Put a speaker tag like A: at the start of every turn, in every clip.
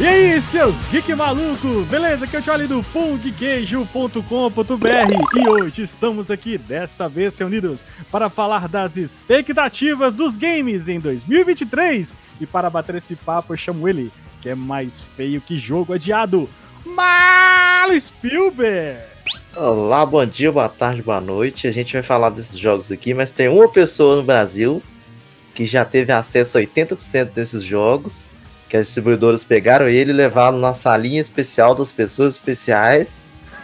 A: E aí, seus geek maluco, beleza? Aqui é o Charlie do pungqueijo.com.br e hoje estamos aqui, dessa vez reunidos, para falar das expectativas dos games em 2023. E para bater esse papo, eu chamo ele, que é mais feio que jogo adiado, Marlon Spielberg.
B: Olá, bom dia, boa tarde, boa noite. A gente vai falar desses jogos aqui, mas tem uma pessoa no Brasil que já teve acesso a 80% desses jogos, que as distribuidoras pegaram ele e levaram na salinha especial das pessoas especiais.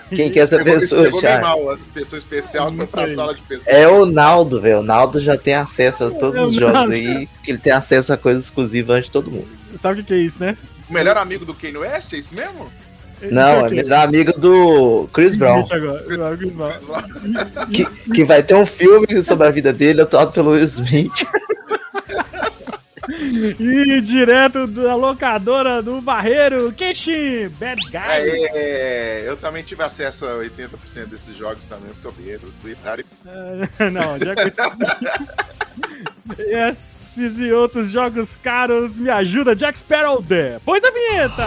B: Quem que é essa
C: Pegou- isso
B: pessoa,
C: pegou bem
B: Thiago?
C: mal, essa pessoa especial que foi pra
A: Não sei.
C: sala de pessoas.
B: É o Naldo, velho. O Naldo já tem acesso a todos os
A: Meu
B: jogos
A: Naldo.
B: aí, que ele tem acesso a coisas exclusivas antes de todo mundo.
A: Sabe o que que é isso, né?
C: O melhor amigo do Kanye West, é isso mesmo?
B: Não, é
A: Isso o quê?
B: melhor amigo do Chris Brown,
A: Smith agora, o Chris Brown.
B: que, que vai ter um filme sobre a vida dele atuado pelo Will Smith.
A: E direto da locadora do Barreiro, Kishin, Bad Guy.
C: É, eu também tive acesso a 80% desses jogos também, porque eu vi, eu fui otário.
A: Ah, Não, já que Esses e outros jogos caros me ajuda, Jack Sparrow depois da vinheta!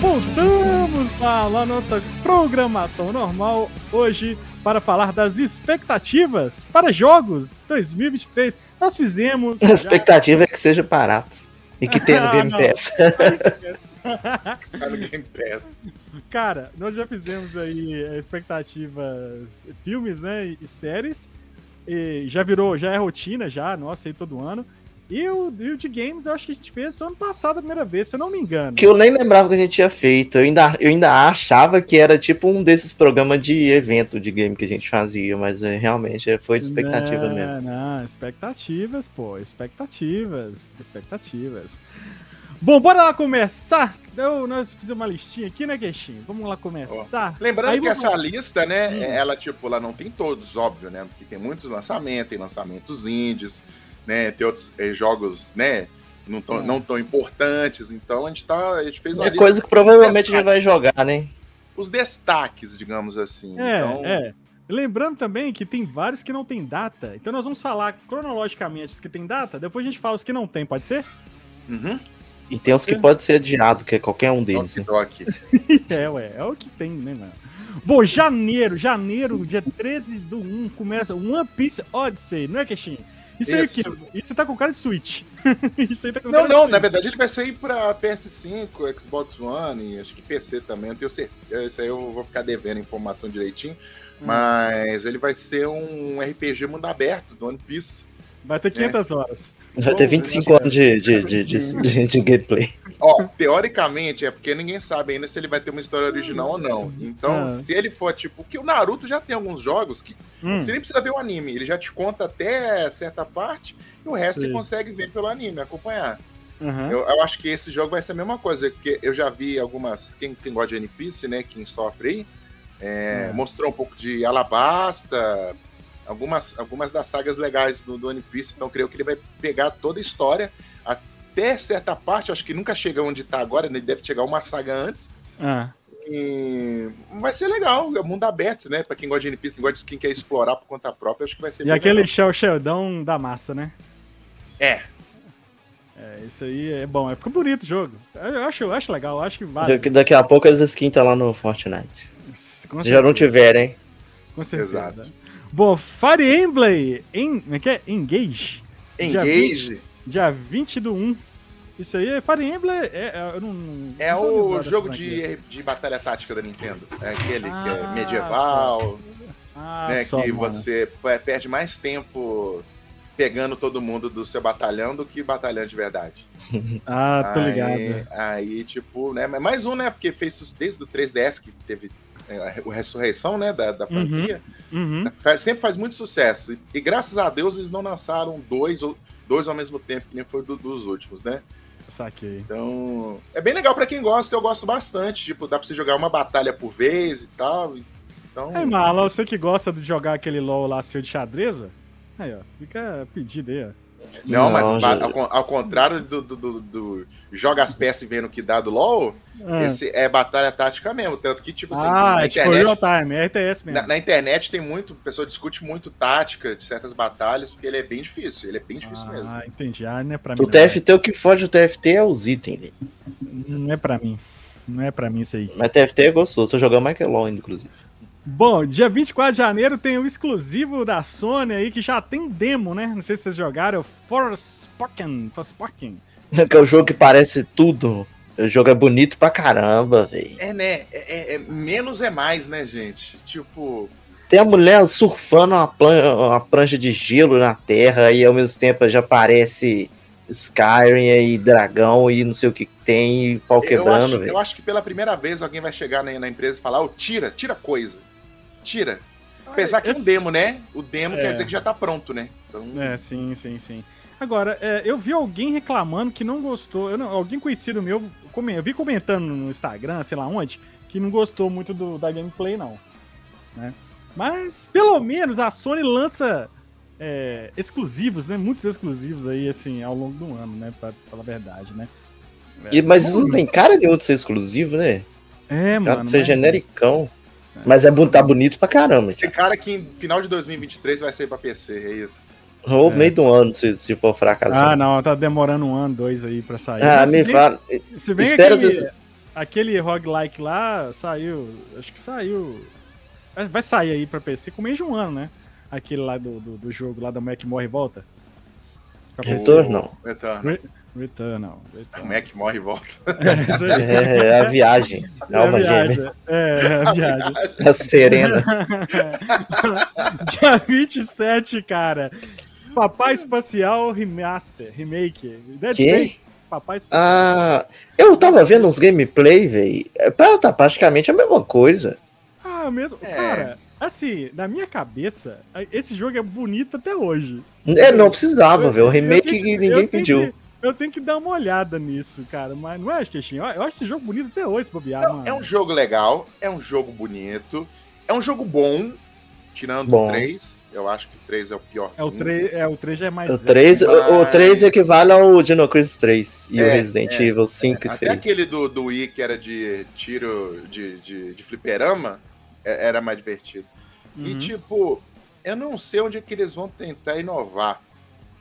A: Voltamos para a nossa programação normal hoje para falar das expectativas para jogos 2023. Nós fizemos.
B: A
A: já-
B: expectativa é que seja barato e que tenha no
A: Ah,
B: Game
A: não.
B: Pass.
A: É.
C: Tá no Game Pass.
A: Cara, nós já fizemos aí eh, expectativas, filmes, né, e e séries, e já virou, já é rotina já, nossa, aí todo ano. E o, e o de games eu acho que a gente fez só ano passado a primeira vez, se eu não me engano.
B: que eu nem lembrava que a gente tinha feito. Eu ainda, eu ainda achava que era tipo um desses programas de evento de game que a gente fazia, mas é, realmente é, foi de expectativa
A: não,
B: mesmo.
A: Não, expectativas, pô, expectativas, expectativas. Bom, bora lá começar. Eu, nós fizemos uma listinha aqui, né, Queixinho? Vamos lá começar.
C: Lembrando
A: Aí
C: que
A: vamos-
C: essa lista, né,
A: Hum.
C: ela, tipo, ela não tem todos, óbvio, né? Porque tem muitos lançamentos, tem lançamentos indies, né? Tem outros eh, jogos, né? Não tão,
A: É.
C: não tão importantes, então a gente, tá, a gente fez uma
B: É
C: lista
B: coisa que provavelmente a gente vai jogar, né?
C: os destaques, digamos assim.
A: É,
C: então,
A: é. Lembrando também que tem vários que não tem data. Então nós vamos falar cronologicamente os que tem data, depois a gente fala os que não tem, pode ser?
C: Uhum. então,
B: E tem uns que pode ser adiado, que é qualquer um deles.
C: Donkey
B: né?
C: Donkey.
A: É, ué, é o que tem, né, mano? Bom, janeiro, janeiro, dia 13 do 1, começa One Piece Odyssey, não é, Keshin? Isso aí,
C: Isso.
A: que, isso tá com cara de Switch. isso aí tá com
C: Não,
A: cara
C: não,
A: de
C: na
A: Switch.
C: verdade ele vai sair pra PS5, Xbox One e acho que PC também, eu tenho certeza. Isso aí eu vou ficar devendo a informação direitinho.
A: Hum.
C: Mas ele vai ser um RPG mundo aberto do One Piece.
A: Vai ter
C: É.
A: 500 horas.
B: Vai ter 25 anos de,
C: né?
B: de, de, de, de- de gameplay.
C: Ó, teoricamente é porque ninguém sabe ainda se ele vai ter uma história original ou não. Então,
A: Ah.
C: se ele for tipo. Porque o Naruto já tem alguns jogos que
A: Hum,
C: você nem precisa ver o anime, ele já te conta até certa parte e o resto você
A: Sim.
C: consegue ver pelo anime, acompanhar.
A: aham.
C: Eu, eu acho que esse jogo vai ser a mesma coisa, porque eu já vi algumas. Quem, quem gosta de NPC, né? Quem sofre aí, é,
A: É.
C: mostrou um pouco de Alabasta, algumas, algumas das sagas legais do, do One Piece, então eu creio que ele vai pegar toda a história, até certa parte, eu acho que nunca chega onde tá agora, né, ele deve chegar uma saga antes.
A: Ah,
C: E vai ser legal, é mundo aberto, né? Pra quem gosta de NPC, quem gosta de quem quer explorar por conta própria, acho que vai ser
A: E aquele Shell Sheldon da massa, né?
C: É.
A: É, isso aí é bom. É, ficou bonito o jogo. Eu, eu acho, eu acho legal, eu acho que vale.
B: Daqui, daqui a pouco as skins tá lá no Fortnite.
A: Com
B: Se já não
A: certeza.
B: tiverem,
A: Com certeza.
C: Exato.
A: Bom, Fire Emblem em, como é que é? Engage,
C: Engage
A: dia 20 do 1. Isso aí é Fire Emblem, é, é- eu não- não-
C: É
A: não tô
C: o
A: lembrado
C: jogo
A: dessa
C: de, de batalha tática da Nintendo. É aquele que
A: Ah,
C: é medieval,
A: franquia. Ah,
C: né?
A: só,
C: que
A: mano.
C: você pe- perde mais tempo pegando todo mundo do seu batalhão do que batalhando de verdade.
A: Ah, tô
C: Aí-
A: ligado.
C: Aí, tipo, né? Mas mais um, né? Porque fez isso desde o 3DS que teve é, o Ressurreição, né? Da, da franquia.
A: Uhum.
C: Faz- sempre faz muito sucesso. E, e graças a Deus eles não lançaram dois, ou- dois ao mesmo tempo, que nem foi do- dos últimos, né?
A: Saquei.
C: Então, é bem legal pra quem gosta, eu gosto bastante. Tipo, dá pra você jogar uma batalha por vez e tal. Então,
A: Aí, Mala, você que gosta de jogar aquele LOL lá seu de xadrez, ó. Aí, ó. Fica pedido aí, ó.
C: não, mas um
B: Não,
C: ba-
B: gente.
C: ao, con- ao contrário do, do- do- do joga as peças e vendo o que dá do LoL,
A: Ah,
C: esse é batalha tática mesmo. Tanto que, tipo assim,
A: ah
C: na,
A: é tipo
C: internet,
A: real time, é RTS mesmo.
C: na, na internet tem muito, o pessoal discute muito tática de certas batalhas, porque ele é bem difícil. Ele é bem difícil mesmo.
A: Ah, entendi. Ah, não é pra mim.
B: O
A: não.
B: TFT, o que foge do TFT é os itens, né?
A: Não é pra mim. Não é pra mim isso aí.
B: Mas TFT é gostoso. Tô jogando Michael Law, inclusive.
A: Bom, dia 24 de janeiro tem o exclusivo da Sony aí, que já tem demo, né? Não sei se vocês jogaram. é o Forspoken. Forspoken.
B: Que é o jogo que parece tudo. O jogo é bonito pra caramba, velho.
C: É, né? É- é- é- menos é mais, né, gente? Tipo,
B: Tem a mulher surfando uma, plan- uma prancha de gelo na terra e ao mesmo tempo já aparece Skyrim e dragão e não sei o que que tem, e pau
C: eu acho,
B: quebrando,
C: eu
B: velho.
C: acho que pela primeira vez alguém vai chegar na, na empresa e falar, "Ô, tira, tira coisa. Tira. Apesar que é um
A: Esse-
C: demo, né? O demo
A: É.
C: quer dizer que já tá pronto, né? Então,
A: É, sim, sim, sim. Agora, é, eu vi alguém reclamando que não gostou. eu não- alguém conhecido meu, come- eu vi comentando no Instagram, sei lá onde, que não gostou muito do- da gameplay, não. Né? Mas, pelo menos, a Sony lança é, exclusivos, né? Muitos exclusivos aí, assim, ao longo do ano, né? Pra, falar a verdade, né?
B: E- mas isso não
A: Vamos
B: tem cara nenhum de ser exclusivo, né?
A: É,
B: Cara
A: mano.
B: de ser
A: mas-
B: genericão.
A: É.
B: Mas é, bu- tá bonito pra caramba.
C: tem cara que em final de 2023 vai sair pra PC, é isso.
B: Ou
A: É.
B: meio do ano, se, se for fracassar.
A: Ah, não, tá demorando um ano, dois aí pra sair.
B: assim. Ah,
A: Mas se
B: me
A: bem-
B: fala.
A: Se bem que
B: Espera
A: aquele,
B: vocês-
A: aquele roguelike lá saiu. Acho que saiu. Vai- Vai sair aí pra PC com menos de um ano, né? Aquele lá do, do, do jogo lá da mulher que morre e volta. Pra PC.
B: Retorno, não.
C: Retorno.
A: Returnal.
C: Como é que tá. morre e volta?
A: É, isso aí.
B: É, é a viagem.
A: É
B: Alma
A: a
B: gêmea.
A: viagem. É, é a viagem.
B: A serena.
A: Dia 27, cara. Papai Espacial Remaster, Remake. Dead
B: Que?
A: Space, Papai Espacial.
B: Ah, eu tava vendo uns gameplay, velho. Tá praticamente a mesma coisa.
A: Ah, mesmo.
C: É.
A: Cara, assim, na minha cabeça, esse jogo é bonito até hoje.
B: É, não precisava,
A: Eu-
B: velho. O
A: eu
B: remake
A: tenho
B: que
A: eu
B: ninguém
A: tenho
B: pediu.
A: que- eu tenho que dar uma olhada nisso, cara. Mas não é, Queixinho? Eu eu acho esse jogo bonito até hoje, se bobear,
C: Não,
A: mano.
C: é um jogo legal, é um jogo bonito, é um jogo bom, tirando
B: Bom.
C: o 3. Eu acho que o 3 é o pior.
A: É o 3, é, o 3 já é mais.
B: O 3, o,
C: Mas-
B: o 3 equivale ao Dino Crisis 3 e o
C: É,
B: Resident Evil 5 e
C: Até
B: 6.
C: aquele do, do Wii que era de tiro de, de, de fliperama é- era mais divertido.
A: Uhum.
C: E tipo, eu não sei onde é que eles vão tentar inovar.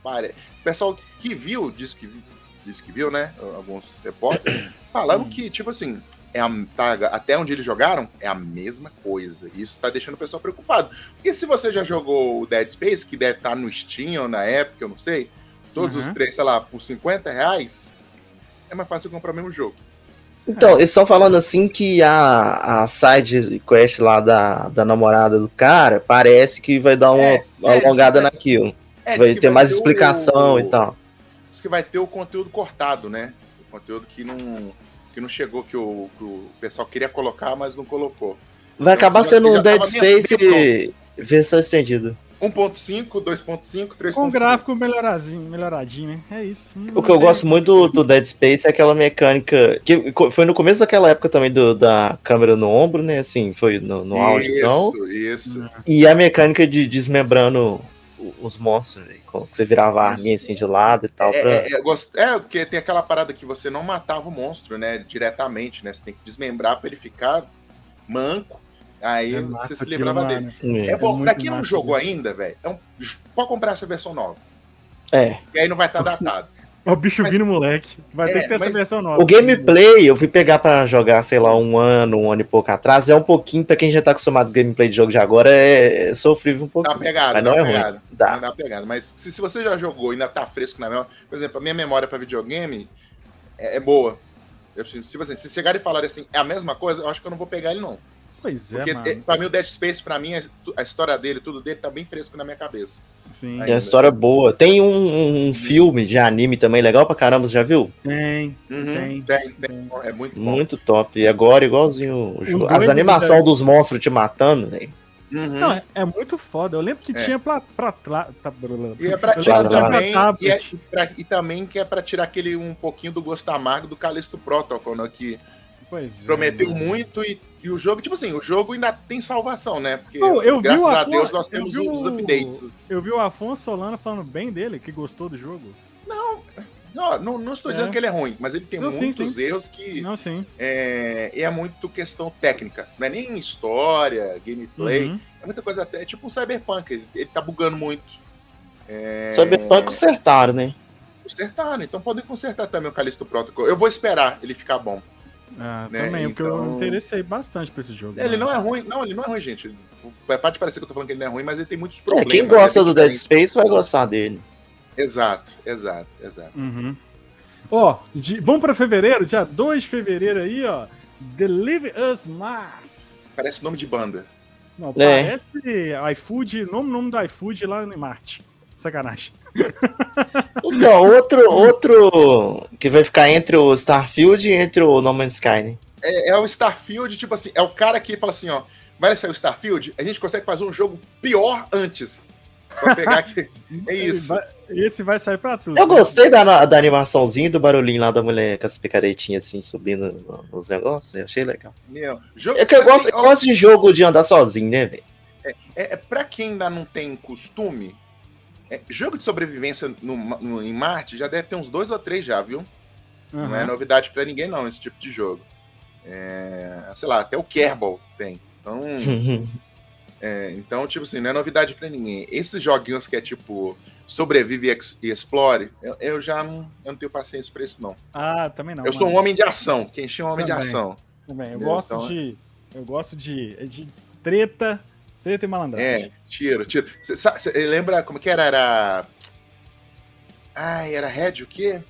C: Pare... O pessoal que viu, disse que, vi- disse que viu, né? Alguns repórteres falaram
A: Hum.
C: que, tipo assim, é a- tá, até onde eles jogaram é a mesma coisa. E isso tá deixando o pessoal preocupado. Porque se você já jogou o Dead Space, que deve estar no Steam ou na época, eu não sei, todos
A: Uhum.
C: os três, sei lá, por 50 reais, é mais fácil comprar o mesmo jogo.
B: Então, e só falando assim que a, a side quest lá da, da namorada do cara parece que vai dar uma
C: É, é,
B: alongada
C: sim, é.
B: naquilo.
C: É, diz
B: vai
C: que
B: ter mais
C: o-
B: explicação e tal.
C: Diz que vai ter o conteúdo cortado, né? O conteúdo que não, que não chegou, que o, que o pessoal queria colocar, mas não colocou.
B: Vai acabar
C: já-
B: sendo
C: já
B: um Dead
C: tava
B: Space versão estendida.
C: 1.5 2.5, 3.5.
A: Com um gráfico melhorazinho, melhoradinho, né? É isso.
B: O que eu gosto muito do, do Dead Space é aquela mecânica. Que co- foi no começo daquela época também do- da câmera no ombro, né? Assim, foi no, no auge. então.
C: Isso, isso.
B: E a mecânica de desmembrando o- os monstros, velho. como que Você virava a arminha assim de lado e tal. pra-
C: É, é, eu gost- é, porque tem aquela parada que você não matava o monstro, né? Diretamente, né? Você tem que desmembrar pra ele ficar manco. Aí
A: É massa
C: você se
A: aquilo
C: livrava
A: lá,
C: dele.
A: né?
B: É.
C: É bom,
A: muito
C: pra quem não
A: massa,
C: jogou ainda, velho, é um... pode comprar essa versão nova.
B: É.
C: E aí não vai estar datado.
A: Ó, É O bicho
C: Mas-
A: vindo, moleque. Vai ter
C: É,
A: que ter essa
C: mas
A: versão nova.
B: O gameplay, eu fui pegar pra jogar, sei lá, um ano, um ano e pouco atrás. É um pouquinho, pra quem já tá acostumado com gameplay de jogo de agora, é, é sofrível um
C: Tá
B: pouquinho.
C: pegado,
B: mas não
C: tá
B: é ruim.
C: pegado.
B: Dá.
C: na pegada. Mas se, se você já jogou e ainda tá fresco na memória, por exemplo, a minha memória pra videogame tipo assim, é, é boa. Eu, se, se, você- se chegar e falar assim, é a mesma coisa, eu acho que eu não vou pegar ele, não.
A: Pois Pois é,
C: Porque
A: mano.
C: eh, pra mim o Dead Space, pra mim, é tu- a história dele, tudo dele, tá bem fresco na minha cabeça.
A: Sim.
B: É uma história boa. Tem um, um- um filme de anime também legal pra caramba, você já viu?
A: Tem,
C: Tem,
A: Tem,
C: tem,
A: tem.
C: É muito bom.
B: Muito top. E agora, igualzinho o jogo.
A: dois
B: As
A: do
B: animações
A: Guilherme.
B: dos monstros te matando, né?
C: Uhum.
A: Não, é, é muito foda. Eu lembro que
C: É.
A: tinha pra, pra, tra- tá- blá, blá, blá.
C: E é pra
A: Eu
C: tirar
A: lembro que tinha
C: também,
A: pra tablet.
C: e é- pra- e também que é pra tirar aquele um pouquinho do gosto amargo do Callisto Protocol, né, que
A: Pois é,
C: prometeu
A: mano.
C: muito e, e o jogo, tipo assim, o jogo ainda tem salvação, né? Porque
A: Não, eu vi
C: graças
A: o
C: a
A: ator-
C: Deus nós
A: eu
C: temos
A: vi o-
C: os updates.
A: Eu vi o Afonso Solano falando bem dele, que gostou do jogo.
C: Não, não, não estou dizendo
A: É.
C: que ele é ruim, mas ele tem
A: Não, sim,
C: muitos
A: sim.
C: erros que
A: Não, sim.
C: é, e é muito questão técnica. Não é nem história, gameplay,
A: Uhum.
C: é muita coisa até, é tipo um cyberpunk, ele, ele tá bugando muito. É,
B: Cyberpunk consertaram, né?
C: Consertaram, então podem consertar também o Callisto Protocol. Eu vou esperar ele ficar bom.
A: Ah,
C: Né,
A: também, porque eu
C: então-
A: me interessei bastante pra esse jogo. né?
C: Ele
A: mano.
C: não é ruim, não, ele não é ruim, gente. Pode parecer que eu tô falando que ele não é ruim, mas ele tem muitos
B: É,
C: problemas.
B: quem gosta
C: né?
B: do Dead Space vai gostar dele.
C: Exato, exato, exato.
A: Uhum. Ó, de- vamos pra fevereiro, dia 2 de fevereiro aí, ó. Deliver Us Mars.
C: Parece nome de banda.
A: Não,
B: É.
A: parece iFood, nome, nome do iFood lá em Marte. Sacanagem.
B: Então, outro, outro que vai ficar entre o Starfield e entre o No Man's Sky, né?
C: É, é o Starfield, tipo assim, é o cara que fala assim, ó, vai sair o Starfield, a gente consegue fazer um jogo pior antes. Pra pegar aqui. É isso.
A: Vai- Esse vai sair pra tudo. né?
B: Eu
C: Uhum.
B: gostei da, da animaçãozinha e do barulhinho lá da mulher com as picaretinhas assim subindo no- nos negócios. Eu achei legal.
C: Meu, jogo,
B: É que eu gosto, eu gosto de jogo de andar sozinho, né, velho?
C: É, é pra quem ainda não tem costume, é, jogo de sobrevivência no, Ma- no- em Marte já deve ter uns dois ou três já, viu?
A: Aham.
C: Não é novidade pra ninguém, não, esse tipo de jogo. É, sei lá, até o Kerbal tem. Então,
B: Hum.
C: é, então, tipo assim, não é novidade pra ninguém. Esses joguinhos que é tipo sobrevive e ex- e explore, eu, eu já não, eu não tenho paciência pra isso, não.
A: Ah, também não.
C: eu sou um
A: mano.
C: homem de ação. Quem chama é um homem de
A: Também.
C: ação.
A: Também. Eu
C: Entendeu?
A: gosto
C: Então,
A: de. Eu gosto de, de treta. Treta e malandragem.
C: É, tiro, tiro. Você lembra como que era? Era. Ai, era Red o quê?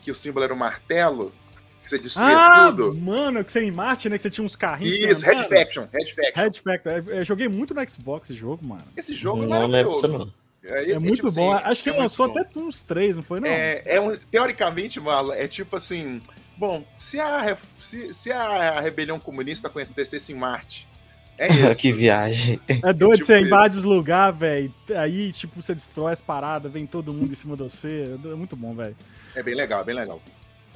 C: Que o símbolo era um martelo? Que você destruía
A: Ah,
C: tudo?
A: mano, que você em Marte, né? Que você tinha uns carrinhos. que você
C: Isso, Red
A: andava.
C: Faction, Red Faction.
A: Red Factor. Eu- Eu joguei muito no Xbox esse jogo, mano.
C: Esse jogo é
B: Não lembro
C: maravilhoso.
B: isso, não.
C: É,
A: É,
C: é,
A: muito
C: tipo
A: bom.
C: assim,
A: Acho que
C: é muito
A: lançou
C: bom.
A: até uns três, não foi, não?
C: É, é um- teoricamente, Marlon, é tipo assim. Bom, se a, re- se, se a rebelião comunista acontecesse em Marte, é isso.
B: que viagem.
A: É doido,
C: tipo
A: você
C: isso.
A: invade os lugares, velho. Aí, tipo, você destrói as paradas, vem todo mundo em cima de você. É muito bom, velho.
C: É bem legal, é bem legal.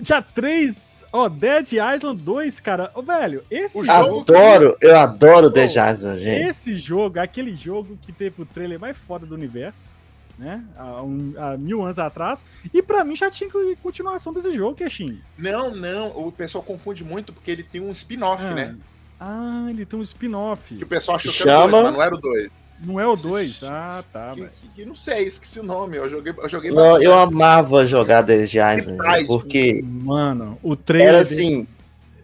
A: Dia 3, ó, Dead Island 2, cara. Ô, velho, esse
C: O
A: jogo.
C: jogo-
B: Adoro, eu adoro The
A: Pô,
B: Jason, gente.
A: Esse jogo, aquele jogo que teve o trailer mais foda do universo, né? Há, um- há mil anos atrás. E pra mim já tinha que- continuação desse jogo, Queixinho.
C: Não, não, o pessoal confunde muito porque ele tem um spin-off,
A: Ah,
C: né?
A: Ah, ele tem um spin-off.
C: Que o pessoal achou
B: Chama-
C: que era o dois, mas não era o dois.
A: Não é o 2. Ah, tá,
C: que,
A: velho.
C: que- que não sei, esqueci o nome. Eu joguei, eu é joguei
B: Não, eu amava jogar The Jason,
C: Pride.
B: porque
A: Mano, o trailer.
B: era
A: desse-
B: assim,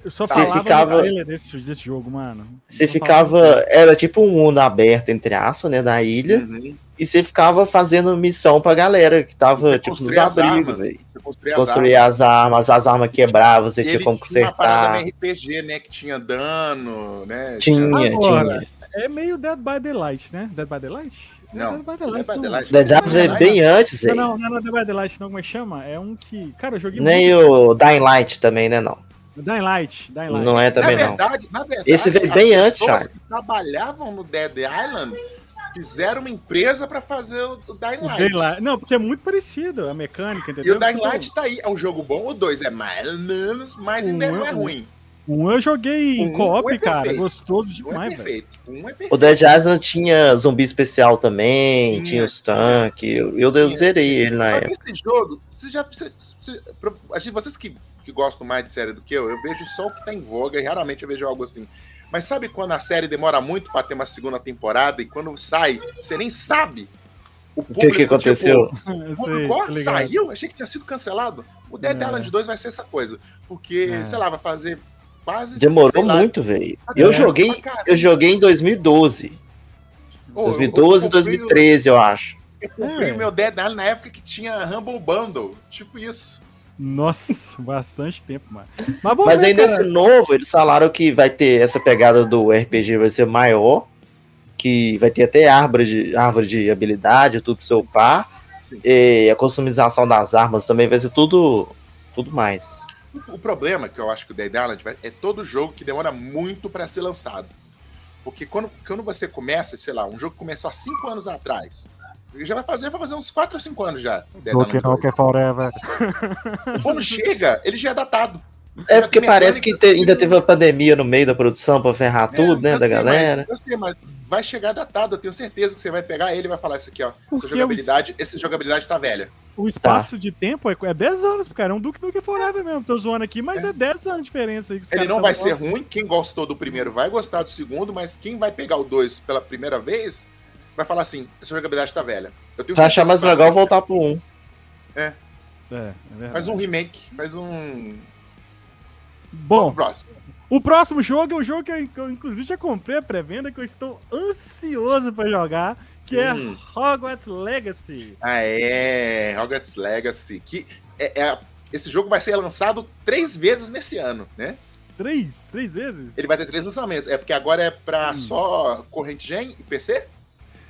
A: Eu só
B: Você
A: falava
B: ficava-
A: no trailer desse, desse jogo, mano.
B: você
A: Só falava no
B: ficava. Era tipo um mundo aberto, entre aço, né? Da ilha.
C: Uhum.
B: E você ficava fazendo missão pra galera que tava,
C: Você
B: tipo, nos
C: construía as
B: abrigos,
C: armas,
B: velho.
C: Você construía as
B: Construir
C: armas.
B: as armas, as armas quebravam, você
C: E ele
B: tinha como
C: tinha uma parada
B: consertar.
C: meio RPG, né? Que tinha dano, né?
B: Tinha,
A: Agora,
B: tinha.
A: É meio Dead by Daylight, né? Dead by Daylight? É
C: Não,
A: Dead by
C: Dead
A: Daylight.
C: by
A: não.
C: Daylight.
B: The Jason veio é bem antes,
A: Não,
B: velho.
A: não, não, não é Dead by Daylight, não, como é que chama? É um que. Cara, eu joguei
B: Nem o Dying Light também, né? Não.
A: Dying Light, Dying Light.
B: Não é
C: Na
B: também, não.
C: verdade, na verdade,
B: Esse veio bem
C: as
B: antes,
C: pessoas
B: Charles.
C: que trabalhavam no Dead Island fizeram uma empresa pra fazer o, o Dying
A: O
C: Light.
A: Daylight. Não, porque é muito parecido a mecânica,
C: E
A: entendeu?
C: o Dying
A: Porque
C: Light tá aí. É um jogo bom, o dois é mais ou menos, mas ainda
A: Um
C: não é
A: é-
C: ruim.
A: Um eu joguei em
C: Um
A: co-op,
C: é
A: cara.
C: perfeito.
A: Gostoso
C: Um é
A: demais, velho.
C: perfeito. Um é perfeito.
B: O Dead Island tinha zumbi especial também,
C: Tinha.
B: tinha os tanques. Eu, eu,
C: Tinha.
B: zerei ele na
C: Só que
B: época.
C: esse jogo, você já. Você, você- pro- a gente- vocês que, que gostam mais de série do que eu, eu vejo só o que tá em voga e raramente eu vejo algo assim. Mas sabe quando a série demora muito pra ter uma segunda temporada e quando sai, você nem sabe o
B: O que, que
C: tipo,
B: aconteceu?
A: Eu sei,
C: o público,
A: tá
C: ó,
A: ligado?
C: saiu? Achei que tinha sido cancelado. O Dead
A: É.
C: Island 2 vai ser essa coisa. Porque,
A: É.
C: sei lá, vai fazer quase. sei
B: Demorou
C: lá,
B: muito, velho.
C: quase
A: É.
B: Eu
C: um ano
B: joguei,
C: pra caralho.
B: eu joguei em 2012.
C: Ô, eu- eu
B: 2012,
C: comprei o-
B: 2013, eu acho.
C: Eu comprei
A: É.
C: o meu Dead Island na época que tinha Humble Bundle. Tipo isso.
A: Nossa, bastante tempo, mano.
B: Mas, bom,
C: né,
B: Mas aí
C: assim,
B: nesse novo, eles falaram que vai ter essa pegada do RPG, vai ser maior, que vai ter até árvore de, árvore de habilidade, tudo pro seu par.
C: Sim.
B: E a customização das armas também vai ser tudo, tudo mais.
C: O problema que eu acho que o Dead Island vai- é todo jogo que demora muito para ser lançado. Porque quando, quando você começa, sei lá, um jogo que começou há 5 anos atrás, ele já vai fazer, vai fazer uns 4 ou 5 anos já. o Dead Island 2.
A: Forever. é-
C: Quando chega, ele já é datado.
B: É porque parece que te- ainda teve uma pandemia no meio da produção pra ferrar tudo, né, da galera.
C: Eu É, sei, mas vai chegar datado, eu tenho certeza que você vai pegar ele e vai falar isso aqui, ó.
A: Porque
C: Essa jogabilidade, essa jogabilidade tá velha.
A: O espaço de tempo é, é 10 anos, cara. É um Duke Nukem Forever mesmo. Tô zoando aqui, mas é 10 anos de diferença aí. que os
C: Ele
A: caras
C: não
A: tão
C: vai ser
A: falando.
C: ruim, quem gostou do primeiro vai gostar do segundo, mas quem vai pegar o dois pela primeira vez vai falar assim, essa jogabilidade tá velha. Eu tenho
B: Tu achar
C: certeza
B: mais
C: que vai-
B: legal voltar pro 1.
A: É, é verdade.
C: Faz um remake, faz um.
A: Bom,
C: próximo.
A: o próximo jogo é um jogo que eu, que eu, inclusive já comprei a pré-venda, que eu estou ansioso pra jogar, que é
C: Hum.
A: Hogwarts Legacy.
C: Ah, é. Hogwarts Legacy. Que é, é- esse jogo vai ser lançado três vezes nesse ano, né?
A: Três, três vezes.
C: Ele vai ter três lançamentos. É porque agora é pra
A: Hum.
C: só corrente gen e PC?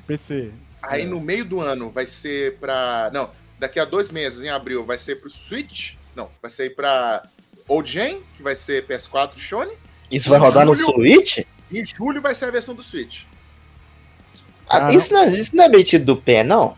A: PC.
C: Aí
A: É.
C: no meio do ano vai ser pra. Não, daqui a dois meses, em abril, vai ser pro Switch. Não, vai ser pra Old Gen, que vai ser PS4 Sony.
B: Isso vai rodar no
C: Julho.
B: Switch?
C: E em julho vai ser a versão do Switch.
B: Ah,
A: Ah,
B: isso, não, é- isso não é metido do pé, não.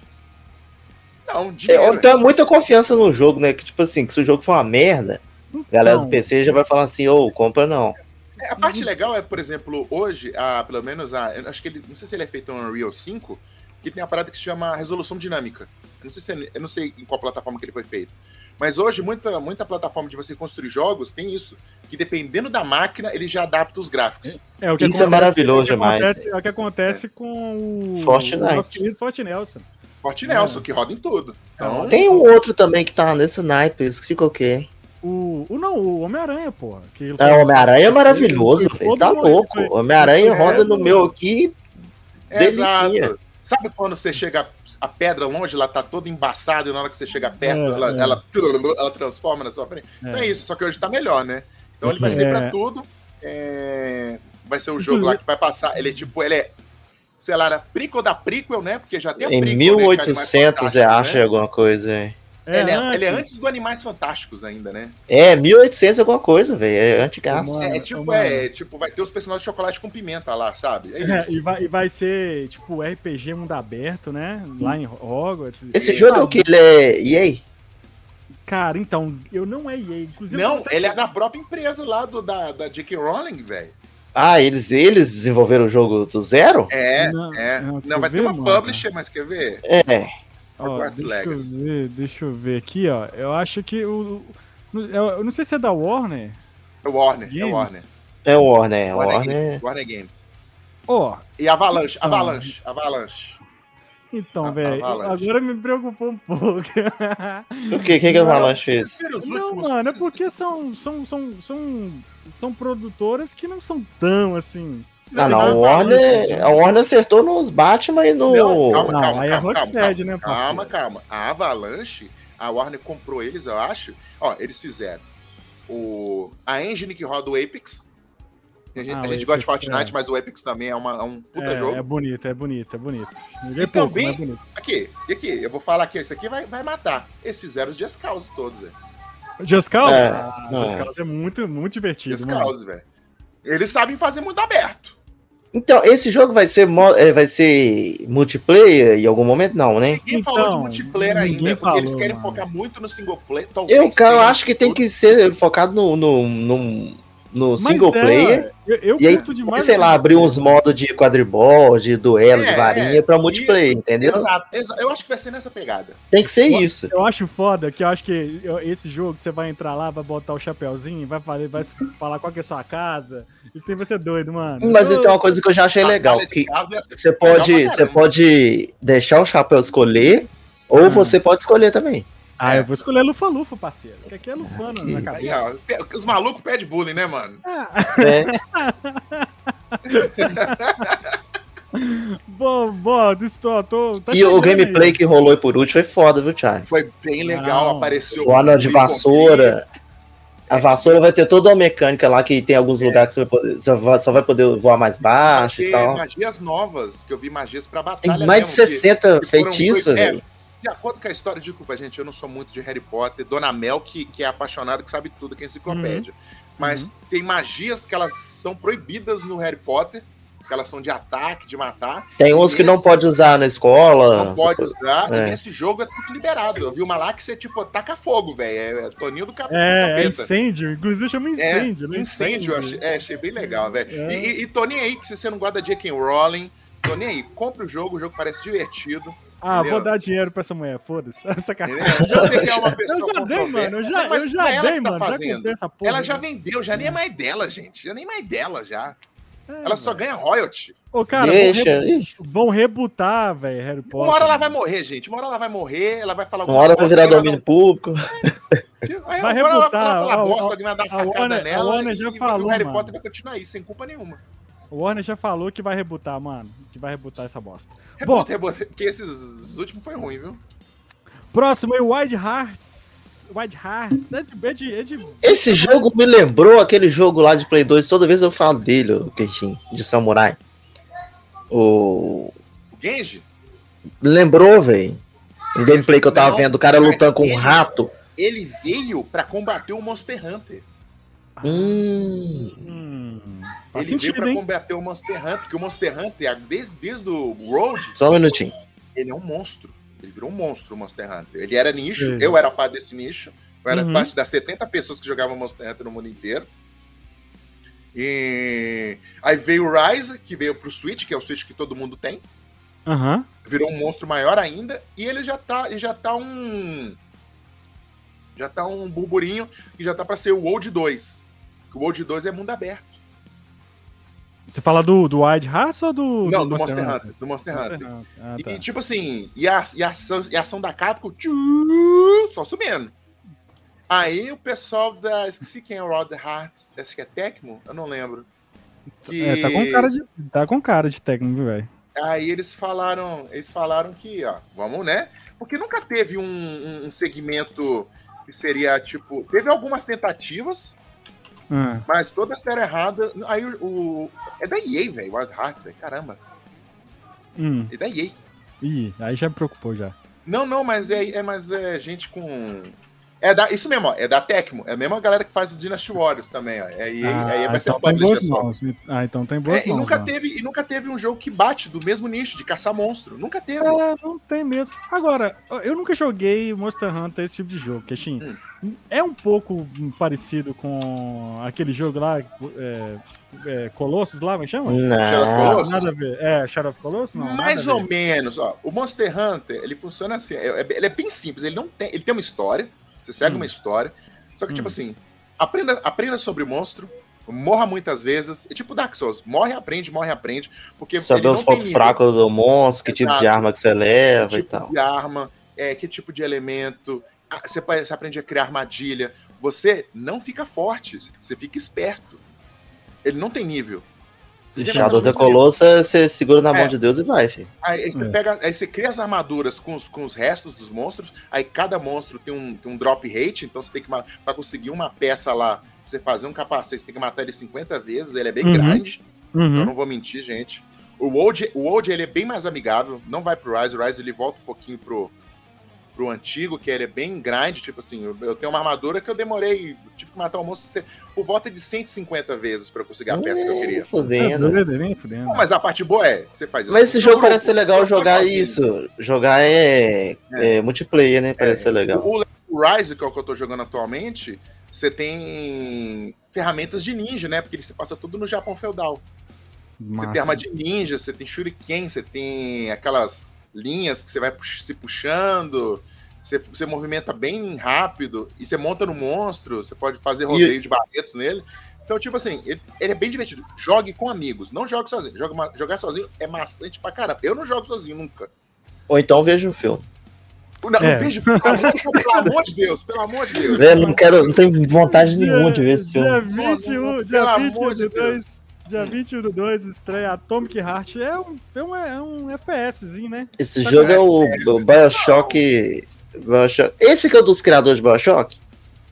C: Não,
B: É,
C: dinheiro.
B: ou então é muita confiança no jogo, né? Que, tipo assim, que se o jogo for uma merda, a galera do
A: Então,
B: PC já vai falar assim, ô, compra não.
C: É, A parte legal é, por exemplo, hoje, a, pelo menos a. eu Acho que ele. Não sei se ele é feito no Unreal 5, que tem uma parada que se chama resolução dinâmica. Eu não sei, se é- eu não sei em qual plataforma que ele foi feito. Mas hoje, muita, muita plataforma de você construir jogos tem isso. Que dependendo da máquina, ele já adapta os gráficos.
A: É, o que
B: Isso é
A: acontece-
B: maravilhoso
A: é o que
B: demais.
A: acontece- É o que acontece com o.
B: Fortnite.
A: o nosso querido Forte Nelson.
C: Forte Nelson, que roda em tudo. Então,
B: Tem um outro também que tá nesse naipe, eu esqueci qual que é.
A: O, o não, o Homem-Aranha, porra. Que ele
B: Ah, o Homem-Aranha é maravilhoso,
A: Foi um
B: velho. Tá
A: todo
B: louco.
A: mundo-
B: O Homem-Aranha
C: É,
B: roda no
C: mano.
B: meu aqui.
C: Exato.
B: Delicinha.
C: É Sabe quando você chega a pedra longe, ela tá toda embaçada e na hora que você chega perto,
A: É,
C: ela,
A: é.
C: Ela, ela transforma na sua frente? Então é isso, só que hoje tá melhor, né? Então ele vai ser
A: É.
C: pra tudo. é, Vai ser o jogo lá que vai passar. Ele é tipo, ele é, sei lá, era prequel da prequel, né? Porque já tem a
A: um
B: Em
C: prequel, né? Que
B: 1800
C: é
B: você
C: de Animais Fantásticos,
B: acha alguma coisa, hein?
C: Né? Ele, é, ele é antes do Animais Fantásticos ainda, né?
B: É, 1800 alguma coisa, velho. É antigaço.
A: Mano,
C: É,
A: é
C: tipo,
A: uma-
C: é, tipo, vai ter os personagens de chocolate com pimenta lá, sabe? É isso.
A: É, e, vai, e vai ser, tipo, RPG mundo aberto, né? Lá em Hogwarts.
B: Esse jogo é o que? Ele é EA?
A: Cara, então, eu não é EA. Inclusive, eu
C: Não,
A: tô até-
C: ele é da própria empresa lá do, da, da J.K. Rowling, velho.
B: Ah, eles, eles desenvolveram o jogo do zero?
C: É,
A: Não,
C: é.
A: não,
C: Não,
A: quer
C: vai ter
A: ver,
C: uma
A: mano?
C: publisher, mas quer ver?
B: É.
A: Ó,
C: Hogwarts
A: deixa eu
C: Legacy.
A: ver, deixa eu ver aqui, ó. Eu acho que o... o- Eu eu não sei se é da Warner.
C: É o Warner, é
A: Games.
C: o Warner.
B: É o Warner. é o
C: Warner,
B: Warner.
C: Games, Warner Games.
A: Ó,
C: E Avalanche,
A: Então.
C: Avalanche, Avalanche.
A: então,
C: A-
A: velho,
C: Avalanche.
A: agora me preocupou um pouco.
B: O que? O que, que a Avalanche fez?
C: Os
A: Não,
C: últimos-
A: mano, é porque são, são, são, são, são produtoras que não são tão assim.
B: Ah, não. A
A: Não,
B: Warner, é a Warner acertou nos Batman e no.
C: Não,
A: Não, aí é Rocksteady, né, parceiro?
C: Calma, calma. A Avalanche, a Warner comprou eles, eu acho. Ó, eles fizeram o, a engine que roda o Apex. A gente,
A: Ah,
C: a
A: o
C: gente gosta
A: Apex,
C: de Fortnite,
A: é.
C: mas o Apex também é, uma- é um puta
A: é,
C: jogo.
A: é bonito, é bonito, é bonito. Joguei
C: E
A: pouco,
C: também-
A: mas é bonito.
C: Aqui, e aqui, eu vou falar aqui, isso aqui vai, vai matar. Eles fizeram os Just Cause todos, velho.
A: Just Cause?
B: É,
A: Ah,
B: não
A: Just
B: é.
A: Cause é muito, muito divertido,
C: Just
A: mano.
C: Cause, velho. Eles sabem fazer mundo aberto.
B: Então, esse jogo vai ser, mo- eh, vai ser multiplayer em algum momento? Não, né?
C: Ninguém
A: Então,
C: falou de multiplayer ainda,
A: ninguém
C: porque eles
A: falou,
C: querem
A: mano.
C: focar muito no single player. talvez
B: Eu, cara, eu
C: tenha.
B: acho que tem que ser focado no, no, no, no
A: Mas
B: single
A: é,
B: player.
A: Eu, eu
B: E aí,
A: curto demais.
B: sei lá, abrir uns modos de quadribol, de duelo, de
C: É,
B: varinha pra multiplayer, entendeu?
C: Exato, exa- eu acho que vai ser nessa pegada.
B: Tem que ser
A: What?
B: isso.
A: Eu acho foda que eu acho que eu- esse jogo você vai entrar lá, vai botar o chapéuzinho, vai, falar- vai falar qual que é a sua casa. Isso tem que ser doido, mano.
B: Mas
A: Eu-
B: então uma coisa que eu já
C: Tá,
B: achei legal,
C: Batalha de
B: que
C: casa ia ser
B: você
C: legal pra
B: pode,
C: caramba.
B: você pode deixar o chapéu escolher, ou
A: Ah.
B: você pode escolher também.
A: Ah,
C: É.
A: eu vou escolher Lufa-Lufa, parceiro. Porque aqui é Lufana na
C: Aí,
A: cabeça.
C: ó, pe- tá, os malucos né, pedem bullying, né, mano?
A: Ah,
B: né?
A: Bom, bom, estou, tô, tá
B: E o
A: chegando aí.
B: gameplay que rolou aí por último foi foda, viu, Thiago?
C: Foi bem legal,
A: Não.
C: apareceu. um
B: O anel de
C: Fui com-
B: vassoura. A vassoura vai ter toda uma mecânica lá que tem
C: É.
B: alguns lugares que você vai poder, só vai- só vai poder voar mais baixo
C: Tem
B: e tal.
C: magias novas, que eu vi magias pra batalha.
B: Tem mais de
C: mesmo, que-
B: 60
C: que um foram
B: feitiços,
C: dois- é,
B: velho.
C: De acordo com a história, desculpa, gente, eu não sou muito de Harry Potter. Dona Mel, que, que é apaixonada, que sabe tudo, que é
A: Uhum.
C: enciclopédia. Mas tem magias que elas são proibidas no Harry Potter, que elas são de ataque, de matar.
B: Tem uns que não
C: esse-
B: pode usar na escola.
C: não pode usar.
B: Ah, é.
C: E nesse jogo é tudo liberado. Eu vi uma lá que você, tipo, taca fogo, velho. É, é Toninho do Cap-
A: É, é
C: Capeta.
A: incêndio. Inclusive chama incêndio, né?
C: É, Incêndio, eu achei, é, achei bem legal, velho.
A: É.
C: E, e, e tô nem aí que se você não gosta de J.K. Rowling. Tô nem aí. Compre o jogo, o jogo parece divertido.
A: Ah,
C: Entendeu?
A: vou dar dinheiro pra essa mulher, foda-se. Essa cara.
C: entendeu? Eu sei que é uma pessoa
A: Eu já dei,
C: controversa,
A: mano. Eu já,
C: mas
A: eu
C: não é
A: já
C: ela
A: dei,
C: que tá
A: mano. Já
C: fazendo.
A: comprei essa porra. né?
C: Ela já vendeu, já nem é mais dela, gente. Já nem é mais dela, já.
A: É,
C: Ela só
A: velho.
C: ganha royalty.
A: Ô, cara,
B: Deixa,
A: Vão, rebu-
B: ixi.
A: vão rebutar, velho, Harry Potter.
C: Uma hora ela vai morrer, gente. Uma hora ela vai morrer, ela vai falar
B: Uma hora vai
C: coisa,
B: virar
C: alguém
B: domínio público.
C: dar um- Aí
A: Vai
C: uma hora ela vai
A: rebutar,
C: falar
A: a-
C: falar bosta,
A: a-
C: alguém vai dar
A: a Warner-
C: facada
A: a
C: nela.
A: Warner já
C: e- e
A: falou,
C: O Harry
A: mano.
C: Potter vai continuar aí, sem culpa nenhuma.
A: O Warner já falou que vai rebutar, mano. Que vai rebutar essa bosta. Bom.
C: Rebuta, rebuta, é porque esses últimos foi ruim, viu?
A: Próximo aí, Wide Hearts. Wide Hearts. É de. É de, é de...
B: Esse jogo me lembrou aquele jogo lá de Play 2. Toda vez eu falo dele, o Kenshin, de samurai. O...
C: O Genji,
B: Lembrou, velho. Um gameplay que eu tava
C: Não,
B: vendo, o cara
C: mas
B: lutando com um
C: ele-
B: rato.
C: ele veio pra combater o Monster Hunter.
B: Hum.
A: Hum, faz
C: ele veio
A: sentido,
C: pra
A: hein?
C: combater o Monster Hunter, porque o Monster Hunter, a- desde, desde o Road,
B: Só um minutinho.
C: ele é um monstro. Ele virou um monstro, o Monster Hunter. Ele era nicho,
A: Sim.
C: eu era parte desse nicho. Eu era
A: Uhum.
C: parte das 70 pessoas que jogavam Monster Hunter no mundo inteiro. E aí veio o Rise, que veio pro Switch, que é o Switch que todo mundo tem.
A: Aham.
C: virou um monstro maior ainda e ele já tá, ele já tá um já tá um burburinho que já tá pra ser o World 2. Que o World 2 é mundo aberto.
A: Você fala do, do Wide Hearts ou do.
C: Não, do Monster Hunter, do Monster Hunter.
A: Monster Hunter. Ah,
C: E,
A: tá.
C: e tipo assim, e a, e a, ação, e a ação da Capcom tchu, só subindo. Aí o pessoal da. Esqueci quem é o Rod Hearts, acho que é Tecmo, eu não lembro. Que...
A: É, tá com cara de, tá com cara de técnico, viu, velho.
C: Aí eles falaram, eles falaram que, ó, vamos, né? Porque nunca teve um, um- um segmento que seria tipo. Teve algumas tentativas,
A: Ah,
C: mas todas deram errada. Aí o. o- é da EA, velho, Wild Hearts, velho. Caramba,
A: hum.
C: é da EA.
A: Ih, aí já me preocupou já.
C: Não, não, mas é, é, mas é gente com. É da, isso mesmo, ó, é da Tecmo. É a mesma galera que faz o Dynasty Warriors também, ó. É EA,
A: ah,
C: aí vai ser
A: então
C: a
A: tem boas
C: publisher só.
A: mãos. Ah, então tem boas
C: É, e,
A: mãos.
C: nunca
A: mano.
C: teve, e nunca teve um jogo que bate do mesmo nicho, de caçar monstro. Nunca teve.
A: É, não tem mesmo. Agora, eu nunca joguei Monster Hunter esse tipo de jogo, Keshin.
C: Hum.
A: É um pouco parecido com aquele jogo lá, é, é, Colossus lá, como chama?
B: Não.
C: Colossus?
A: Nada a ver. É, Shadow of Colossus? Não, nada
C: Mais
A: a ver.
C: ou menos, ó. O Monster Hunter, ele funciona assim. é- é- ele é bem simples, ele não tem. Ele tem uma história. Você segue
A: Hum.
C: uma história. Só que, tipo
A: Hum.
C: assim, aprenda, aprenda sobre o monstro. Morra muitas vezes. É tipo Dark Souls. Morre, aprende, morre, aprende. Porque
B: Saber os pontos
C: nível.
B: fracos do monstro, que tipo de
C: Exato.
B: arma que você
C: Que
B: leva e
C: tipo
B: tal.
C: de arma, é, que tipo de elemento. Ah, Você, pa- você aprende a criar armadilha. Você não fica forte, você fica esperto. Ele não tem nível. Você sempre
B: Shadow
C: acha
B: da
C: que você-
B: Colossus, você segura na mão
C: É.
B: de Deus e vai, filho.
C: Aí você,
A: É.
C: pega, aí você cria as armaduras com os, com os restos dos monstros, aí cada monstro tem um, tem um drop rate, então você tem que ma- pra conseguir uma peça lá, pra você fazer um capacete, você tem que matar ele 50 vezes, ele é bem
A: Uhum.
C: grande, Então, eu
A: Uhum.
C: não vou mentir, gente. O Old, o Old ele é bem mais amigável, não vai pro Rise, o Rise ele volta um pouquinho pro, pro antigo, que ele é bem grande, tipo assim, eu, eu tenho uma armadura que eu demorei, tive que matar o monstro você- por volta de 150 vezes pra eu conseguir a peça que eu
A: Você
B: Hum,
C: queria.
A: é
B: Fudendo.
A: doido, nem fudendo.
C: Não, mas a parte boa é, você faz
B: Mas esse
C: no
B: jogo
C: grupo,
B: parece ser legal
C: não foi
B: jogar
C: sozinho.
B: isso. Jogar é, é multiplayer, né? Parece
C: É.
B: ser legal.
C: O, o Rise, que é o que eu tô jogando atualmente, você tem ferramentas de ninja, né? Porque ele se passa tudo no Japão feudal. Você tem
A: Massa.
C: arma de ninja, você tem shuriken, você tem aquelas linhas que você vai pux- se puxando, você, você movimenta bem rápido e você monta no monstro, você pode fazer rodeio de barretos nele. Então, tipo assim, ele, ele é bem divertido. Jogue com amigos, não jogue sozinho. Joga ma- jogar sozinho é maçante pra caramba. Eu não jogo sozinho nunca.
B: Ou então veja o filme.
C: Não, não
A: É.
C: vejo, pelo amor, de- pelo amor de Deus, pelo amor de Deus.
B: Eu não quero, não tenho vontade nenhuma de ver esse
A: Dia um,
B: filme.
A: dia 21,
C: Pelo
A: dia
C: amor
A: 20 de
C: de
A: 2. Dia 21 do 2 estreia Atomic Heart. É um, é um, é um FPSzinho, né?
B: Esse jogo é o, o
C: é
B: Bioshock, Bioshock. Esse que é o dos criadores de Bioshock?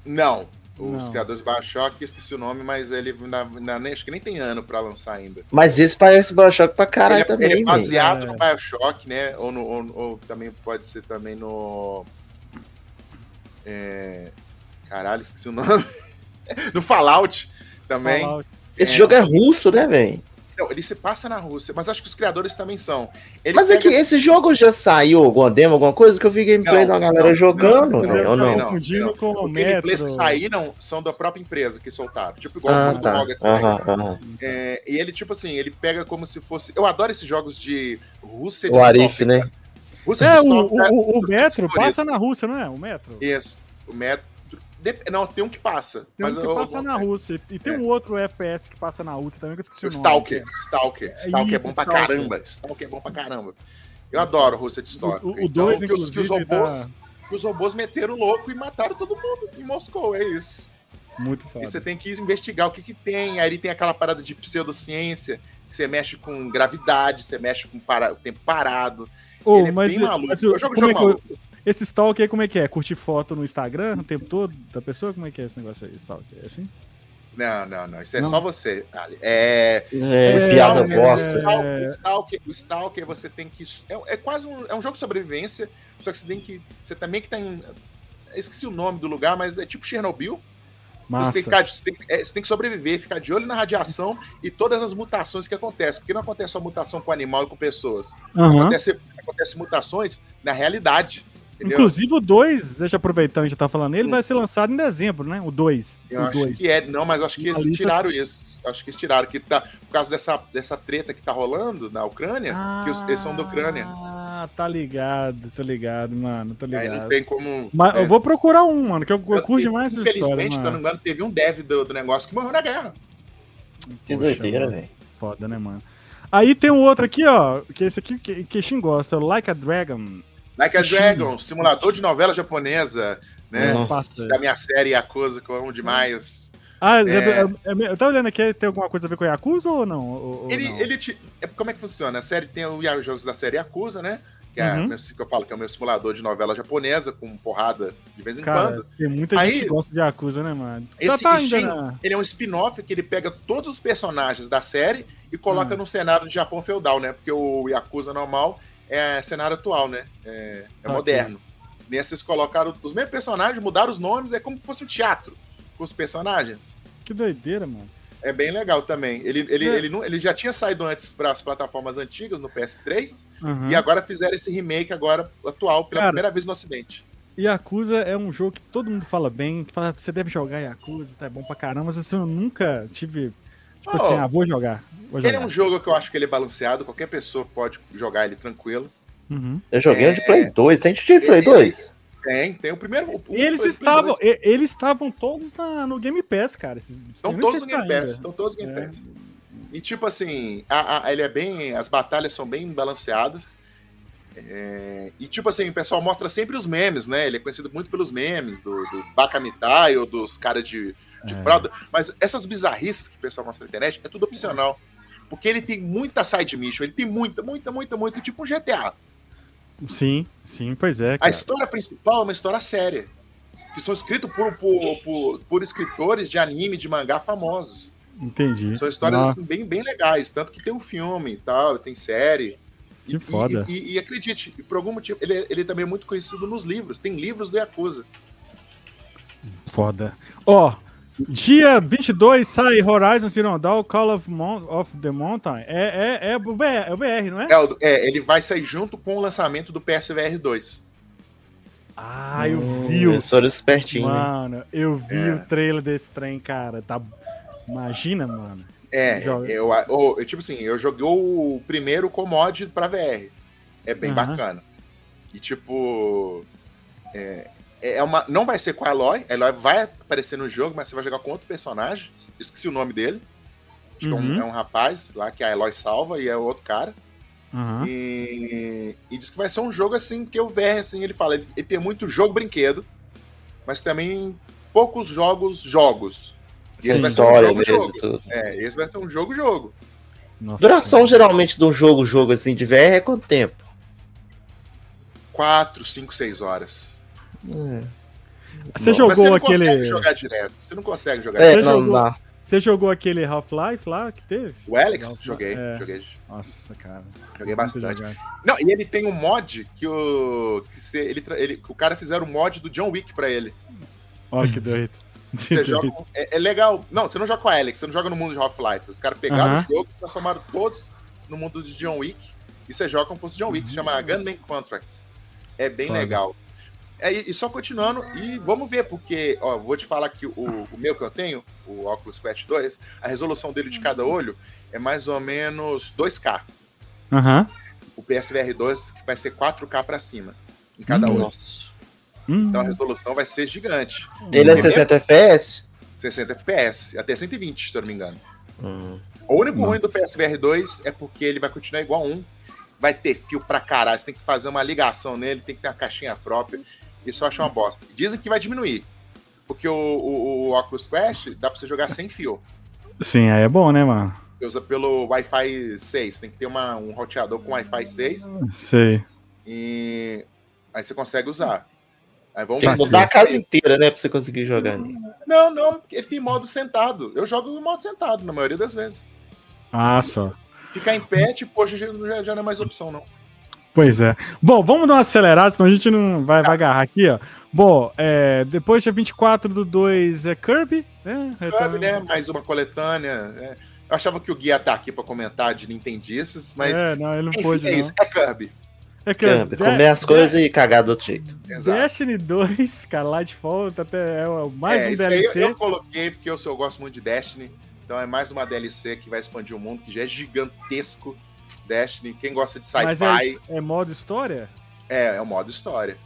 C: Não. Os
A: Não.
C: criadores Bioshock, esqueci o nome, mas ele na, na, nem- acho que nem tem ano pra lançar ainda.
B: Mas esse parece Bioshock pra caralho
C: ele, é-
B: também.
C: ele é
B: velho.
C: baseado
A: É.
C: no Bioshock, né? Ou, no, ou, ou também pode ser também no. É, Caralho, esqueci o nome. no Fallout também.
A: Fallout.
B: Esse
C: é.
B: jogo é russo, né, velho?
C: Não, ele se passa na Rússia, mas acho que os criadores também são. Ele
B: Mas é
C: pega
B: que esse jogo já saiu alguma demo, alguma coisa? Que eu vi gameplay
C: Não,
B: da galera
C: não,
B: jogando,
C: não,
B: velho,
C: não,
B: ou não?
C: não.
A: Confundindo com o
C: Os gameplays
A: Metro.
C: que saíram são da própria empresa que soltaram. Tipo, igual o
B: Ah,
C: jogo
B: tá.
C: do Rocket League.
B: Aham, aham.
C: É, e ele, tipo assim, ele pega como se fosse. Eu adoro esses jogos de Rússia
B: O Arif, né?
C: Rússia
A: É, o,
C: distópica.
A: o, o, o Metro
C: Favorito.
A: passa na Rússia, não é? O Metro.
C: Isso. O Metro. Dep- Não, tem um que passa.
A: Tem
C: mas
A: um que
C: eu-
A: passa
C: eu-
A: na Rússia. E tem
C: É.
A: um outro FPS que passa na Rússia também, que eu esqueci
C: O
A: o nome.
C: Stalker. Stalker. Stalker é
A: isso,
C: bom pra
A: Stalker.
C: caramba. Stalker é bom pra caramba. Eu adoro Rússia distópica.
A: O- o- o dois,
C: Então, que os, que os
A: inclusive,
C: robôs,
A: tá-
C: que os robôs meteram louco e mataram todo mundo em Moscou, é isso.
A: Muito
C: E
A: foda.
C: você tem que investigar o que, que tem. Aí ele tem aquela parada de pseudociência, que você mexe com gravidade, você mexe com para... o tempo parado.
A: Ô,
C: ele é
A: mas,
C: bem maluco.
A: mas
C: Eu
A: o-
C: jogo
A: como é
C: jogo
A: que eu-
C: maluco.
A: esse stalker aí, como é que é? Curtir foto no Instagram o tempo todo da pessoa? Como é que é esse negócio aí, stalker? É assim?
C: Não, não, não. Isso é
A: Não?
C: só você, Ali. É...
B: É,
A: É,
B: piada
A: é,
B: bosta.
C: O Stalker, o Stalker, o Stalker, você tem que. É, é quase um, é um jogo de sobrevivência, só que você tem que. Você também que tá em. eu Esqueci o nome do lugar, mas é tipo Chernobyl. Você
A: Massa.
C: tem, que ficar, de- você, tem, que- é, você tem que sobreviver, ficar de olho na radiação e todas as mutações que acontecem. Porque não acontece só mutação com animal e com pessoas.
A: Aham.
C: Acontece, acontece mutações na realidade. Entendeu?
A: Inclusive o 2, deixa eu aproveitar, a gente tá falando, ele
C: Hum.
A: vai ser lançado em dezembro, né? O 2.
C: Eu
A: O
C: acho
A: 2.
C: que é, não, mas eu acho que
A: Na
C: eles
A: lista-
C: tiraram isso. Acho que eles tiraram, que tá, por causa dessa, dessa treta que tá rolando na Ucrânia, que é, os- eles são da Ucrânia.
A: Ah, tá ligado, tá ligado, mano, tá
C: Aí não
A: ligado.
C: tem como.
A: Mas eu
C: é,
A: vou procurar um, mano, que eu, eu
C: Eu-
A: curto demais essa história,
C: Infelizmente, se eu não
A: mano.
C: me engano, teve um dev do, do negócio que morreu na guerra. é,
B: Que
A: Poxa,
B: doideira,
A: mano.
B: velho.
A: Foda, né, mano? Aí tem um outro aqui, ó, que esse aqui que que Shin gosta, é Like a Dragon.
C: Like a
A: Sim.
C: Dragon, simulador de novela japonesa, né?
B: Nossa.
A: Passa.
C: Da minha série Yakuza, que eu amo demais.
A: Ah,
C: É.
A: é- é- eu tava olhando aqui, tem alguma coisa a ver com Yakuza ou não? Ou- ou
C: Ele,
A: não?
C: ele te. é, Como é que funciona? A série tem o- os jogos da série Yakuza, né? Que, é
A: Uhum.
C: meu- que eu falo que é o meu simulador de novela japonesa, com porrada de vez em
A: Cara,
C: quando.
A: tem muita
C: Aí-
A: gente que gosta de Yakuza, né, mano? Já
C: Esse
A: tá ainda
C: Shin-
A: na...
C: Ele é um spin-off que ele pega todos os personagens da série e
A: Hum.
C: coloca num cenário de Japão feudal, né? Porque o Yakuza normal é cenário atual, né? É, é
A: Ok.
C: moderno. Nesses colocaram os mesmos personagens, mudaram os nomes, é como se fosse um teatro com os personagens.
A: Que doideira, mano.
C: É bem legal também. Ele, ele,
A: É.
C: ele, não- ele já tinha saído antes para as plataformas antigas, no PS3,
A: Aham.
C: e agora fizeram esse remake agora atual, pela
A: Hum. Cara.
C: primeira vez no Ocidente.
A: Yakuza é um jogo que todo mundo fala bem, que fala, você deve jogar Yakuza, tá bom pra caramba, mas assim, eu nunca tive, tipo
C: Oh,
A: assim, ah, vou jogar, vou
C: ele é
A: jogar.
C: um jogo que eu acho que ele é balanceado, qualquer pessoa pode jogar ele tranquilo.
A: Uhum.
B: Eu joguei um de Play 2. Tem de
C: É. Ele-
B: Play 2?
C: Tem, tem o primeiro. o- o-
A: E eles
C: foi o
A: estavam,
C: dois.
A: e- eles estavam todos na- no Game Pass, cara. Esses,
C: Estão
A: eu não
C: todos
A: sei se
C: no
A: tá
C: Game Pass.
A: ainda.
C: Estão todos no Game
A: É.
C: Pass. E tipo assim, a- a- ele é bem. As batalhas são bem balanceadas. É, e tipo assim, o pessoal mostra sempre os memes, né? Ele é conhecido muito pelos memes do, do Bakamitai ou dos caras de, de
A: É.
C: fralda. Mas essas bizarrices que o pessoal mostra na internet é tudo opcional. Porque ele tem muita side mission, ele tem muita, muita, muita, muita, tipo um GTA.
A: Sim, sim, pois é,
C: A
A: cara.
C: história principal é uma história séria. Que são escritos por, por, por, por escritores de anime, de mangá famosos.
A: Entendi.
C: São histórias
A: Ah,
C: assim, bem, bem legais, tanto que tem um filme e tal, tem série.
A: Que
C: E-
A: foda.
C: E, e- e acredite, por algum motivo, ele, ele também é muito conhecido nos livros. Tem livros do Yakuza.
A: Foda. Ó, dia 22 sai Horizon Zero Dawn, Call of, Mon of the Mountain. É, é, é, o VR, é o VR, não é?
C: É, o- é, ele vai sair junto com o lançamento do PSVR 2.
A: Ah, eu
C: Hum,
B: Hum,
A: vi o
B: Sensor espertinho. né?
A: Mano, eu vi
C: É.
A: o trailer desse trem, cara. Tá... Imagina, mano.
C: É,
A: Joga.
C: eu, a- ou, eu, tipo assim, eu joguei o primeiro com mod pra VR. É bem
A: Aham.
C: bacana. E tipo. É, é uma, não vai ser com a Eloy. A Eloy vai aparecer no jogo, mas você vai jogar com outro personagem. Esqueci o nome dele. Acho que é um-
A: Uhum.
C: é um rapaz lá que a Eloy salva e é outro cara.
A: Aham.
C: E, e diz que vai ser um jogo assim, que o VR, assim, ele fala, ele, ele tem muito jogo brinquedo, mas também poucos jogos jogos. E esse vai ser um
B: História
C: jogo,
B: mesmo,
C: jogo.
B: tudo.
C: É, esse vai ser um jogo-jogo.
A: Nossa
B: Duração
A: senhora.
B: geralmente de um jogo, jogo assim, de VR é quanto tempo?
C: Quatro, cinco, seis horas.
B: Hum.
A: Você
B: Mas
C: Mas você
A: jogou
C: não
A: aquele.
C: consegue jogar direto. Você não consegue jogar
B: É,
C: direto.
A: Você
B: não
A: jogou?
B: dá.
A: Você jogou aquele Half-Life lá que teve?
C: O Alex,
A: Half-Life,
C: joguei,
A: é.
C: joguei.
A: Nossa, cara.
C: Joguei
A: Muito
C: bastante.
A: jogado.
C: Não, e ele tem um mod que o. Que você- ele, tra- ele- o cara fizeram um mod do John Wick pra ele.
A: Olha que doido.
C: Você joga. É, é legal. Não, você não joga com a Alex, você não joga no mundo de Half-Life. Os caras pegaram
A: Aham.
C: o jogo, transformaram todos no mundo de John Wick. E você joga como se fosse John Wick, chama Gunman Contracts. É bem
A: Uhum. Foda.
C: legal. É, e e só continuando, e vamos ver, porque, ó, vou te falar que o, o meu que eu tenho, o Oculus Quest 2, a resolução dele de
A: Uhum.
C: cada olho é mais ou menos 2K.
A: Aham.
C: O PSVR 2 que vai ser 4K pra cima, em cada
A: Hum.
C: olho.
B: Nossa.
A: Hum.
C: Então a resolução vai ser gigante.
B: Ele é
C: Entendeu?
B: 60 FPS?
C: 60 FPS, até 120, se eu não me engano.
B: Hum.
C: O único ruim do
A: Nossa.
C: PSVR 2 é porque ele vai continuar igual a um. Vai ter fio pra caralho, você tem que fazer uma ligação nele, tem que ter uma caixinha própria. Isso eu acho uma bosta. Dizem que vai diminuir. Porque o, o, o Oculus Quest dá pra você jogar sem fio.
A: Sim, aí é bom, né, mano?
C: Você usa pelo Wi-Fi 6. Tem que ter uma, um roteador com Wi-Fi 6
A: Sei.
C: e aí você consegue usar. Aí vamos
B: Tem
C: ver
B: que
C: se-
B: mudar a casa inteira, né? Pra você conseguir jogar
A: Hum.
B: nele.
C: Não, não, ele tem modo sentado. Eu jogo no modo sentado, na maioria das vezes.
A: Ah, só.
C: Ficar em pé, tipo, hoje já, já não é mais opção, não.
A: Pois é. Bom, vamos dar uma acelerada, senão a gente não vai, vai agarrar aqui, ó. Bom, é, depois dia 24 do 2 é Kirby, né?
C: Sabe, né? Mais uma coletânea. né? Eu achava que o Guia tá aqui pra comentar de Nintendistas, mas.
A: É, não, ele não
C: enfim,
A: pôde,
C: é
A: não.
C: isso, é Kirby.
A: É
B: Câmbio,
A: De-
B: comer as coisas e cagar do outro jeito.
C: Exato.
A: Destiny 2, cara, Lightfall tá até é o- mais
C: é,
A: um
C: isso aí eu-
A: DLC.
C: eu coloquei porque eu, sou- eu gosto muito de Destiny. Então é mais uma DLC que vai expandir o mundo, que já é gigantesco. Destiny, quem gosta de
A: mas é,
C: sci-fi,
A: é modo história?
C: é, é o modo história.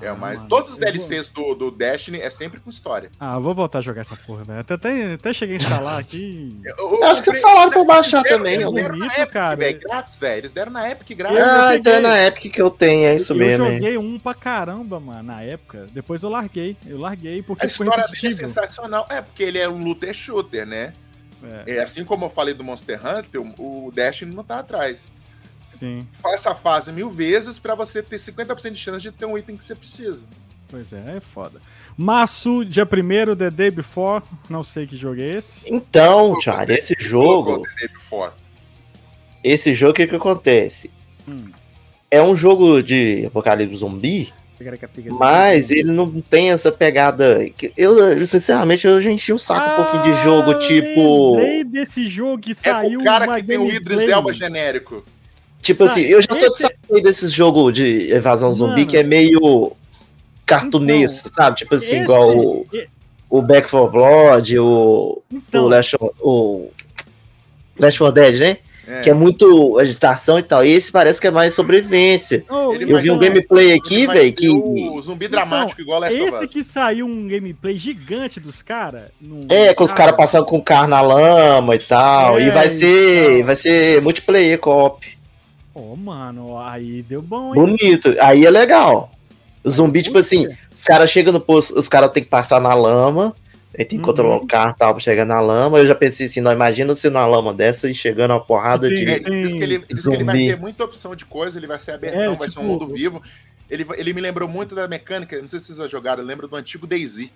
C: É o
A: Ah,
C: mais.
A: mano,
C: Todos os
A: eu
C: DLCs do, do Destiny é sempre com história.
A: Vou... Ah, vou voltar a jogar essa porra, velho. Até, até, até cheguei a instalar aqui.
B: Eu acho que tem salário pra baixar também.
C: Eles
A: é
B: ó.
C: deram na
A: bonito,
C: Epic,
A: cara.
C: velho, grátis, velho. Eles deram na Epic grátis.
B: Ah,
A: joguei.
B: então é na época que eu tenho, é isso
A: eu
B: mesmo. hein?
A: joguei um pra caramba, mano, na época. Depois eu larguei. Eu larguei porque
C: A
A: ficou
C: história dele é
A: repetitivo.
C: sensacional. É, porque ele é um looter shooter, né?
A: É,
C: É, assim como eu falei do Monster Hunter, o o Destiny não tá atrás.
A: sim,
C: Faça a fase mil vezes pra você ter 50% de chance de ter um item que você precisa.
A: pois é, é foda. Março, dia 1 The Day Before. Não sei que jogo é esse.
B: Então, Thiago, esse jogo,
C: Colocou The Day Before.
B: esse jogo, o que que acontece?
A: Hum.
B: É um jogo de apocalipse zumbi, mas ele não tem essa pegada. que- Eu, sinceramente, eu já enchi o saco um pouquinho de jogo, tipo.
A: Ah, Lembrei desse jogo que
C: É
A: saiu.
C: o cara
A: uma
C: que tem o
A: gameplay.
C: Idris Elba genérico.
B: Tipo assim, eu já tô de
A: Ah, Esse-
B: saco desse jogo de evasão
A: Mano.
B: zumbi
A: Então,
B: que é meio cartunesco, sabe? Tipo assim,
A: Esse-
B: igual o,
A: e-
B: o Back for Blood, o,
A: Então,
B: o, Last, o Last 4 Dead, né?
C: É.
B: que é muito agitação e tal. E esse parece que é mais sobrevivência.
A: oh,
C: ele
A: então,
B: Eu
C: vai
B: vi um
C: ser-
B: gameplay
C: Ele
B: aqui,
C: vai
B: velho,
C: ser
B: que.
C: O zumbi dramático, igual Last of
A: Esse
C: Us.
A: que saiu um gameplay gigante dos caras.
B: É, com os caras passando com o carro na lama e tal.
A: Ah. É,
B: e vai
A: e
B: ser.
A: tal.
B: Vai ser multiplayer, co-op.
A: Ó, mano, aí deu bom, hein?
B: Bonito. Aí é legal. O zumbi, tipo
A: Puta.
B: assim, os caras chegam no posto, os caras têm que passar na lama. Aí tem que
A: Uhum.
B: controlar o carro e tal pra chegar na lama. Eu já pensei assim, não, imagina se na lama dessa e chegando uma porrada
A: Sim.
B: de.
C: É, diz que ele, diz que ele vai
B: Zumbi.
C: ter muita opção de coisa, ele vai ser abertão,
A: É,
C: vai ser
A: tipo-
C: um mundo vivo. Ele, vai- ele me lembrou muito da mecânica, não sei se vocês já jogaram, lembra do antigo DayZ.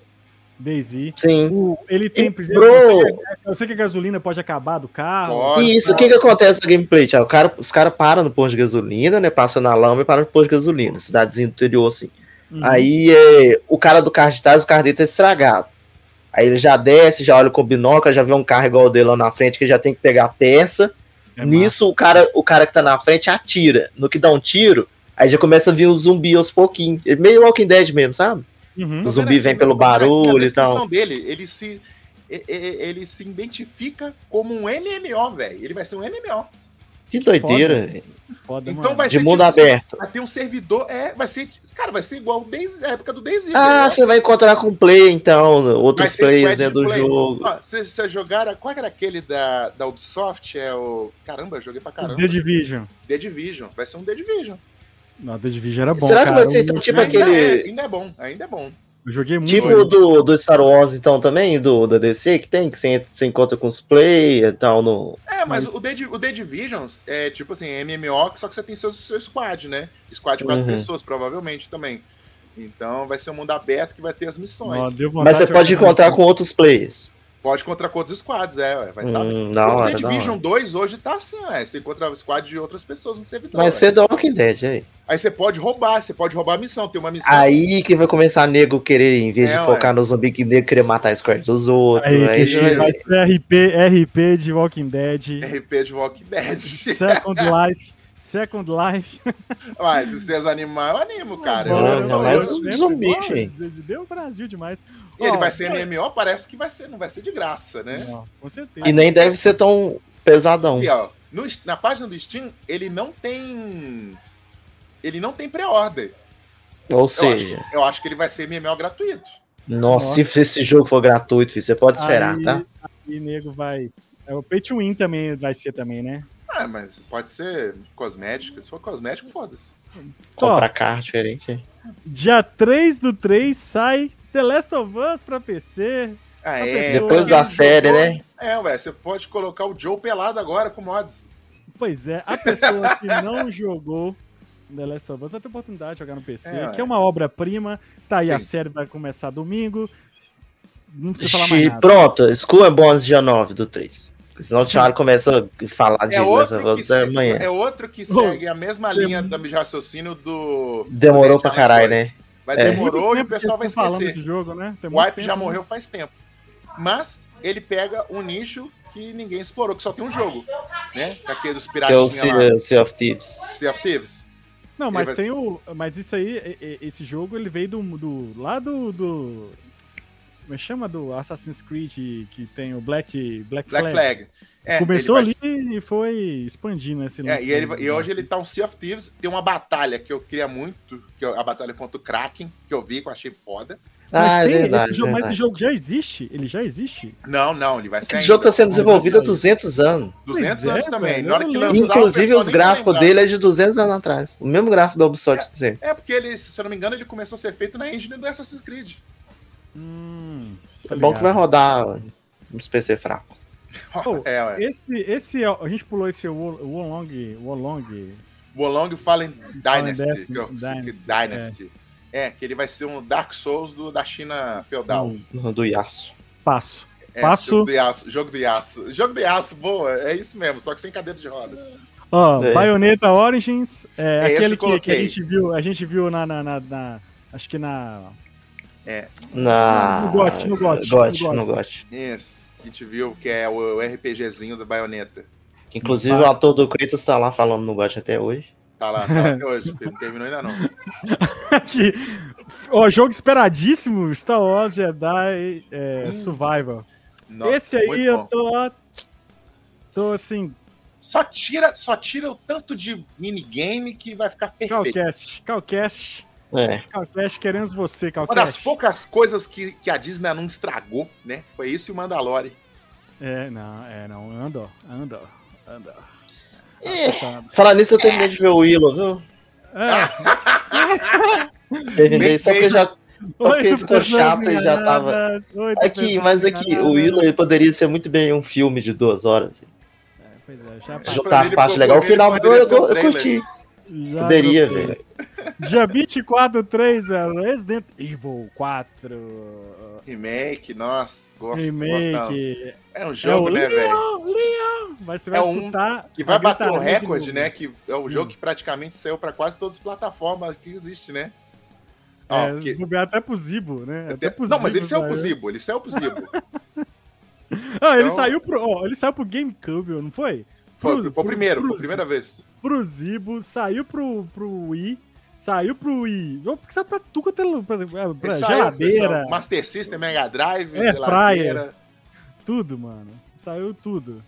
A: Daisy.
B: Sim.
A: Ele tem, por exemplo, eu sei,
B: Bro,
A: que, é, eu sei que a gasolina pode acabar do carro.
C: Pode,
B: e isso, o que que acontece no gameplay, Thiago? O cara, os caras param no posto de gasolina, né? Passam na lama e param no posto de gasolina. Cidadezinha do interior, assim.
A: Uhum.
B: Aí é, o cara do carro de trás, o carro dele tá estragado. Aí ele já desce, já olha com o binóculo, já vê um carro igual o dele lá na frente, que já tem que pegar a peça.
A: É
B: Nisso, o cara, o cara que tá na frente atira. No que dá um tiro, aí já começa a vir um zumbi aos pouquinhos. É Meio Walking Dead mesmo, sabe?
A: massa. Uhum.
B: O zumbi vem pelo barulho e tal.
C: dele, ele se, e- e- ele se identifica como um MMO, velho. Ele vai ser um MMO.
B: Que doideira.
A: Foda,
C: Então
A: mano.
C: vai
B: De
C: ser
B: mundo
C: tipo assim,
B: aberto.
C: Vai ter um servidor, é, vai ser, cara, vai ser igual desde a época do DayZ.
B: Ah,
C: velho.
B: você vai encontrar com o player, então, outros
C: ser
B: players
C: squad
B: dentro do
C: play.
B: jogo.
C: Ó, Vocês vocês jogaram, qual era aquele da, da Ubisoft? É o, caramba, eu joguei pra caramba.
A: The Division.
C: The Division, vai ser um The Division.
A: Não, The Division era bom.
B: Será que
A: cara.
B: vai ser,
A: O
B: então, tipo
A: multiplayer-
B: aquele-
C: é, ainda é bom, ainda é bom.
A: Eu joguei muito.
B: Tipo
A: ele.
B: do, do Star Wars, então, também, do da DC, que tem, que você, entra- você encontra com os players e tal. No...
C: É, mas,
B: Mas-
C: O, The, Di- o The Division é tipo assim, MMO, só que você tem seu, seu squad, né? Squad de quatro
B: Uhum.
C: pessoas, provavelmente, também. Então vai ser um mundo aberto que vai ter as missões.
A: Ó, deu vontade
B: Mas você
A: de
B: pode
A: jogar.
B: encontrar com outros players.
C: Pode contra outros squads, é, ué, vai estar
B: Hum, da
C: O
B: hora,
C: The
B: da
C: Division
B: hora.
C: 2 hoje tá assim, ué. Você encontra o squad de outras pessoas no servidor.
B: Vai
C: ué.
B: ser The Walking Dead é aí.
C: Aí você pode roubar, você pode roubar a missão. Tem uma missão.
B: Aí que vai começar nego querer, em vez
C: É,
B: de focar no zumbi que nego querer matar a squad dos outros.
A: Aí,
B: Aí,
A: que
B: já
C: vai-
A: vai ser RP, RP de Walking Dead,
C: RP de Walking Dead.
A: Second Life, Second Life.
C: Ué, se vocês animar, eu animo, cara. Eu-
B: Bora,
C: eu-
B: não,
C: eu-
B: mas- um zumbi, gente.
A: Deu o Brasil demais.
C: e ele
A: Ó,
C: vai ser
B: é.
C: MMO, parece que vai ser, não vai ser de graça, né?
A: Não, com certeza.
B: E nem deve ser tão pesadão.
C: E, ó, no- na página do Steam, ele não tem. Ele não tem pré-order.
B: Ou seja,
C: Eu acho que ele vai ser MMO gratuito.
B: nossa, se esse jogo for gratuito, filho, você pode esperar,
A: Aí-
B: tá?
A: Aí, nego, vai. é, O Pay to Win também vai ser também, né?
C: Ah, mas pode ser cosmético. Se for cosmético, foda-se.
B: Comprar carro diferente.
A: Dia 3 do 3 sai The Last of Us pra PC.
C: Ah,
A: Tá
C: é.
A: pensando-
B: Depois
A: eu-
B: da
A: eu-
B: série, né?
C: É, ué, você pode colocar o Joe pelado agora com mods.
A: Pois é, a pessoa que não jogou The Last of Us vai ter oportunidade de jogar no PC,
C: É,
A: que é
C: ué.
A: uma obra-prima. Tá aí, a
C: Sim.
A: série vai começar domingo. Não precisa falar mais
B: Xi,
A: nada.
B: pronto, School and Bones dia 9 do 3. Senão o Thiago começa a falar de
C: É
B: Last
C: outro,
B: of
C: que
B: Us da
C: se-
B: manhã.
C: é outro que
A: Bom, um-
C: segue a mesma linha da- de raciocínio do.
B: Demorou
C: do
B: pra
C: Dead Island
B: caralho,
C: 2.
B: né?
C: Vai
B: É.
C: demorou
A: Muito tempo
C: e o
A: um que
C: pessoal vai
A: eles tão falando
C: esquecer.
A: desse jogo, né? Tem
C: O
A: muito
C: hype
A: tempo,
C: já
A: né?
C: morreu faz tempo. Mas ele pega um nicho que ninguém explorou, que só tem um jogo. Né? Aquele dos
B: Que é o
C: piratinhos lá.
B: Sea Sea of Thieves.
C: Sea of Thieves.
A: Não,
C: Ele
A: mas
C: vai-
A: tem o. Mas isso aí, e- e- esse jogo, ele veio do. do lá do. do como é que chama? Do Assassin's Creed, que tem o Black, Black,
C: Black
A: Flag.
C: Flag. É,
A: Começou
C: ele vai-
A: ali né? e foi expandindo esse
C: É,
A: lance.
C: e, ele vai- e hoje ele tá um Sea of Thieves. Tem uma batalha que eu queria muito, que eu- a batalha contra o Kraken, que eu vi, que eu achei foda.
A: Mas
B: Ah, é
A: tem, esse
B: verdade.
A: jogo- Mas esse
B: verdade.
A: jogo já existe? Ele já existe?
C: Não, não, ele vai ser.
B: Esse jogo tá
C: ainda.
B: sendo desenvolvido há
A: Verdade.
B: 200 anos.
C: 200
A: Pois é,
C: anos também.
A: velho,
C: Na hora
A: eu
C: que
A: não
C: lançar, o
B: Inclusive,
C: pessoal
B: os
C: nem vai
B: gráficos
C: lembrar.
B: dele é de 200 anos atrás. O mesmo gráfico da Ubisoft de sempre.
C: É porque ele, se eu não me engano, ele começou a ser feito na engine do Assassin's Creed.
A: Hum,
C: Tá
B: É bom que vai rodar nos PC fracos.
A: Pô,
C: é, ué.
A: Esse, esse, é- a gente pulou esse Wo- Wolong, Wolong,
C: Wolong Fallen Dynasty.
A: Dynasty,
C: que eu- que-
A: Dynasty,
C: Dynasty. É. que ele vai ser um Dark Souls do, da China feudal.
A: Não.
B: Do Yasuo.
A: passo.
C: É,
A: Passo.
C: Jogo do Yasuo. Jogo do Yasuo. Jogo do Yasuo, boa. É isso mesmo, só que sem cadeira de rodas.
A: Ó,
B: É.
A: Bayonetta Origins, é,
C: É, esse
A: aquele
C: eu
A: que, que a
C: coloquei.
A: gente viu, a gente viu na, na, na- na- acho que na,
B: Na...
C: Ah,
A: No GOT, no GOT,
B: GOT,
A: no
B: no GOT.
C: Isso. Que te viu que é o RPGzinho da baioneta.
B: Inclusive, o ator do Kratos tá lá falando no GOT até hoje.
C: Tá lá, tá lá até hoje, porque não terminou ainda não.
A: que, ó, jogo esperadíssimo, Star Wars Jedi é,
C: Hum.
A: Survival.
C: Nossa,
A: esse aí é
C: muito
A: eu
C: bom.
A: tô, ó, tô assim,
C: Só tira, só tira o tanto de minigame que vai ficar perfeito.
A: Calcast, Calcast,
B: É.
A: Calcast, queremos você,
C: Uma das
A: Calcast.
C: poucas coisas que, que a Disney não estragou, né? Foi isso e o Mandalore.
A: É, não, é, não, anda, anda, anda.
B: Ih,
A: Tá.
B: Falar nisso, eu terminei de ver o Willow, viu?
A: É,
B: Terminei, só que eu já. Só
A: oito
B: que ficou
A: pessoas
B: chato e já tava.
A: enganadas, oito
B: Aqui,
A: pessoas
B: é mas aqui, o
A: enganadas.
B: Willow ele poderia ser muito bem um filme de duas horas. assim.
A: É, Pois é, já
C: Ju-
A: passou.
B: Juntar as
C: Ele
B: partes
C: poderia-
B: legais. O final eu,
C: poderia
B: eu,
C: ser um
B: eu
C: trailer.
B: curti.
A: Já
B: Poderia,
A: trocou.
B: velho.
A: Dia 24, 3, é Resident Evil 4.
C: Remake, nossa, gosto, gostamos.
A: Remake.
C: É
A: É
C: um
A: o
C: jogo, né, velho?
A: Leon, tá Leon. Mas você vai
C: É um
A: escutar.
C: Que vai
A: a
C: bater um
A: gritaria de
C: recorde,
A: novo.
C: né? Que é o
A: Hum.
C: jogo que praticamente saiu pra quase todas as plataformas que existe, né? Ó,
A: É,
C: que-
A: se bobear até pro Zibo, né? Até pro
C: Não, mas ele saiu
A: né? É
C: pro Zibo, ele saiu pro Zibo.
A: Ah, ele
C: Então-
A: saiu pro. ó, ele saiu pro GameCube, não foi?
C: Foi,
A: Pro-
C: foi o primeiro,
A: pro-
C: foi a primeira vez.
A: Pro Zibo, saiu pro, pro Wii. Saiu pro Wii. Não, Porque saiu pra tu até pra, pra,
C: Ele
A: pra
C: saiu,
A: É, geladeira,
C: pessoal, Master System, Mega Drive,
A: É,
C: geladeira.
A: tudo, mano. Saiu tudo.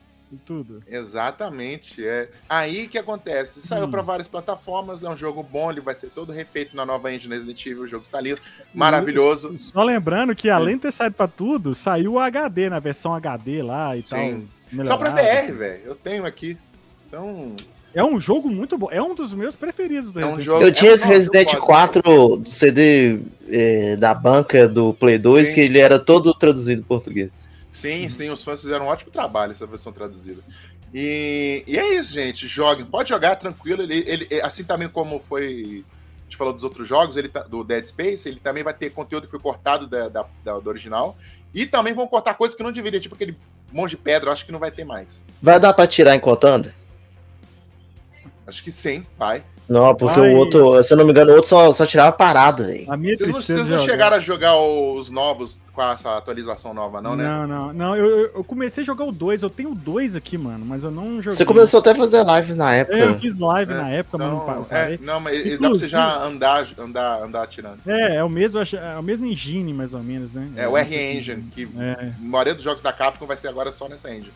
A: Tudo.
C: Exatamente, é. Aí que acontece, saiu
A: Hum.
C: pra várias plataformas, é um jogo bom, ele vai ser todo refeito na nova engine Resident Evil, o jogo está lindo, maravilhoso.
A: Só lembrando que além de ter saído pra tudo, saiu o HD na versão HD lá e
C: Sim.
A: tal. melhorado. assim.
C: Só pra VR, velho. Eu tenho aqui. Então,
A: É um jogo muito bom. É um dos meus preferidos do
C: É um
A: Resident
C: jogo-
A: Evil.
B: Eu tinha
C: É
B: esse
C: um-
B: Resident
C: eu gosto.
B: 4 do CD eh, da banca do Play 2,
C: Sim.
B: que ele era todo traduzido em português.
C: Sim,
A: Uhum.
C: sim, os fãs fizeram um ótimo trabalho essa versão traduzida. E, e é isso, gente. Joguem, pode jogar tranquilo. Ele, ele, é, assim também como foi. A gente falou dos outros jogos, ele tá- do Dead Space, ele também vai ter conteúdo que foi cortado da, da- da- do original. E também vão cortar coisas que não deveria, tipo aquele monge de pedra, eu acho que não vai ter mais.
B: Vai dar pra tirar enquanto anda?
C: Acho que sim, vai.
B: Não, porque
A: Vai.
B: o outro, se eu não me engano, o outro só, só tirava parado, velho.
A: A minha
C: Vocês não,
A: tristeza
C: vocês não
A: de jogar-
C: chegaram a jogar os novos com essa atualização nova,
A: Não,
C: não, né?
A: não, não. eu, eu- eu comecei a jogar o 2. Eu tenho o 2 aqui, mano, mas eu não joguei.
B: Você começou até a fazer live na
A: É, eu
B: época.
A: fiz live
C: É,
A: na época, mas não pa-
C: Então,
A: eu
C: é,
A: parei.
C: não, mas ele- dá pra você
A: Inclusive-
C: já andar, andar, andar atirando.
A: É, é, o mesmo, acho- é o mesmo engine, mais ou menos, né?
C: É o R-Engine, que
A: É,
C: A maioria dos jogos da Capcom vai ser agora só nessa engine.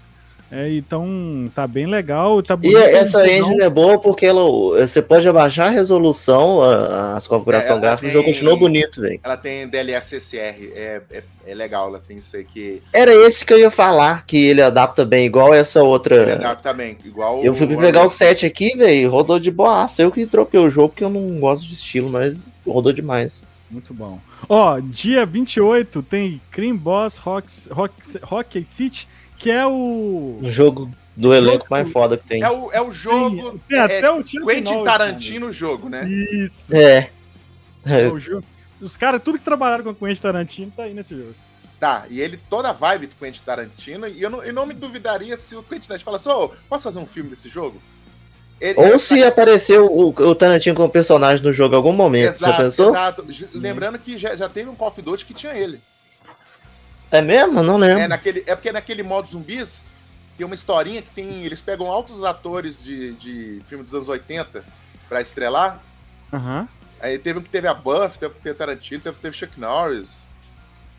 A: é, então tá bem legal. Tá
B: E
A: bonito,
B: essa
A: então,
B: engine é boa porque ela, você pode abaixar a resolução, a- as configurações
C: É, ela
B: gráficas, o jogo
C: tem-
B: continuou bonito, velho.
C: Ela tem DLSSR, é, é, é legal, ela tem isso aí que
B: Era esse que eu ia falar, que ele adapta bem, igual essa
A: É,
C: ele
B: outra.
C: adapta é também, igual
B: É. Eu fui pegar o
C: Unreal.
B: 7 aqui, velho, rodou de boaça. Eu que tropei o jogo, porque eu não gosto de estilo, mas rodou demais.
A: Muito bom. Ó, dia 28 tem Cream Boss Rock, Rock, Rock City, que é o.
B: Um jogo do elenco mais foda que tem.
C: É o, é o jogo
A: tem
C: é,
A: até o tiro
C: Quentin Tarantino o jogo, né?
A: Isso.
B: É.
A: É o jogo. Os caras, tudo que trabalharam com o Quentin Tarantino tá aí nesse jogo.
C: Tá, e ele toda a vibe do Quentin Tarantino, e eu não, eu não me duvidaria se o Quentin Tarantino falasse, ô, posso fazer um filme desse jogo? Ele-
B: Ou
C: ele-
B: se apareceu o, o Tarantino como personagem no jogo em algum momento, já
C: Exato,
B: pensou?
C: exato. J- Lembrando que já, já teve um Call of Duty que tinha ele.
B: É mesmo? Não lembro.
C: É, naquele, é porque naquele modo zumbis tem uma historinha que tem. Eles pegam altos atores de, de filme dos anos 80 pra estrelar.
A: Aham.
C: Aí teve um que teve a Buff, teve que teve Tarantino, teve, teve Chuck Norris.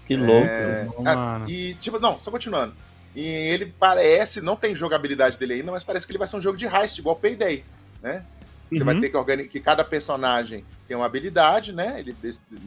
B: que louco.
C: É,
A: Bom,
C: ah,
A: Então, mano.
C: e, tipo, não, só continuando. E ele parece, não tem jogabilidade dele ainda, mas parece que ele vai ser um jogo de heist, igual Payday, né? Você vai
A: Uhum.
C: ter que organizar que cada personagem tem uma habilidade, né? Ele,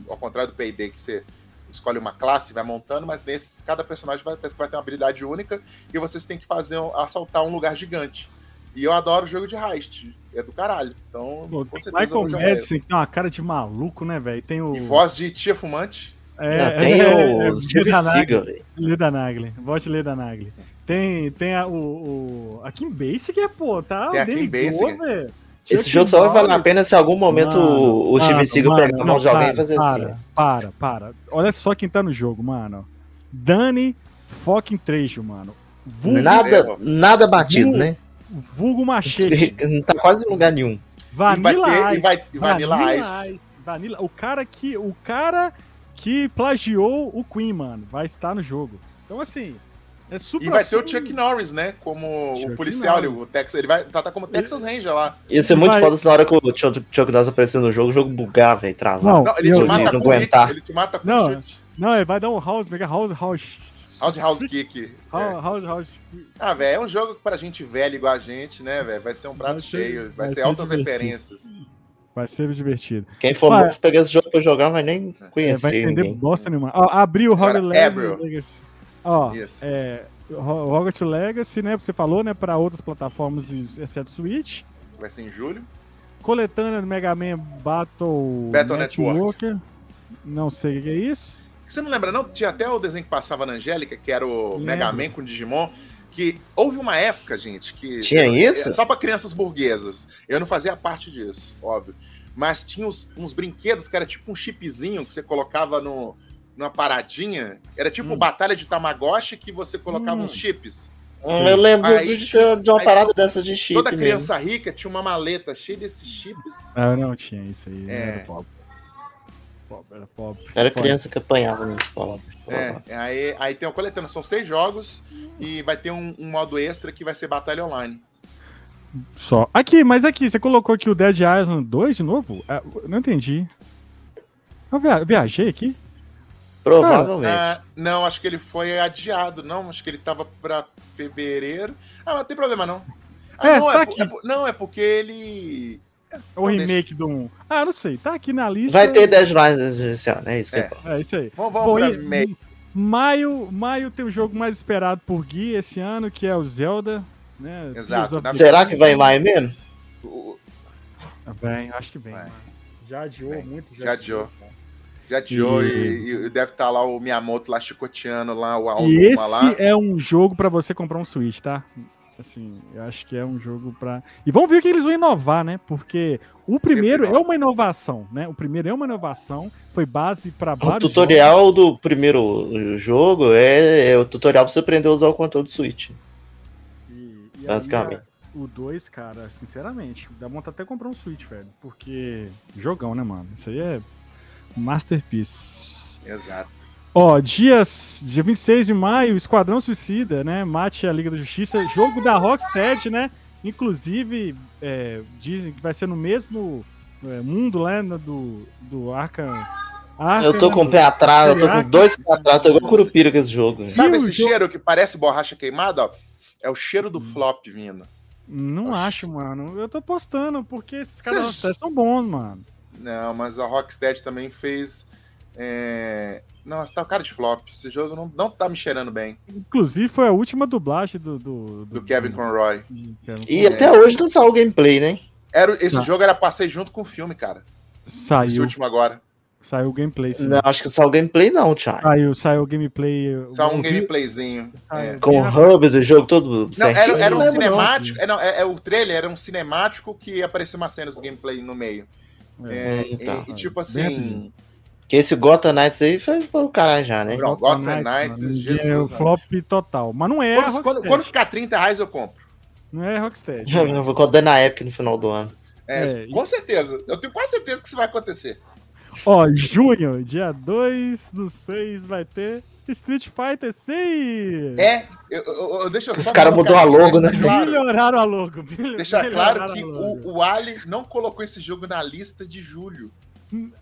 C: ao contrário do Payday, que você escolhe uma classe e vai montando, mas nesse, cada personagem vai, parece que vai ter uma habilidade única e vocês têm que fazer um- assaltar um lugar gigante. E eu adoro jogo de heist, é do caralho. Então,
A: Pô, tem
C: com certeza eu
A: Michael
C: vou jogar ele.
A: Madison, que tem uma cara de maluco, né, velho? Tem o.
C: E voz de tia fumante.
A: É,
B: Ah, tem
A: é,
B: o
A: é,
B: Steven
A: Leda Nagli,
B: Seagal, velho.
A: Leda Nagli. Voz de Leda Nagli. Tem, tem a, o, o. A Kim Basic, pô, tá?
C: Tem a
A: o
C: Kim
A: Daily
C: Basic.
A: Glover,
B: Esse
A: Chuck
B: jogo só vai valer a
A: Norris.
B: pena se em algum momento
A: Mano,
B: o Steven
A: mano,
B: Seagal
A: mano,
B: pegar a
A: não,
B: mão de alguém
A: para,
B: e fazer
A: para,
B: assim.
A: Para, para. Olha só quem tá no jogo, mano. Dani fucking Trejo, mano. Vulgo,
B: é né? Nada,
C: Vulgo.
B: nada batido,
A: Vulgo.
B: né?
A: vulgo machete.
B: Não tá quase em lugar nenhum.
C: E vai
A: Vanilla
C: ter, e
A: Ice.
C: vai, e Vanilla, Ice.
A: Ice. Vanilla, o cara que o cara que plagiou o Queen, mano, vai estar no jogo. Então assim, é super
C: E vai ter o Chuck Norris, né? Como
A: Chuck
C: o policial,
A: Norris.
C: o Texas. Ele vai tratar como Texas Ranger lá.
B: Ia ser
A: Ele
B: muito
A: vai-
B: foda se na hora que o Chuck Chuck Norris aparecer no jogo, o jogo bugar, velho, travar.
A: Não,
C: Não, ele te
A: eu-
C: mata
B: não
C: com hit,
B: aguentar.
C: ele te mata com
A: Não.
C: chute.
A: Não, ele vai dar um house, mega house, house.
C: House House Kick. É.
A: House, house, house.
C: Ah, velho, é um jogo que pra gente velha igual a gente, né, velho? Vai ser um prato
A: Vai ser-
C: cheio, vai,
A: vai
C: ser,
A: ser
C: altas
A: divertido.
C: referências.
A: Vai ser divertido.
B: Quem for
A: Vai.
B: novo pegar esse jogo pra jogar, não vai nem
A: É,
B: conhecer
A: vai entender
B: ninguém.
A: bosta nenhuma. Ó, abriu o
C: Agora,
A: Rocket
C: Abril.
A: Legacy. Ó,
C: Isso.
A: é, Ro- Rocket Legacy, né, você falou, né, para outras plataformas exceto Switch.
C: Vai ser em julho.
A: Coletânea do Mega Man Battle,
C: Battle
A: Não sei o que é isso.
C: Você não lembra, não? Tinha até o desenho que passava na Angélica, que era o
A: Lembro.
C: Mega Man com o Digimon. Que houve uma época, gente, que.
B: Tinha isso?
C: É, Só pra crianças burguesas. Eu não fazia parte disso, óbvio. Mas tinha uns, uns brinquedos que era tipo um chipzinho que você colocava no, numa paradinha. Era tipo
A: Hum.
C: batalha de Tamagotchi que você colocava
A: Hum.
C: uns chips.
B: Hum, Eu lembro
C: Aí,
B: de, ter- de uma
C: aí,
B: parada dessa de chip
C: Toda
B: mesmo.
C: criança rica tinha uma maleta cheia desses chips.
A: Ah, eu não tinha isso aí.
C: É.
A: Era pobre. Pobre, era pobre.
B: Era
A: Pobre.
B: criança que apanhava na escola.
C: É, aí, aí tem uma coletânea, são seis jogos e vai ter um, um modo extra que vai ser batalha online.
A: Só. Aqui, mas aqui, você colocou aqui o Dead Island 2 de novo? Ah, eu não entendi. Eu via- viajei aqui?
B: Provavelmente.
C: Ah, não, acho que ele foi adiado, não, acho que ele tava pra fevereiro. Ah, mas não tem problema não. Ah,
A: É,
C: não,
A: tá
C: por-
A: aqui.
C: por- não, é porque ele.
A: É o
C: Não,
A: remake do 1. Ah, eu não sei. Tá aqui na lista.
B: Vai ter deadlines esse ano, é isso que
C: É.
B: eu falo.
A: É isso aí.
C: Vamos, vamos
A: Bom,
C: pra
A: e-
C: meio.
A: maio, maio tem o jogo mais esperado por Gui esse ano, que é o Zelda. Né?
C: Exato.
A: Tears of
C: Na-
A: the
B: Será que vai em maio mesmo?
C: O-
A: Vem, acho que vem.
C: Vai.
A: mano. Já adiou
C: Vem.
A: muito.
C: Já adiou.
A: cara.
C: Jet Joe e, e deve estar lá o Miyamoto lá chicoteando lá o Aonuma
A: E
C: lá.
A: esse é um jogo pra você comprar um Switch, tá? Assim, eu acho que é um jogo pra. E vamos ver o que eles vão inovar, né? Porque o primeiro é
C: inova.
A: uma inovação, né? O primeiro é uma inovação, foi base pra
B: O
A: vários
B: Um tutorial do primeiro jogo é, é o tutorial pra você aprender a usar o controle do Switch,
A: jogos e- e aí, é,
B: basicamente.
A: O 2, cara, sinceramente, dá vontade até de comprar um Switch, velho. Porque. Jogão, né, mano? Isso aí é. Masterpiece.
C: Exato.
A: Ó, dias, dia 26 de maio, Esquadrão Suicida, né? Mate a Liga da Justiça, jogo da Rockstead, né? Inclusive, é, dizem que vai ser no mesmo é, mundo lá né, do, do Arkham. Ah,
B: Eu tô com o pé atrás, eu tô com dois pés atrás, tô igual Curupira com esse jogo.
A: Sim.
C: Sabe
A: E o
C: esse
A: jogo- Hum.
C: cheiro que parece borracha queimada? ó? É o cheiro do flop vindo.
A: Não
C: Oxi.
A: acho, mano. Eu tô postando, porque esses
C: Cê-
A: caras da Rocksteady são bons, mano.
C: Não, mas a Rocksteady também fez. É... Nossa, tá o cara de flop. Esse jogo não, não tá me cheirando bem.
A: Inclusive, foi a última dublagem do. Do,
C: Do Kevin Conroy.
A: do Kevin
B: E até hoje não saiu o gameplay, né?
C: Era, esse
A: Tá.
C: jogo era passei junto com o filme, cara. Esse
A: Saiu,
C: último agora.
A: saiu o gameplay. sim.
B: é Não, acho que saiu o gameplay não, Thiago.
A: Saiu, saiu o gameplay. eu- Ah,
C: Só um
A: eu vi-
C: gameplayzinho. É.
A: saiu-
B: Com o hub do jogo todo
C: Não,
B: certinho.
C: era, era um
B: não lembro, não.
C: cinemático. É, não, é, é o trailer era um cinemático que apareceu umas cenas do gameplay no meio.
A: É.
C: É,
B: Hum, tá.
C: e, e tipo
A: Bem
C: assim.
A: rapidinho.
B: Que esse Gotham Knights aí foi pro caralho já, né?
C: Não,
A: Gotham
C: Gotham
A: Knights,
C: Knights,
A: mano,
C: Jesus,
A: é o
C: mano.
A: flop total. Mas não é
C: Quando,
A: Rocksteady.
C: quando- quando ficar 30 reais, eu compro.
A: Não é Rocksteady.
B: Eu vou contar na Epic no final do ano.
C: É,
A: É,
C: com certeza. Eu tenho quase certeza que isso vai acontecer.
A: Ó, junho, dia 2 do 6, vai ter Street Fighter 6.
C: É, eu, eu- eu- deixa eu
B: Os caras mudou a logo, né?
C: Claro,
A: Melhoraram a logo. mel-
C: deixar
A: melhoraram
C: claro que
A: a logo.
C: o, o Ali não colocou esse jogo na lista de julho.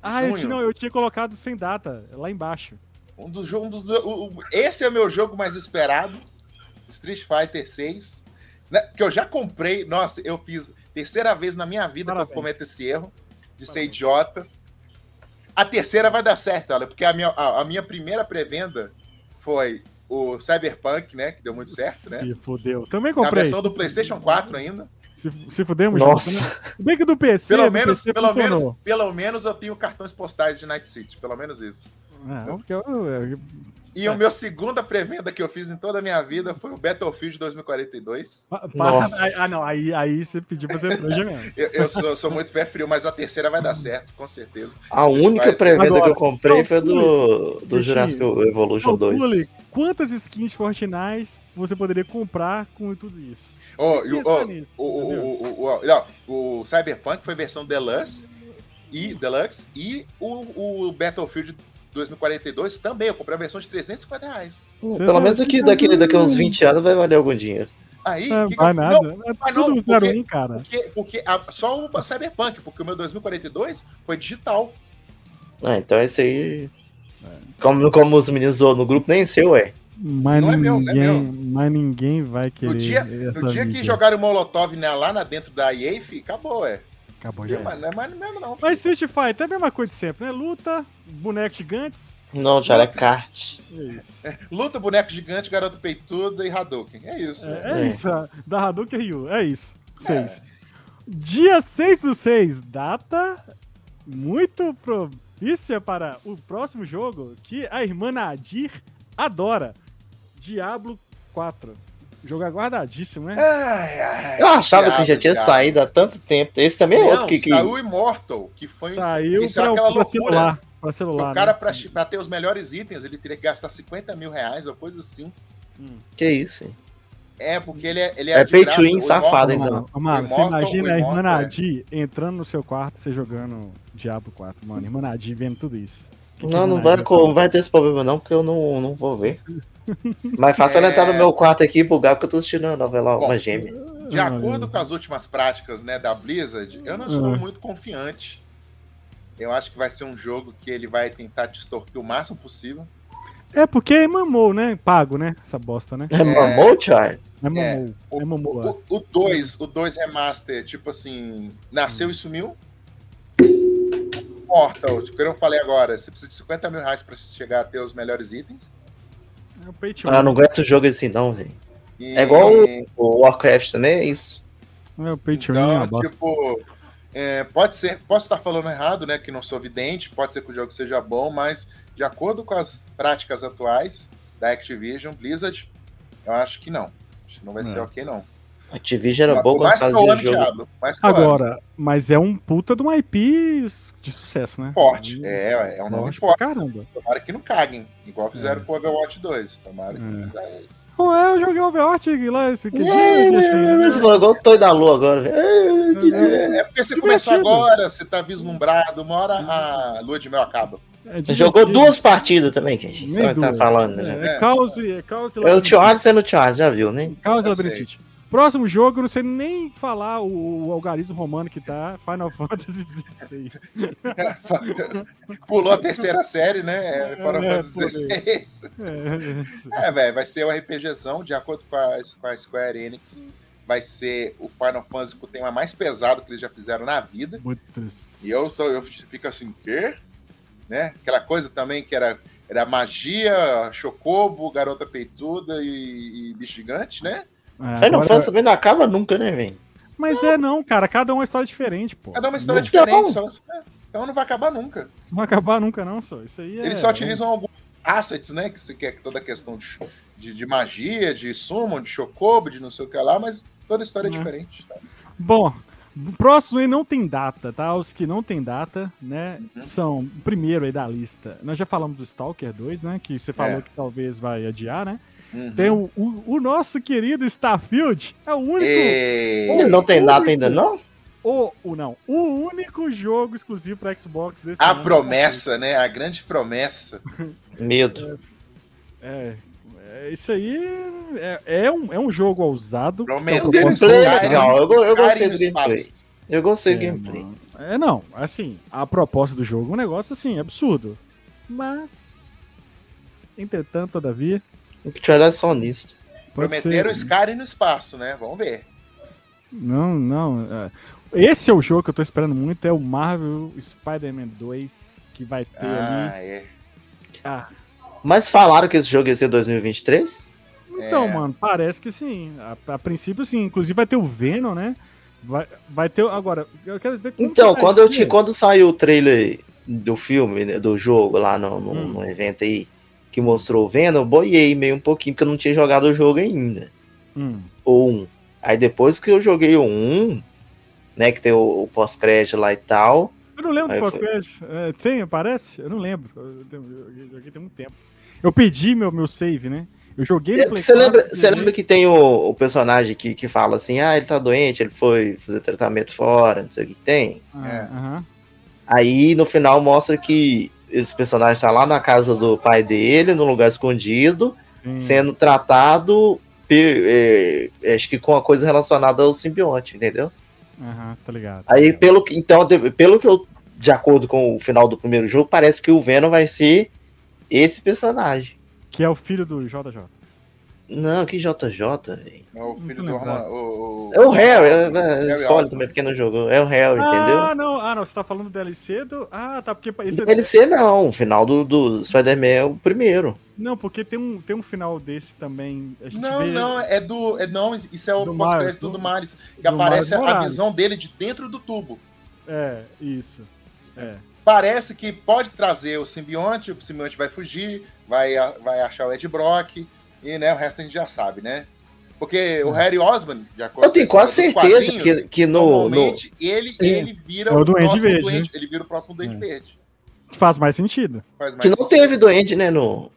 A: Ah, eu tinha,
C: junho.
A: não, eu tinha colocado sem data, lá embaixo.
C: Um dos jogos. um dos- o- o- esse é o meu jogo mais esperado. Street Fighter 6. né, que eu já comprei. Nossa, eu fiz terceira vez na minha vida que
A: Parabéns.
C: eu cometo esse erro de ser
A: Parabéns.
C: idiota. A terceira vai dar certo, olha, porque a minha, a, a minha primeira pré-venda foi o Cyberpunk, né? Que deu muito certo, né?
A: Se fudeu. Também
C: Na
A: comprei.
C: versão do PlayStation 4 ainda.
A: Se, se fudemos, junto,
B: Nossa,
A: né? Bem que do PC.
C: Pelo
A: do
C: menos,
A: PC
C: pelo menos,
A: funcionou.
C: pelo menos eu tenho cartões postais de Night City, pelo menos isso.
A: Ah, eu- eu- eu-
C: E
A: É.
C: o meu segunda pré-venda que eu fiz em toda a minha vida foi o Battlefield 2042.
A: pa- pa-
B: Nossa.
A: Ah, não, aí, aí você pediu pra ser franja mesmo.
C: Eu, eu sou, sou muito pé frio, mas a terceira vai dar certo, com certeza.
B: a única pré-venda que eu comprei foi do, do
A: Agora,
B: Jurassic Evolution
A: Calcule
B: 2.
A: quantas skins Fortnite você poderia comprar com tudo isso.
C: Ô, e o-
A: Pensa
C: ô,
A: nisso,
C: o, o,
A: entendeu?
C: o, o, o- não, o Cyberpunk foi versão Deluxe e, Deluxe, e o, o Battlefield 2042 também. Eu comprei a versão de 350 reais.
B: Pelo menos daqui, daqui, daqui a uns 20 anos vai valer algum dinheiro.
C: Aí,
A: É,
C: que que
A: vai
C: eu-
A: nada.
C: não,
A: é
C: mas
A: tudo
C: não,
A: 01, cara.
C: porque, porque a- só o Cyberpunk, porque o meu 2042 foi digital.
B: Ah, então esse
C: É.
B: aí. Como, como os meninos zoam no grupo, nem seu, é.
A: Mas,
C: Não é meu, não é
A: ninguém,
C: meu.
A: mas ninguém vai querer.
C: No dia,
A: essa
C: no dia que
A: mídia.
C: jogaram o Molotov né, lá na dentro da EA, fi, acabou, é.
A: Acabou já.
C: Não é mais mesmo, não. fi.
A: Mas Street Fighter é a mesma coisa de sempre, né? Luta, bonecos gigantes.
B: Não, já é kart.
A: É isso.
C: Luta, boneco gigante, garoto peitudo e Hadouken. É isso.
A: É, é
B: É.
A: isso. a- Da Hadouken Ryu. É isso. Seis. Dia 6 do 6. Data muito propícia para o próximo jogo que a irmã Nadir adora. Diablo 4. Jogo aguardadíssimo,
C: É,
A: né?
C: Ai, ai,
B: Eu achava
C: diabo,
B: que já tinha
C: diabo.
B: saído há tanto tempo. Esse também é
C: Não,
B: outro que. que...
C: Saiu o Immortal, que foi
A: Saiu
C: isso é
A: pra,
C: aquela
A: pra
C: loucura.
A: celular. Pra
C: que
A: celular.
C: o cara,
A: né?
C: pra, chi- pra ter os melhores itens, ele teria que gastar 50 mil reais ou coisa assim.
A: Hum.
B: Que isso? hein?
C: É, porque ele, é- ele
B: É
C: era
B: pay to win
C: o
B: safado,
C: Immortal-
B: hein? ainda
A: Mano, mano, você
C: né, Imortal,
A: imagina a irmã
C: Imortal, é.
A: Nadir entrando no seu quarto, você jogando Diablo 4, mano. Irmã Nadir vendo tudo isso. Que que a
B: Não,
A: irmã
B: não vai,
A: Nadir
B: co- não vai ter esse problema, não, porque eu não, não vou ver. Mas faça eu
C: É.
B: entrar no meu quarto aqui e bugar, porque eu tô assistindo a novela Uma Gêmea.
C: De acordo com as últimas práticas né, da Blizzard, eu não estou
A: Ah.
C: muito confiante. Eu acho que vai ser um jogo que ele vai tentar te extorquir o máximo possível.
A: É porque mamou, né? Pago, né? Essa bosta, né?
B: É mamou, Charlie?
A: É mamou. É, mamou. é.
C: O 2, o 2 remaster, tipo assim, nasceu e sumiu. Mortal, tipo, que eu não falei agora, você precisa de 50 mil reais para chegar a ter os melhores itens.
A: É o pay to
B: Ah,
A: win.
B: não aguento jogo assim, não, velho.
C: E-
B: É igual o Warcraft também, é isso.
A: É o pay to win, é uma
C: Então,
A: bosta.
C: tipo, É, pode ser, posso estar falando errado, né? Que não sou vidente, pode ser que o jogo seja bom, mas de acordo com as práticas atuais da Activision, Blizzard, eu acho que não. Acho que não vai
A: Não.
C: ser ok, não.
B: Activision É. era bom quando
C: mais que o
B: fazia
C: ano,
B: jogo.
C: Diablo. Mais que o ano.
A: Agora, mas é um puta de um IP de sucesso, né?
C: Forte. É, é um nome
A: Forte pra
C: forte.
A: caramba.
C: Tomara que não caguem, igual fizeram com o Overwatch 2. Tomara que não fizeram.
A: Ué, é, eu joguei Overwatch lá esse que
B: É, é, é, mas falou, igual o Toy da Lua agora. velho. É, que-
C: É, é porque você começou
A: Divertido.
C: agora, você tá vislumbrado, uma hora a lua de mel acaba.
B: Você Jogou duas partidas também, que a gente
A: Nem
B: só tá
A: duas.
B: falando, né?
A: É, é caos e- é caos e
B: É o
A: labirintite.
B: Tioário sendo Tioário, já viu, né?
A: Caos e
C: Eu
A: labirintite. Próximo jogo, eu não sei nem falar o, o algarismo romano que tá, Final Fantasy XVI.
C: Pulou a terceira série, né? É, Final
A: É,
C: Fantasy XVI.
A: É,
C: É, velho, vai ser o RPGzão, de acordo com a, com a Square Enix. Vai ser o Final Fantasy com o tema mais pesado que eles já fizeram na vida.
A: Putz.
C: E eu, tô, eu fico assim, quê? Né? Aquela coisa também que era, era magia, chocobo, garota peituda e, e bicho gigante, né?
A: É,
B: Aí não
A: agora-
B: Fantasy também não acaba nunca, né, velho?
A: Mas é não, cara, cada um é uma história diferente, pô.
C: Cada um uma história
A: não,
C: então é diferente. Só, é, então não vai acabar nunca.
A: não vai acabar nunca não, só. Isso aí é...
C: Eles só utilizam alguns assets, né? Que se quer toda a questão de, cho- de, de magia, de summon, de chocobo, de não sei o que lá, mas toda a história é
A: Né.
C: diferente. tá?
A: Bom, o próximo aí não tem data, tá? Os que não tem data, né,
C: Uhum.
A: são o primeiro aí da lista. Nós já falamos do Stalker 2, né, que você falou
C: É.
A: que talvez vai adiar, né?
C: Uhum.
A: Tem o, o, o nosso querido Starfield, é o único...
C: E-
A: Ou-
B: Não tem
A: ou-
B: data ainda, não?
A: O, o não, o único jogo exclusivo para Xbox desse
C: A
A: ano.
C: promessa, né? A grande promessa.
B: Medo.
A: É, é, isso aí é, é um, é um jogo ousado.
C: Promessa.
A: Eu né?
B: gameplay
A: posso-
B: é legal. Eu, go- eu
C: Skyrim
B: gostei
C: no
B: do
C: espaço.
B: gameplay. Eu gostei do
A: É,
B: gameplay.
A: mano. É, não, assim, a proposta do jogo é um negócio assim, absurdo. Mas. Entretanto, todavia.
B: O Tioário é só nisso.
A: pode
C: Prometeram o
A: ser-
C: Skyrim no espaço, né? Vamos ver.
A: Não, não. é. Esse é o jogo que eu tô esperando muito, é o Marvel Spider-Man 2, que vai ter ali.
C: Ah, é.
A: Ah,
B: Mas falaram que esse jogo ia ser 2023?
A: então,
C: É.
A: mano, parece que sim. A, a princípio, sim. Inclusive vai ter o Venom, né? Vai, vai ter. Agora, eu quero ver como
B: Então,
A: que vai
B: quando, eu
A: ser.
B: te, quando saiu o trailer do filme, né, do jogo lá no, no,
A: Hum.
B: no evento aí, que mostrou o Venom, eu boiei meio um pouquinho, porque eu não tinha jogado o jogo ainda.
A: Hum.
B: Ou um. Aí depois que eu joguei o um, né, que tem o, o pós-crédito lá e tal,
A: Eu não lembro
B: Aí
A: do
B: foi.
A: pós-crédito. É, tem, aparece? Eu não lembro. Eu tenho- eu Joguei joguei tem muito tempo. Eu pedi meu, meu save, né? Eu joguei no Play
B: é,
A: né?
B: Você
A: 4,
B: lembra, você
A: joguei-
B: lembra que tem o, o personagem que, que fala assim, ah, ele tá doente, ele foi fazer tratamento fora, não sei o que que tem.
A: Ah,
C: É.
A: aham.
B: Aí no final mostra que esse personagem tá lá na casa do pai dele, num lugar escondido,
C: Hum.
A: Sim.
B: sendo tratado, pe- é, acho que com uma coisa relacionada ao simbionte, entendeu?
A: Aham, tá ligado.
B: Aí pelo que, então, de- pelo que eu, de acordo com o final do primeiro jogo, parece que o Venom vai ser esse personagem.
A: Que é o filho do JJ.
B: Não, que JJ, velho.
C: É o
A: Muito
C: filho do
A: legal.
C: Ramon. O, o-
B: É o Harry, é,
C: Harry
B: é, spoiler
C: Osborn.
B: também, porque não jogou. É o Harry, entendeu?
A: Ah, não. Ah, não. Você tá falando do DLC do. Ah, tá. Porque esse...
B: Do DLC não, o final do, do Spider-Man é o primeiro.
A: Não, porque tem um, tem um final desse também. A gente
C: Não,
A: vê...
C: não, é do. É, não, isso é o
A: Do
C: pós-crédito
A: Miles,
C: do
A: do-
C: Maris, que
A: do
C: aparece
A: Miles
C: a
A: Morales.
C: visão dele de dentro do tubo.
A: É, isso. É.
C: Parece que pode trazer o simbionte, o simbionte vai fugir, vai, a- vai achar o Ed Brock, e né, o resto a gente já sabe, né? Porque o
A: É.
C: Harry Osman, de acordo
B: Eu tenho
C: com a
B: quase
C: história dos
B: certeza
C: quadrinhos,
B: que, que no, no.
C: normalmente, ele,
A: É.
C: ele vira
A: É o Duende
C: próximo
A: Verde,
C: Duende- ele vira o próximo Duende
A: É.
C: Verde.
A: Que faz mais sentido.
C: Faz mais
B: Que não
C: sentido.
B: teve doente, né? No,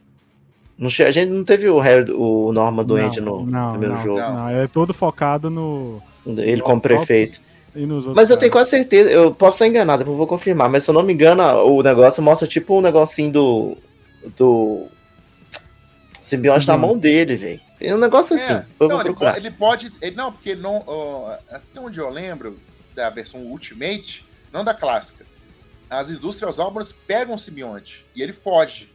B: no, che- a gente não teve o Harry, o Norma doente
A: não,
B: no
A: não,
B: primeiro
A: não,
B: jogo.
A: Não, é todo focado no.
B: Ele como prefeito.
A: E nos outros
B: Mas eu tenho
A: caras.
B: quase certeza, eu posso estar enganado, depois eu vou confirmar, mas se eu não me engano, o negócio mostra tipo um negocinho do. do. simbionte na
A: Simbionte.
B: mão dele, velho. Tem um negócio assim,
C: É,
B: eu vou
C: não, ele,
B: procurar.
C: po- ele pode. Ele, não, porque ele não. ó, até onde eu lembro, da versão Ultimate, não da clássica. As indústrias Osborne pegam o simbionte e ele foge.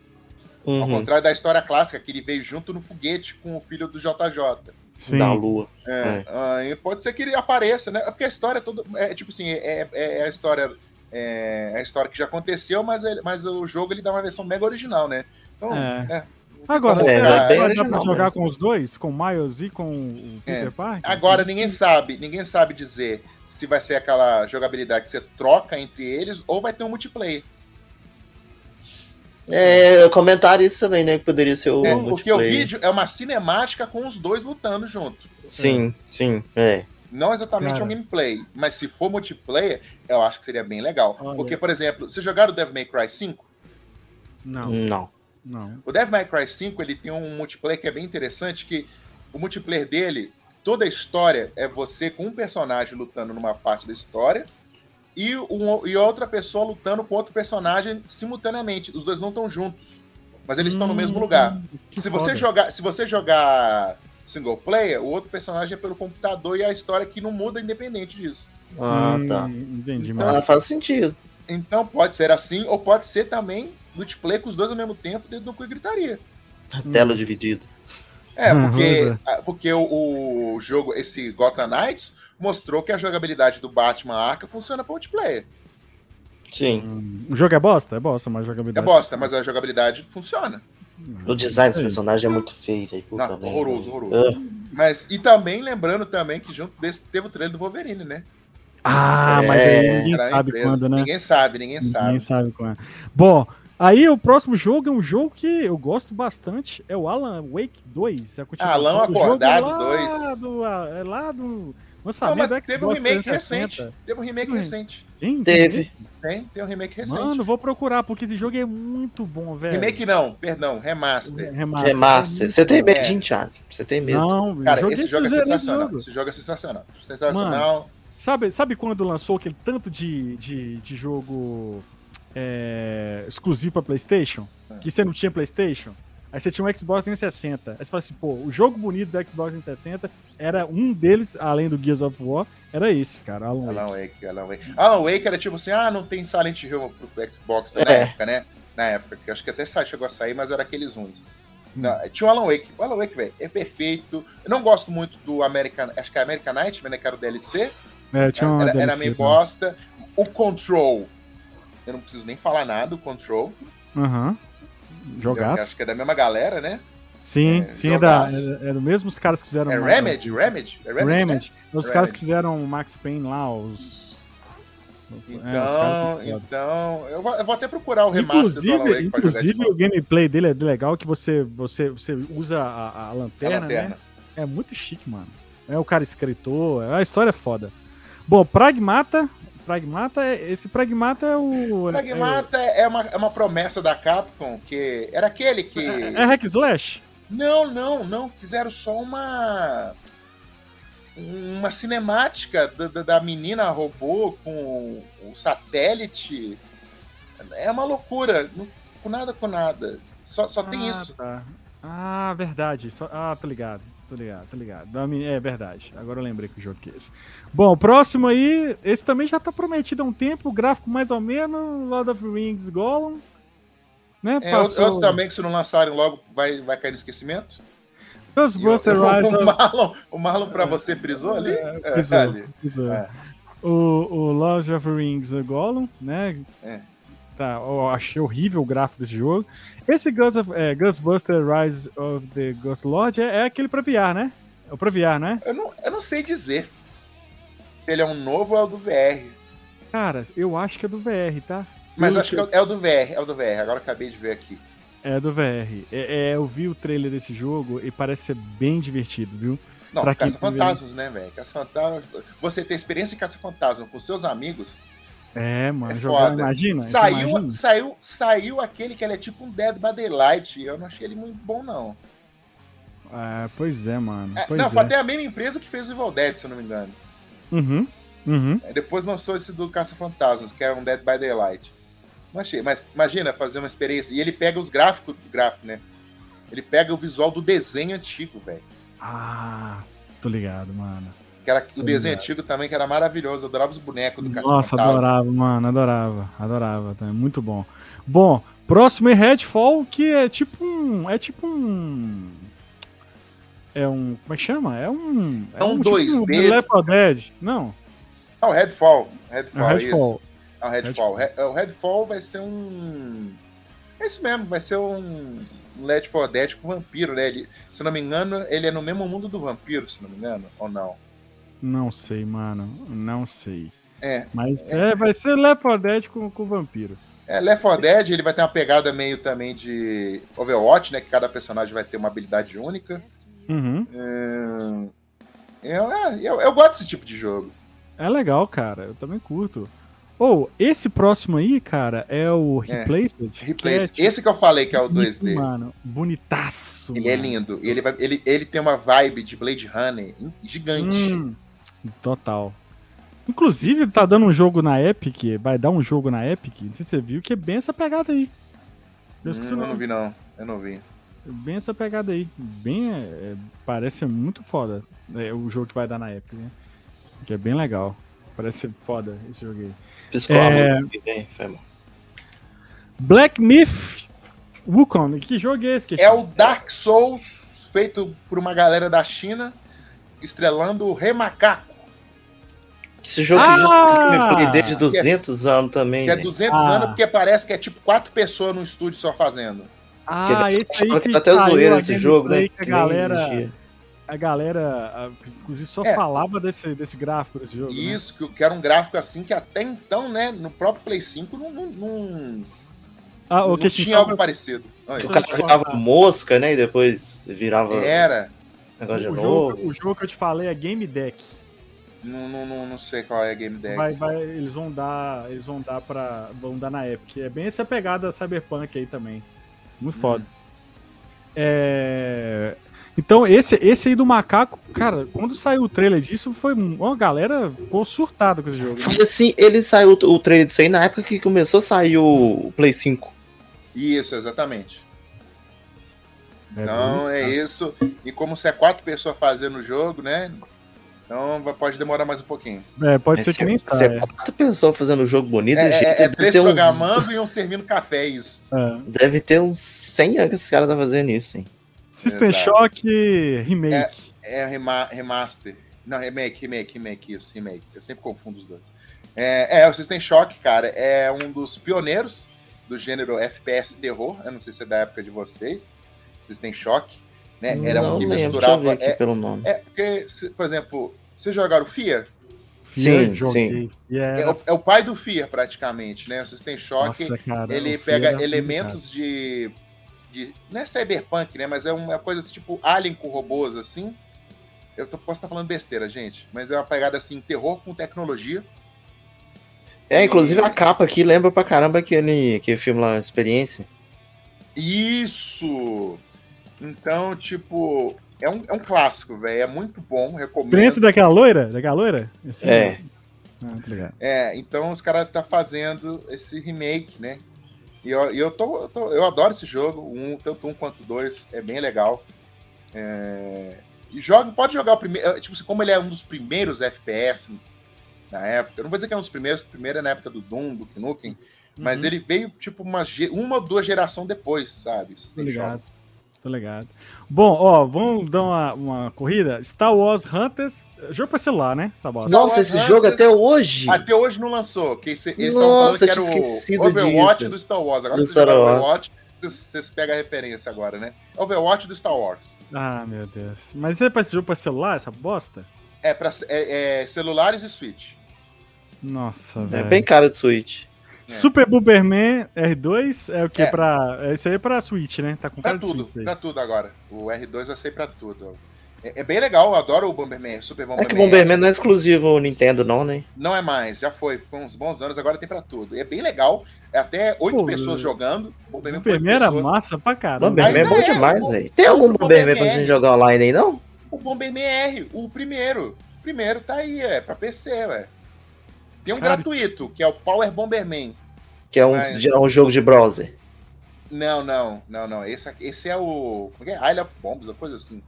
C: Ao
B: Uhum,
C: contrário da história clássica, que ele veio junto no foguete com o filho do JJ.
A: Sim.
B: Da lua.
C: É,
B: É.
C: ah, e pode ser que ele apareça, né? Porque a história toda. É tipo assim, é, é- é a história. É a história que já aconteceu, mas, ele- mas o jogo ele dá uma versão mega original, né? Então,
A: É.
C: é,
A: Agora,
B: É,
A: será
B: é
A: que
B: bem
A: vai dar pra
B: original,
A: jogar
B: né?
A: com os dois? Com o Miles e com o Peter
C: É.
A: Parker?
C: Agora, ninguém sabe, ninguém sabe dizer se vai ser aquela jogabilidade que você troca entre eles ou vai ter um multiplayer.
B: É, eu comentaram isso também, né? Que poderia ser o
A: um
C: É, porque o
B: multiplayer.
C: vídeo é uma cinemática com os dois lutando junto.
B: Sim, sim, é.
C: Não exatamente
A: Cara.
C: um gameplay, mas se for multiplayer, eu acho que seria bem legal.
A: Olha.
C: Porque, por exemplo, vocês jogaram o Devil May Cry 5?
A: Não,
B: Não.
A: não.
C: O Devil May Cry 5, ele tem um multiplayer que é bem interessante, que o multiplayer dele, toda a história é você com um personagem lutando numa parte da história e, um, e outra pessoa lutando com outro personagem simultaneamente. Os dois não estão juntos, mas eles estão no mesmo
A: Hum,
C: lugar.
A: que
C: Se você,
A: foda.
C: jogar, se você jogar single player, o outro personagem é pelo computador e a história que não muda independente disso.
B: Ah,
A: Hum,
B: tá.
A: Entendi,
C: Então,
A: mas...
B: Ah, faz sentido.
C: Então pode ser assim, ou pode ser também multiplayer com os dois ao mesmo tempo dentro do cu e gritaria.
A: Hum.
B: Tela dividida.
C: É,
A: Uhum,
C: porque,
A: Zé.
C: ah, porque o, o jogo, esse Gotham Knights, mostrou que a jogabilidade do Batman Arca funciona para multiplayer. É
B: Sim.
A: Hum, O jogo é bosta? É bosta, mas a
C: É
A: jogabilidade.
C: bosta, mas a jogabilidade funciona.
B: O design dos
A: Sei.
B: personagens é muito feio. velho. Puta
C: Não,
B: merda. Ah,
C: horroroso,
A: É.
C: horroroso. Mas, e também lembrando também que junto desse teve o trailer do Wolverine, né?
A: Ah, mas aí
B: É,
A: ninguém
C: Era a
A: sabe
C: empresa.
A: quando, né?
C: Ninguém sabe, ninguém
A: Ninguém
C: sabe.
A: sabe quando. é. Bom, aí o próximo jogo é um jogo que eu gosto bastante. É o Alan Wake 2. É a continuação
C: Alan
A: do jogo
C: Acordado
A: lá
C: 2.
A: Do, é lá do
C: Não,
A: lançamento
C: mas
A: do
C: teve um
A: Xbox
C: remake
A: 360.
C: recente. Teve um remake
A: Hum.
C: recente.
A: Tem?
B: Teve.
C: Tem, tem um remake recente.
A: Mano, é. vou procurar, porque esse jogo é muito bom, velho. É
C: Remake não, perdão, remaster.
A: Remaster.
B: Remaster. Você tem
C: bom.
B: medinho, Thiago. Você tem medo.
A: Não,
C: Cara,
A: joguei
C: esse jogo é
A: tudo, zerei o
C: sensacional.
A: jogo.
C: Esse jogo é sensacional. Sensacional.
A: Sabe, sabe quando lançou aquele tanto de, de, de jogo é, exclusivo pra PlayStation?
C: É.
A: Que você não tinha PlayStation? Aí você tinha um Xbox 360. Aí você fala assim, pô, o jogo bonito do Xbox 360 era um deles, além do Gears of War, era esse, cara. Alan Wake.
C: Alan Wake, Alan Wake. Alan Wake era tipo assim, ah, não tem Silent Hill pro Xbox na
B: É.
C: época, né? Na época, que acho que até sa- chegou a sair, mas era aqueles
A: Hum.
C: ruins. Não, é, tinha o Alan Wake. O Alan Wake, velho, é perfeito. Eu não gosto muito do American, acho que é American Nightmare, né, que era o DLC.
A: É, tinha uma
C: um era, era
A: DLC,
C: meio
A: né?
C: bosta. O Control, eu não preciso nem falar nada, o Control.
A: Aham.
C: Eu
A: Jogaço.
C: Acho que é da mesma galera, né?
A: Sim,
C: é,
A: sim, é, da,
C: jogaço.
A: é, é do mesmo os caras que fizeram...
C: É
A: uma-
C: Remedy, Remedy? É Remedy, né?
A: Remedy. Os caras
C: Remedy.
A: que fizeram o Max Payne lá, os... é, os caras
C: Então,
A: que fizeram.
C: então eu, vou, eu vou até procurar o remaster do Alan
A: Inclusive,
C: Wake pra jogar de
A: inclusive
C: novo.
A: o gameplay dele é legal que você, você, você usa a, a
C: É
A: lanterna,
C: a lanterna.
A: né? É muito chique, mano. É o cara escritor, é- a história é foda. Bom, Pragmata, Pragmata, é- esse Pragmata é o...
C: O Pragmata é uma, é uma promessa da Capcom, que era aquele que.
A: É, é hack slash?
C: Não, não, não. Fizeram só uma. Uma cinemática da, da, da menina robô com o satélite. É uma loucura. não- Com nada, com nada. Só, só tem
A: ah,
C: isso.
A: tá. Ah, verdade. Só- Ah, tô ligado. Tô ligado, tô ligado. Da minha- É verdade. Agora eu lembrei que o jogo que é esse. Bom, o próximo aí. Esse também já tá prometido há um tempo. O gráfico mais ou menos. Lord of the Rings Gollum. Né?
C: É, outro, outro também que se não lançarem logo vai, vai cair no esquecimento.
A: Ghostbusters
C: E o-
A: Rise
C: o,
A: of-
C: Marlon, o Marlon pra você frisou ali? É,
A: Frisou,
C: ali.
A: frisou.
C: É.
A: O, o Lord of the Rings o Gollum, né?
C: É.
A: Tá, eu achei horrível o gráfico desse jogo. Esse Guns of, é, Ghostbusters Rise of the Ghost Lord é, é aquele pra VR, né? É o pra VR, né?
C: Eu não, eu não sei dizer se ele é um novo ou é o do VR.
A: Cara, eu acho que é do VR, tá?
C: Mas
A: Eu
C: acho que é o- é o do VR, é o do VR. Agora eu acabei de ver aqui.
A: É do VR. É, é, eu vi o trailer desse jogo e parece ser bem divertido, viu?
C: Não,
A: Pra quem
C: caça-fantasmas, né, velho? Caça-fantasmas. Você ter experiência de caça-fantasma com seus amigos.
A: É, mano,
C: É
A: jogar,
C: foda.
A: imagina. você
C: Saiu,
A: imagina?
C: saiu, saiu aquele que ele é tipo um Dead by Daylight. Eu não achei ele muito bom, não.
A: É, pois é, mano.
C: É,
A: Pois
C: não,
A: é.
C: foi até a mesma empresa que fez o Evil Dead, se eu não me engano.
A: Uhum, uhum.
C: É, Depois lançou esse do Caça-Fantasmas, que era um Dead by Daylight. Não achei, mas imagina fazer uma experiência. E ele pega os gráficos do gráfico, né? Ele pega o visual do desenho antigo, velho.
A: Ah, tô ligado, mano.
C: Que era o desenho antigo também, que era maravilhoso. Eu adorava os bonecos do
A: é. Nossa,
C: Caça-Fantasmas.
A: adorava, mano, adorava, adorava, tá? muito bom. Bom, próximo é Redfall, que é tipo um, é tipo um, é um, como é que chama? É um,
C: É um
A: tipo
C: 2D.
A: Left 4 Dead, não,
C: É o Redfall.
A: é
C: Redfall,
A: um
C: é
A: Redfall.
C: isso. É o Redfall. Re- O Redfall vai ser um. É isso mesmo, vai ser um. Left 4 Dead com vampiro, né? Ele, se não me engano, ele é no mesmo mundo do vampiro, se não me engano, ou não?
A: Não sei, mano. Não sei.
C: É,
A: Mas é, vai ser Left 4 Dead com, com vampiro.
C: É, Left 4 Dead, ele vai ter uma pegada meio também de Overwatch, né? Que cada personagem vai ter uma habilidade única.
A: Uhum.
C: Hum, Eu, é, eu, eu gosto desse tipo de jogo.
A: É legal, cara. Eu também curto. Ou, esse próximo aí, cara, é o
C: É.
A: Replacement. que
C: Replace.
A: é, tipo,
C: Esse que eu falei que é o
A: bonito,
C: 2D.
A: Mano, bonitaço.
C: Ele é
A: mano.
C: lindo. E Ele, vai- ele, ele tem uma vibe de Blade Runner gigante.
A: Hum, total. Inclusive, tá dando um jogo na Epic, vai dar um jogo na Epic, não sei se você viu, que é bem essa pegada aí. Eu esqueci
C: Hum,
A: o
C: eu não
A: nome. É
C: vi, não. Eu não vi.
A: Bem essa pegada aí. Bem, é, é, parece ser muito foda é, o jogo que vai dar na Epic, né? Que é bem legal. Parece ser foda esse jogo aí.
B: Piscou
A: É.
B: a mão. Vem, foi mal.
A: Black Myth Wukong, que jogo é esse? Que
C: É o Dark Souls, feito por uma galera da China, estrelando o Rei Macaco,
B: Esse jogo
A: Ah!
B: que já tem desde 200 anos também.
C: é- que é
B: velho.
C: 200
A: Ah.
C: anos, porque parece que é tipo quatro pessoas num estúdio só fazendo.
A: Ah, esse aí que
B: Era tá até
A: saiu
B: zoeira
A: a
B: esse jogo, né?
A: gameplay
B: Que
A: que A
B: nem
A: galera, tá
B: existia.
A: a galera, a- inclusive, só
C: É.
A: falava desse, desse gráfico desse jogo. né?
C: Isso, que, que era um gráfico assim que até então, né, no próprio Play 5 não, não, não-
A: Ah, o
C: não
A: que
C: tinha algo parecido. Olha,
B: Que
A: Deixa
B: o
A: eu
B: cara
A: te
B: virava
A: falar.
B: mosca, né? E depois virava
C: Era, Tá
B: negócio de
A: o,
B: novo.
A: jogo, o jogo que eu te falei é Game Deck.
C: não, não, não, não sei qual é a game deck.
A: Vai, vai, eles vão dar, eles vão dar para, vão dar na Epic. É bem essa pegada Cyberpunk aí também. Muito foda. É, Então esse, esse aí do macaco, cara, quando saiu o trailer disso foi um, uma galera ficou surtada com esse jogo.
B: Foi assim, ele saiu o trailer disso aí na época que começou a sair o o Play 5.
C: Isso, exatamente.
A: É
C: então é isso. E como se é quatro pessoas fazendo o jogo, né? Então vai- pode demorar mais um pouquinho.
A: bem- é, pode
B: Esse-
A: ser que nem
B: esse é
A: saia.
B: quatro pessoas fazendo um jogo bonito.
C: É,
B: gente,
C: é, é
B: deve
C: três
B: ter uns-
C: programando e um servindo café, isso.
A: É.
B: Deve ter uns 100 anos que esse cara tá fazendo isso, hein?
A: System
C: Exato.
A: Shock remake.
C: É rema- remaster. Não, remake, remake, remake, isso, remake. Eu sempre confundo os dois. É, é, o System Shock, cara, é um dos pioneiros do gênero FPS terror. Eu não sei se é da época de vocês. System Shock, né? Era
B: Não
C: um que
B: lembro, deixa eu ver
C: misturava.
B: aqui
C: É,
B: pelo nome.
C: é, porque, se- por exemplo, vocês jogaram Fear?
A: Fear,
B: sim,
A: joguei. E era-
C: É o, é o pai do Fear, praticamente, né? O System Shock.
A: nossa, cara,
C: ele
A: o Fear
C: pega
A: era
C: elementos de, de- Não é cyberpunk, né? Mas é uma coisa assim, tipo Alien com robôs, assim. Eu tô- posso estar falando besteira, gente. Mas é uma pegada assim, terror com tecnologia.
B: É, inclusive a capa aqui lembra pra caramba aquele, aquele filme lá, Experiência.
C: Isso! Então, tipo, é um, é um clássico, velho. É muito bom, recomendo.
A: Experiência daquela loira? Daquela loira? Esse
B: É.
A: mesmo. Ah, tá ligado.
C: É, então os caras tá fazendo esse remake, né? E eu, e eu, tô, eu, tô- eu adoro esse jogo, um, tanto um quanto dois, é bem legal. É, e joga, pode jogar o primeiro. eh, Tipo assim, como ele é um dos primeiros FPS na época, eu não vou dizer que é um dos primeiros, porque o primeiro é na época do Doom, do Knuckles, mas
A: Uhum.
C: ele veio, tipo, uma, ge- uma ou duas gerações depois, sabe? Vocês
A: Tô
C: têm
A: ligado. Tô ligado. Bom, ó, vamos dar uma, uma corrida. Star Wars Hunters, jogo pra celular, né? Tá bom.
C: Não. Wars Hunters-
B: hoje.
C: choque. Até hoje não lançou, que esse- eles estão
B: Nossa,
C: falando que
B: eu
C: era
B: tinha esquecido
C: o Overwatch
B: disso.
C: do Star Wars. Agora
B: Do
C: que vocês jogaram
B: Star Wars.
C: Overwatch, vocês- vocês pegam a referência agora, né? Overwatch do Star Wars.
A: Ah, meu Deus. Mas é pra esse jogo pra celular, essa bosta?
C: É para celulares e Switch.
A: Nossa,
B: É
A: velho.
B: bem cara de Switch.
A: Super Booberman R2 é o que?
C: É.
A: Pra. é Isso aí é pra Switch, né? Tá com
C: Pra
A: cara
C: tudo,
A: de Switch.
C: pra tudo agora. O R2 vai ser pra tudo. É, é bem legal, eu adoro o Bomberman, Super
B: É
C: Bomberman.
B: que Bomberman não é exclusivo Nintendo, não, né?
C: Não é mais, já foi, foi uns bons anos, agora tem pra tudo. E é bem legal, é até oito
A: Pô,
C: pessoas
A: eu-
C: jogando.
A: aí.
C: Bomberman, com oito
A: Bomberman era
C: né? pessoas.
A: massa pra caramba.
B: Bomberman é
C: Ainda
B: bom
C: é,
B: demais,
C: o-
B: velho. Tem algum
C: o
B: Bomberman pra
C: Bomberman. é.
B: gente jogar online aí, não?
C: O Bomberman R, o primeiro. O primeiro tá aí, é pra PC, ué. Tem um
A: Cara,
C: gratuito, que é o Power Bomberman.
B: Que é um,
C: Mas-
B: é um jogo de browser.
C: Não, não, não, não. Esse, aqui- esse é o. Como é que é? Isle of Bombs, uma coisa assim.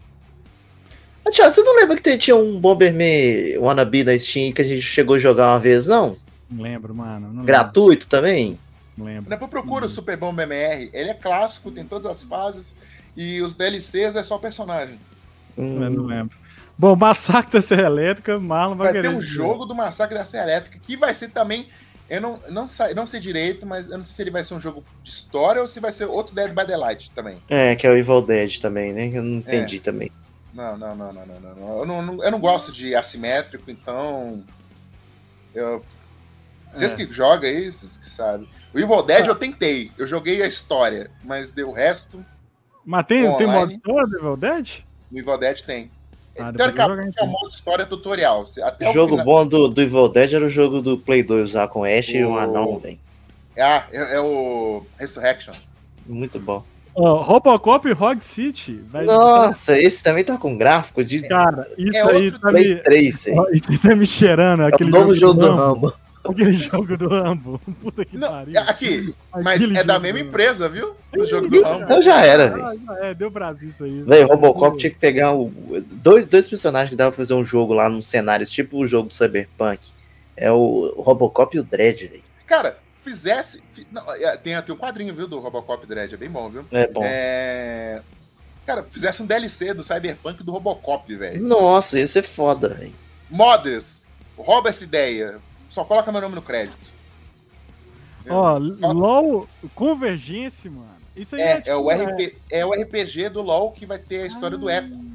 B: Ah, Thiago, você não lembra que tem- tinha um Bomberman wannabe na Steam que a gente chegou a jogar uma vez, não?
A: Não lembro, mano. Não lembro.
B: Gratuito também?
A: Não lembro.
C: Depois procura o
A: Uhum.
C: Super Bomberman R. Ele é clássico, tem todas as fases. E os DLCs é só personagem.
A: Não lembro, não
B: Hum,
A: lembro. Bom, Massacre da Serra Elétrica, Marlon vai,
C: Vai
A: querer.
C: ter um
A: dizer.
C: jogo do Massacre da Serra Elétrica, que vai ser também. Eu não, não, sei, não sei direito, mas eu não sei se ele vai ser um jogo de história ou se vai ser outro Dead by Daylight também.
B: É, que é o Evil Dead também, né?
C: É.
B: Eu não entendi também.
C: Não, não, não, não, não, não, não. Eu não, não- eu não gosto de assimétrico, então. Eu... Vocês
B: É. Ah.
C: que jogam aí, vocês que sabem. O Evil Dead eu tentei, eu joguei a história, mas deu o resto,
A: Mas tem, tem modo
C: Online.
A: história do Evil Dead?
C: no Evil Dead tem.
A: Ah, depois eu vou jogar,
C: Teoricamente é
A: então.
C: um modo história tutorial. se- Até
B: O jogo
C: É o final...
B: bom do, do Evil Dead era o jogo do Play 2 lá com o Ash e o
C: O-
B: Anão, velho.
C: Ah, é, é o Resurrection.
B: Muito bom.
A: Ó, Robocop e Rogue City. Vai-
B: Nossa, esse também tá com gráfico de
A: Cara, isso
C: É
A: aí
C: outro
A: tá
B: Play
A: me.
B: 3, hein?
A: ó, Isso tá me cheirando.
B: É o
A: Aquele
B: novo jogo do
A: Rambo.
B: Rambo.
A: Aquele jogo do Rambo. Puta que
C: Não,
A: pariu.
C: Aqui, mas
A: Aquele
C: é da
A: jogo
C: mesma
A: do-
C: empresa, viu? Do
A: Ih,
C: jogo do
A: viu,
C: Rambo.
B: Então já era, velho.
A: Ah, já é, deu Brasil isso aí.
B: Velho, Robocop tinha que pegar o, dois, dois personagens que dava pra fazer um jogo lá nos cenários, tipo o jogo do Cyberpunk. É o Robocop e o Dredd, velho.
C: Cara, fizesse. fi- não, é, tem até um quadrinho, viu, do Robocop Dread, é bem bom, viu?
B: É bom.
C: É... Cara, fizesse um DLC do Cyberpunk do Robocop, velho.
B: Nossa, ia ser foda, velho.
C: Modders, rouba essa ideia. Só coloca meu nome no crédito.
A: Ó, LOL Convergência, mano. Isso aí é,
C: É,
A: tipo, Ah.
C: é, o RP, é o RPG do LoL que vai ter a história do Echo. né?
A: Hum,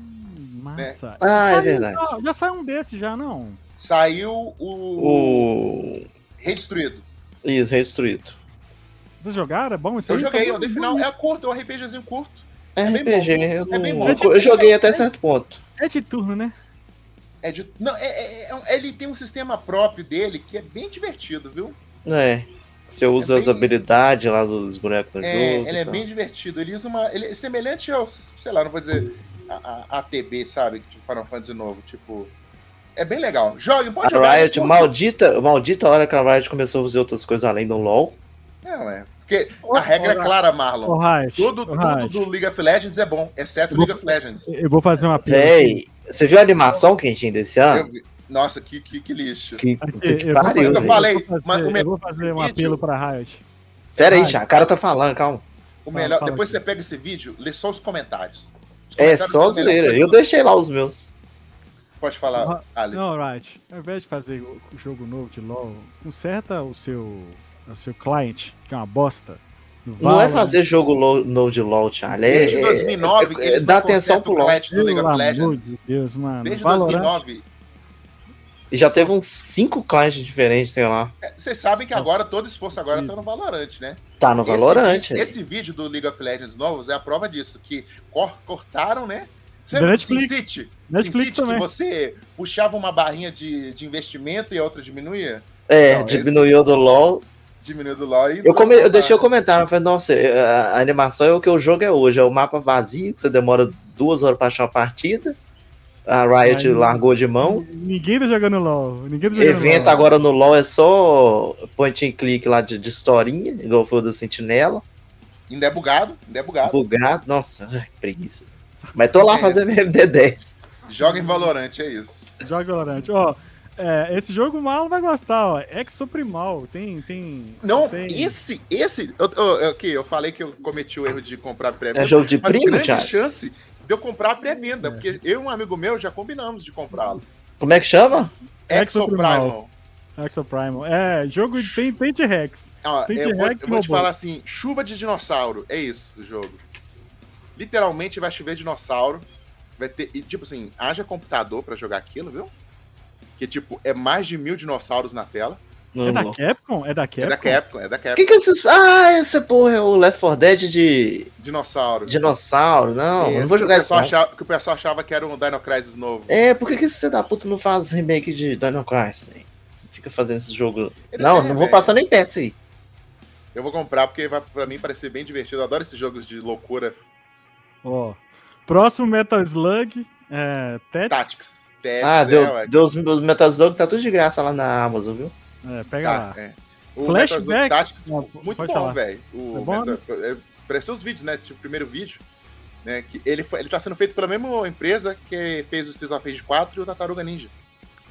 A: Massa.
B: Ah, é
A: Saiu-
B: verdade.
A: ah, Já saiu um desse, já não?
C: Saiu o,
B: O.
C: Redestruído.
B: Isso, Redestruído.
A: Vocês jogaram? É bom isso
C: Eu
A: aí?
C: joguei,
A: Tá
C: eu dei
A: bom,
C: final. É curto, é um RPGzinho curto.
B: É
C: bem
B: RPG,
C: bom.
B: eu,
C: É bem
B: não-
C: bom.
B: eu co- eu joguei até certo ponto.
A: É de turno, né?
C: É de, não, é- é- é- ele tem um sistema próprio dele que é bem divertido, viu?
B: É. Você usa as
C: bem-
B: habilidades lá dos bonecos no
C: É,
B: jogo.
C: ele
B: e
C: é
B: tal.
C: bem divertido. Ele usa uma. Ele é semelhante aos, sei lá, não vou dizer a, a- ATB, sabe? Tipo Final Fantasy novo. Tipo. É bem legal. Jogue, pode jogar.
B: A Riot,
C: pô.
B: maldita, maldita hora que a Riot começou a fazer outras coisas além do LoL.
C: Não, é. Porque a regra é clara, Marlon.
A: Ô, Riot,
C: Tudo,
A: ô,
C: tudo
A: Riot,
C: do League of Legends é bom, exceto League of Legends.
A: Eu vou fazer um uma piada aqui.
B: Véi, você viu a animação que a gente tinha desse
A: Ah.
B: ano?
C: Eu- nossa, que, que, que lixo.
B: Que,
A: Aqui,
B: puta que
A: eu vou fazer-
B: pariu,
C: eu
B: velho.
C: falo- falei,
A: vou
C: mas é
A: fazer,
C: o
A: eu vou fazer um
C: vídeo-
A: apelo pra Riot.
B: Pera aí,
A: Ai,
B: já, o cara tá falando, calma.
C: O melhor,
A: fala
C: depois
A: aqui.
C: você pega esse vídeo, lê só os comentários. Os
B: É
C: comentários
B: só
C: são a melhor
B: zoeira.
C: coisa
B: Eu deixei lá os meus.
C: que Pode falar,
A: Ra-
C: Ali.
A: Não, Riot, ao invés de fazer o o jogo novo de LoL, conserta o seu, o seu client, que é uma bosta.
B: Não é
A: Valorant.
B: fazer jogo lo- novo de LoL, Charlie. É,
C: Desde
B: é-
C: 2009,
B: é-
C: eles
B: dá
C: não
B: atenção
C: consertam
B: pro
C: o
B: LoL.
C: patch do League
A: Pelo
C: of
A: amor
C: Legends.
A: de Deus, mano.
C: Desde
A: Valorant.
C: 2009.
B: E já teve uns cinco clients diferentes, sei lá.
C: É, Vocês sabem que agora todo esforço agora tá no Valorant, né?
B: Tá no Valorant.
C: Esse, vi- esse vídeo do League of Legends novos é a prova disso, que cor- cortaram, né? Você-
A: Da Netflix.
C: SimCity,
A: Netflix
C: SimCity, que
A: também.
C: você puxava uma barrinha de, de investimento e a outra diminuía?
B: é,
C: Não,
B: diminuiu do LoL.
C: Diminuiu do LoL e...
B: Eu, come- eu deixei o comentário. Eu falei, nossa, a a animação é o que o jogo é hoje. É o mapa vazio, que você demora duas horas pra achar uma partida. A Riot
A: Aí-
B: largou de mão.
A: Ninguém tá jogando LoL. Ninguém tá jogando
B: Evento
A: LoL.
B: agora no LoL é só point and click lá de, de historinha, igual foi o da Sentinela.
C: Ainda é bugado, ainda é bugado.
B: Bugado, nossa, ai, que preguiça. Mas tô lá
C: É.
B: fazendo MD10.
C: Joga em Valorant, é isso.
A: Joga Valorant. Ó, é, esse jogo o Marlon vai gostar, ó. É Exoprimal. Tem, tem...
C: Não,
A: tem...
C: esse, esse... Eu, eu, eu- aqui, eu falei que eu cometi o erro de comprar pré-venda,
B: É jogo de
C: mas
B: primo,
C: grande
B: Thiago?
C: chance de eu comprar
A: É.
C: pré-venda, porque eu e um amigo meu já combinamos de comprá-lo.
B: Como é que chama?
A: Exoprimal.
C: Exoprimal.
A: Exoprimal. É, jogo de- tem, tem T-Rex.
C: Ó,
A: Tem
C: Ah, eu vou,
A: T-Rex
C: eu vou te
A: robô.
C: falar assim, chuva de dinossauro, é isso o jogo. Literalmente vai chover dinossauro, vai ter, e, tipo assim, haja computador pra jogar aquilo, viu? Que tipo, é mais de mil dinossauros na tela.
B: No
A: É da
B: LoL.
A: Capcom? É da Capcom?
C: É da Capcom, é da Capcom.
B: Que que esses... Ah, essa porra é o Left 4 Dead de
C: Dinossauro.
B: dinossauro. Não, eu
C: Esse
B: não vou jogar
C: que o
B: isso.
C: pessoal
B: não.
C: achava, Que o pessoal achava que era um Dino Crisis novo.
B: É, por que que esse filho da puta não faz remake de Dino Crisis? hein? Fica fazendo esse jogo.
C: Ele
B: Não,
C: é,
B: não vou
C: velho.
B: passar nem perto isso aí.
C: Eu vou comprar porque vai pra mim parecer bem divertido. Eu adoro esses jogos de loucura.
A: Ó. Próximo Metal Slug. É, Tactics.
C: Tactics. Tactics,
B: Ah,
C: é,
B: deu,
C: ué.
B: deu os os Metal Slug, tá tudo de graça lá na Amazon, viu?
A: É, pega
C: Tá,
A: lá.
C: é. O
A: Flashback-
C: Metal Slug Tactics,
A: Não,
C: muito
A: pode
C: bom,
A: falar.
C: velho. O
A: É bom,
C: Metal- é, Pareceu os vídeos, né? Tipo, o primeiro vídeo. Né, que ele, foi, ele tá sendo feito pela mesma empresa que fez o Streets of Rage 4 e o Tartaruga Ninja.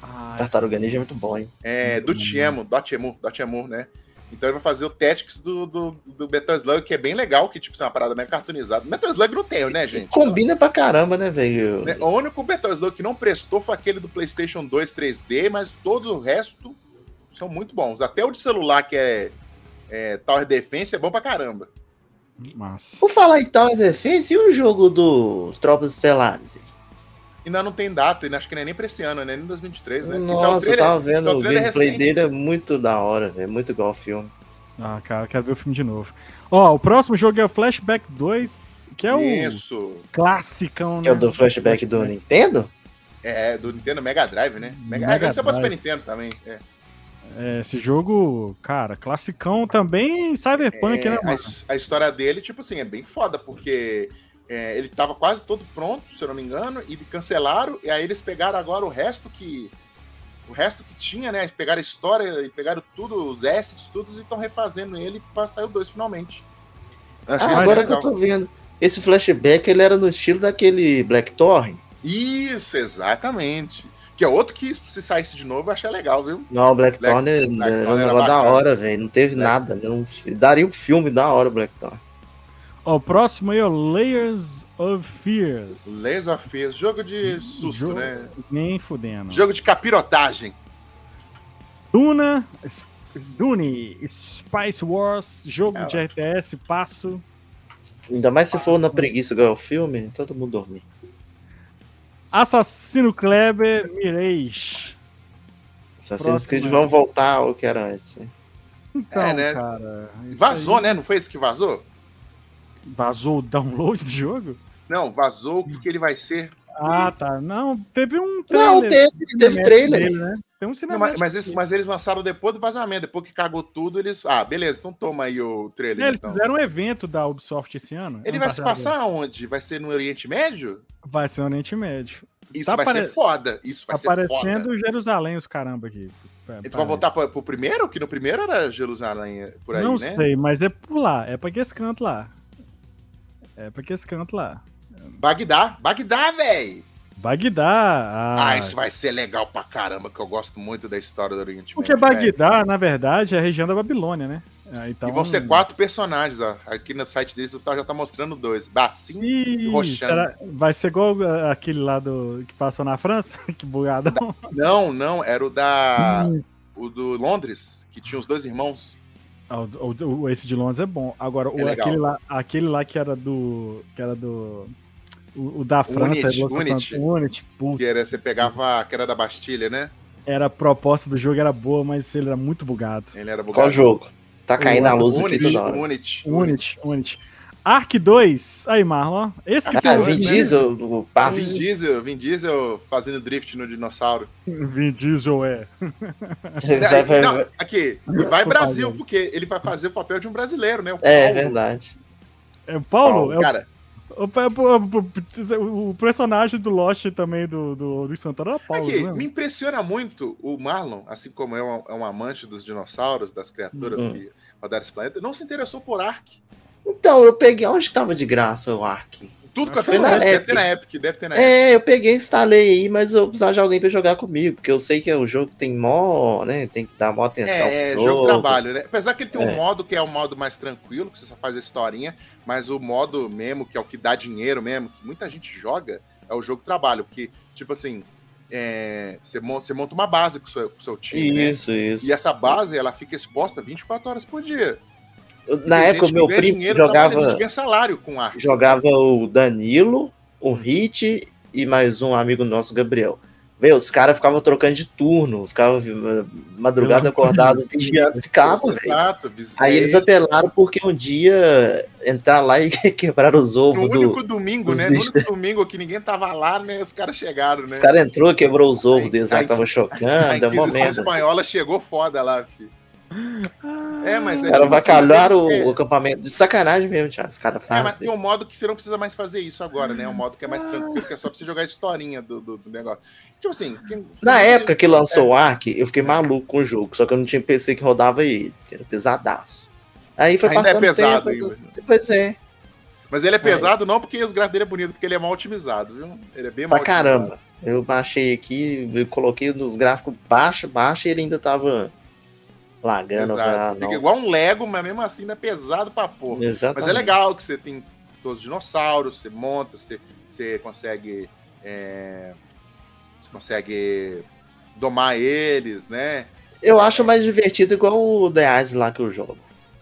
A: Ah,
B: Tartaruga Ninja é muito bom, hein?
C: É, do Tiemo, Dotemu, Dotemu, né? Então ele vai fazer o Tactics do, do, do Metal Slug, que é bem legal, que tipo, isso é uma parada meio cartunizada. Metal Slug não tem, né,
B: E
C: gente?
B: combina pra caramba, né, velho?
C: Né, O único Metal Slug que não prestou foi aquele do PlayStation 2 3D, mas todo o resto São muito bons. Até o de celular, que é, é Tower Defense, é bom pra caramba.
A: Massa.
B: Por falar em Tower Defense, e o jogo do Tropas Estelares?
C: Ainda não tem data, e acho que não é nem pra esse ano, não é nem 2023, né? Porque saiu o
B: Nossa, tá- eu
C: trailer-
B: tava vendo
C: saiu
B: o gameplay
C: recente.
B: dele, é muito da hora, velho. Muito igual o filme.
A: Ah, cara, quero ver o filme de novo. Ó, o próximo jogo é o Flashback 2, que é o
C: Isso.
A: classicão, né?
B: Que é o do flashback do Nintendo?
C: É, do Nintendo Mega Drive, né?
A: Mega
C: Mega, Mega é, você pode
A: Drive.
C: Super Nintendo também. É.
A: É, esse jogo, cara, classicão também cyberpunk,
C: É,
A: né,
C: a,
A: mano?
C: his- a história dele, tipo assim, é bem foda, porque é, ele tava quase todo pronto, se eu não me engano, e cancelaram, e aí eles pegaram agora o resto que. O resto que tinha, né? Eles Pegaram a história e pegaram tudo, os assets, tudo, e estão refazendo ele pra sair o 2 finalmente. Eu achei
B: Ah,
C: isso
B: agora que eu
C: é legal.
B: tô vendo. Esse flashback, ele era no estilo daquele Black Torre.
C: Isso, exatamente. Que é outro que, se saísse de novo, eu achei legal, viu?
B: Não, o Black,
C: Black-
B: Torre era um
C: Black Thorn era
B: negócio da
C: bacana.
B: hora, velho. Não teve
C: Black-
B: nada. Não, daria um filme da hora o Black Torre.
A: Ó, o próximo aí é o Layers of Fears.
C: Laser Fez, jogo de susto,
A: Jogo-
C: né?
A: Nem fudendo.
C: Jogo de capirotagem.
A: Duna, S- Dune, Spice Wars, jogo
C: É.
A: de RTS, passo.
B: Ainda mais se for na preguiça igual o filme, todo mundo dormir.
A: Assassino Kleber, Mirage.
B: Assassin's
A: Próximo,
B: Creed
A: né?
B: vão voltar ao que era antes. né?
A: Então,
C: É, né?
A: cara. isso
C: Vazou,
A: aí-
C: né? Não foi esse que vazou?
A: Vazou o download do jogo?
C: Não, vazou porque ele vai ser. Hum.
A: Ah, tá. Não, teve um
B: Não, teve, teve
A: cinemático
B: trailer.
A: dele, né? Tem um
C: Não,
A: cinema.
C: mas, mas isso- mas eles lançaram depois do vazamento, depois que cagou tudo, eles. Ah, beleza, então toma aí o trailer.
A: Eles
C: então.
A: fizeram um evento da Ubisoft esse ano.
C: Ele
A: ano
C: vai se
A: passado.
C: passar aonde? Vai ser no Oriente Médio?
A: Vai ser no Oriente Médio.
C: Isso
A: Tá
C: vai
A: apare-
C: ser foda. Isso vai ser foda.
A: Aparecendo Jerusalém, os caramba aqui.
C: E tu vai voltar pra- pro primeiro? Que no primeiro era Jerusalém por aí,
A: Não
C: né?
A: sei, mas é por lá. É pra que esse canto lá. É pra que esse canto lá.
C: Bagdá. Bagdá, véi!
A: Bagdá.
C: Ah,
A: Ah,
C: isso vai ser legal pra caramba, que eu gosto muito da história do Oriente Médio.
A: Porque
C: véi.
A: é Bagdá, na verdade, é a região da Babilônia, né? Ah, Então...
C: né? E vão ser quatro personagens, ó. Aqui no site deles o tal já tá mostrando dois. Bassim
A: Ih,
C: Roxana.
A: será- Vai ser igual ah, aquele lá do... que passou na França? que bugadão.
C: Não, não, era o da.
A: Hum.
C: O do Londres, que tinha os dois irmãos.
A: Ah, o- o- o- esse de Londres é bom. Agora, o-
C: É legal.
A: aquele, lá, aquele lá que era do. que era do. O, o da França,
C: Unity,
A: é louco,
C: Unity.
A: tanto- Unity, puta,
C: Que era, você pegava. Que era da Bastilha, né?
A: era a proposta do jogo, era boa, mas ele era muito bugado.
C: Ele era
B: Qual
C: bugado.
B: jogo? Tá caindo a luz aqui
C: Unity,
B: toda hora.
C: Unity, Unity.
A: Unity, Unity. Ark 2, aí, Marlon, ó. Esse que
C: Ah,
A: tem
B: Ah,
A: o
B: Vin
A: né?
B: Diesel, o passo.
C: Vin Diesel, Vin Diesel fazendo drift no dinossauro.
A: né? Vin Diesel é.
B: Vai- vai-
C: Não, aqui, vai
A: Tô
C: Brasil,
A: falando.
C: porque ele vai fazer o papel de um brasileiro, né? O
B: É, é
C: Paulo.
B: verdidade.
A: É o Paulo? É o-
C: Cara,
A: o, o- o- o personagem do Lost também, do, do, do Santana, era Paulo,
C: aqui,
A: né?
C: me impressiona muito o Marlon, assim como eu, é um- é um amante dos dinossauros, das criaturas
B: Uhum.
C: que rodaram esse planeta, não se interessou por Ark.
B: Então, eu peguei. Onde que tava de graça o Ark?
C: Tudo que
A: Acho
C: eu
A: que
C: tenho
A: foi
B: na
C: deve
B: Epic.
C: ter na Epic, deve ter na Epic.
B: É, eu peguei, instalei aí, mas eu precisava de alguém pra jogar comigo, porque eu sei que é um jogo que tem mó, né? Tem que dar mó atenção.
C: É, é
B: pro
C: jogo de trabalho, né? Apesar que ele tem um
B: um É.
C: modo que é o modo mais tranquilo, que você só faz a historinha, mas o modo mesmo, que é o que dá dinheiro mesmo, que muita gente joga, é o jogo de trabalho, porque, tipo assim, é, você, monta, você monta uma base pro seu, pro seu time, né?
B: Isso, isso.
C: E essa base, ela fica exposta 24 horas por dia.
B: Eu- Na
C: Tem gente
B: época, o
C: que
B: meu
C: ganha
B: primo
C: dinheiro trabalhando,
B: jogava,
C: ganha salário com arte.
B: jogava o Danilo, o Hit e mais um amigo nosso, Gabriel. Vê, os caras ficavam trocando de turno, ficavam eh, madrugada acordado, vigiando, ficava, velho.
C: Exato. bis-
B: Aí
C: é
B: eles
C: isso.
B: apelaram porque um dia entrar lá e quebraram os
C: No
B: ovos do.
C: único domingo,
B: dos
C: né? No
B: bichos.
C: único domingo que ninguém tava lá, né? Os caras chegaram,
B: Os
C: né?
B: caras entrou, quebrou os ovos
C: Aí-
B: deles
C: aí-
B: lá, tava
C: A
B: chocando, é mó
C: Inquisição né?
B: merda.
C: Espanhola chegou foda lá, filho. É, mas
B: Os caras
C: tipo assim,
B: vacalharam
C: mas é-
B: o, Ah, o acampamento de sacanagem mesmo, Thiago. Os caras
C: É, mas
B: fazem.
C: tem um modo que você não precisa mais fazer isso agora, né? É um modo que é mais tranquilo, que é só pra você jogar a historinha do, do, do negócio. Tipo assim. quem-
B: Na época que
C: é.
B: lançou o Ark, eu fiquei maluco com o jogo, só que eu não tinha PC que rodava ele, que era pesadaço. Aí foi
C: Ainda é
B: passando
C: pesado,
B: tempo,
C: ainda.
B: Pois é,
C: Mas ele é pesado não porque os gráficos dele é bonito, porque ele é mal otimizado, viu? Ele é bem mal
B: pra caramba. Eu baixei aqui, eu coloquei nos gráficos baixo, baixo, e ele ainda tava lagando. eu falei, ah,
C: Exato. Fica igual um Lego, mas mesmo assim ainda é pesado pra
B: não.
C: porra.
B: Exatamente.
C: Mas é legal que você tem todos os dinossauros, você monta, você, você consegue. é, você consegue domar eles, né?
B: Eu acho mais divertido igual o The Eyes lá que eu jogo.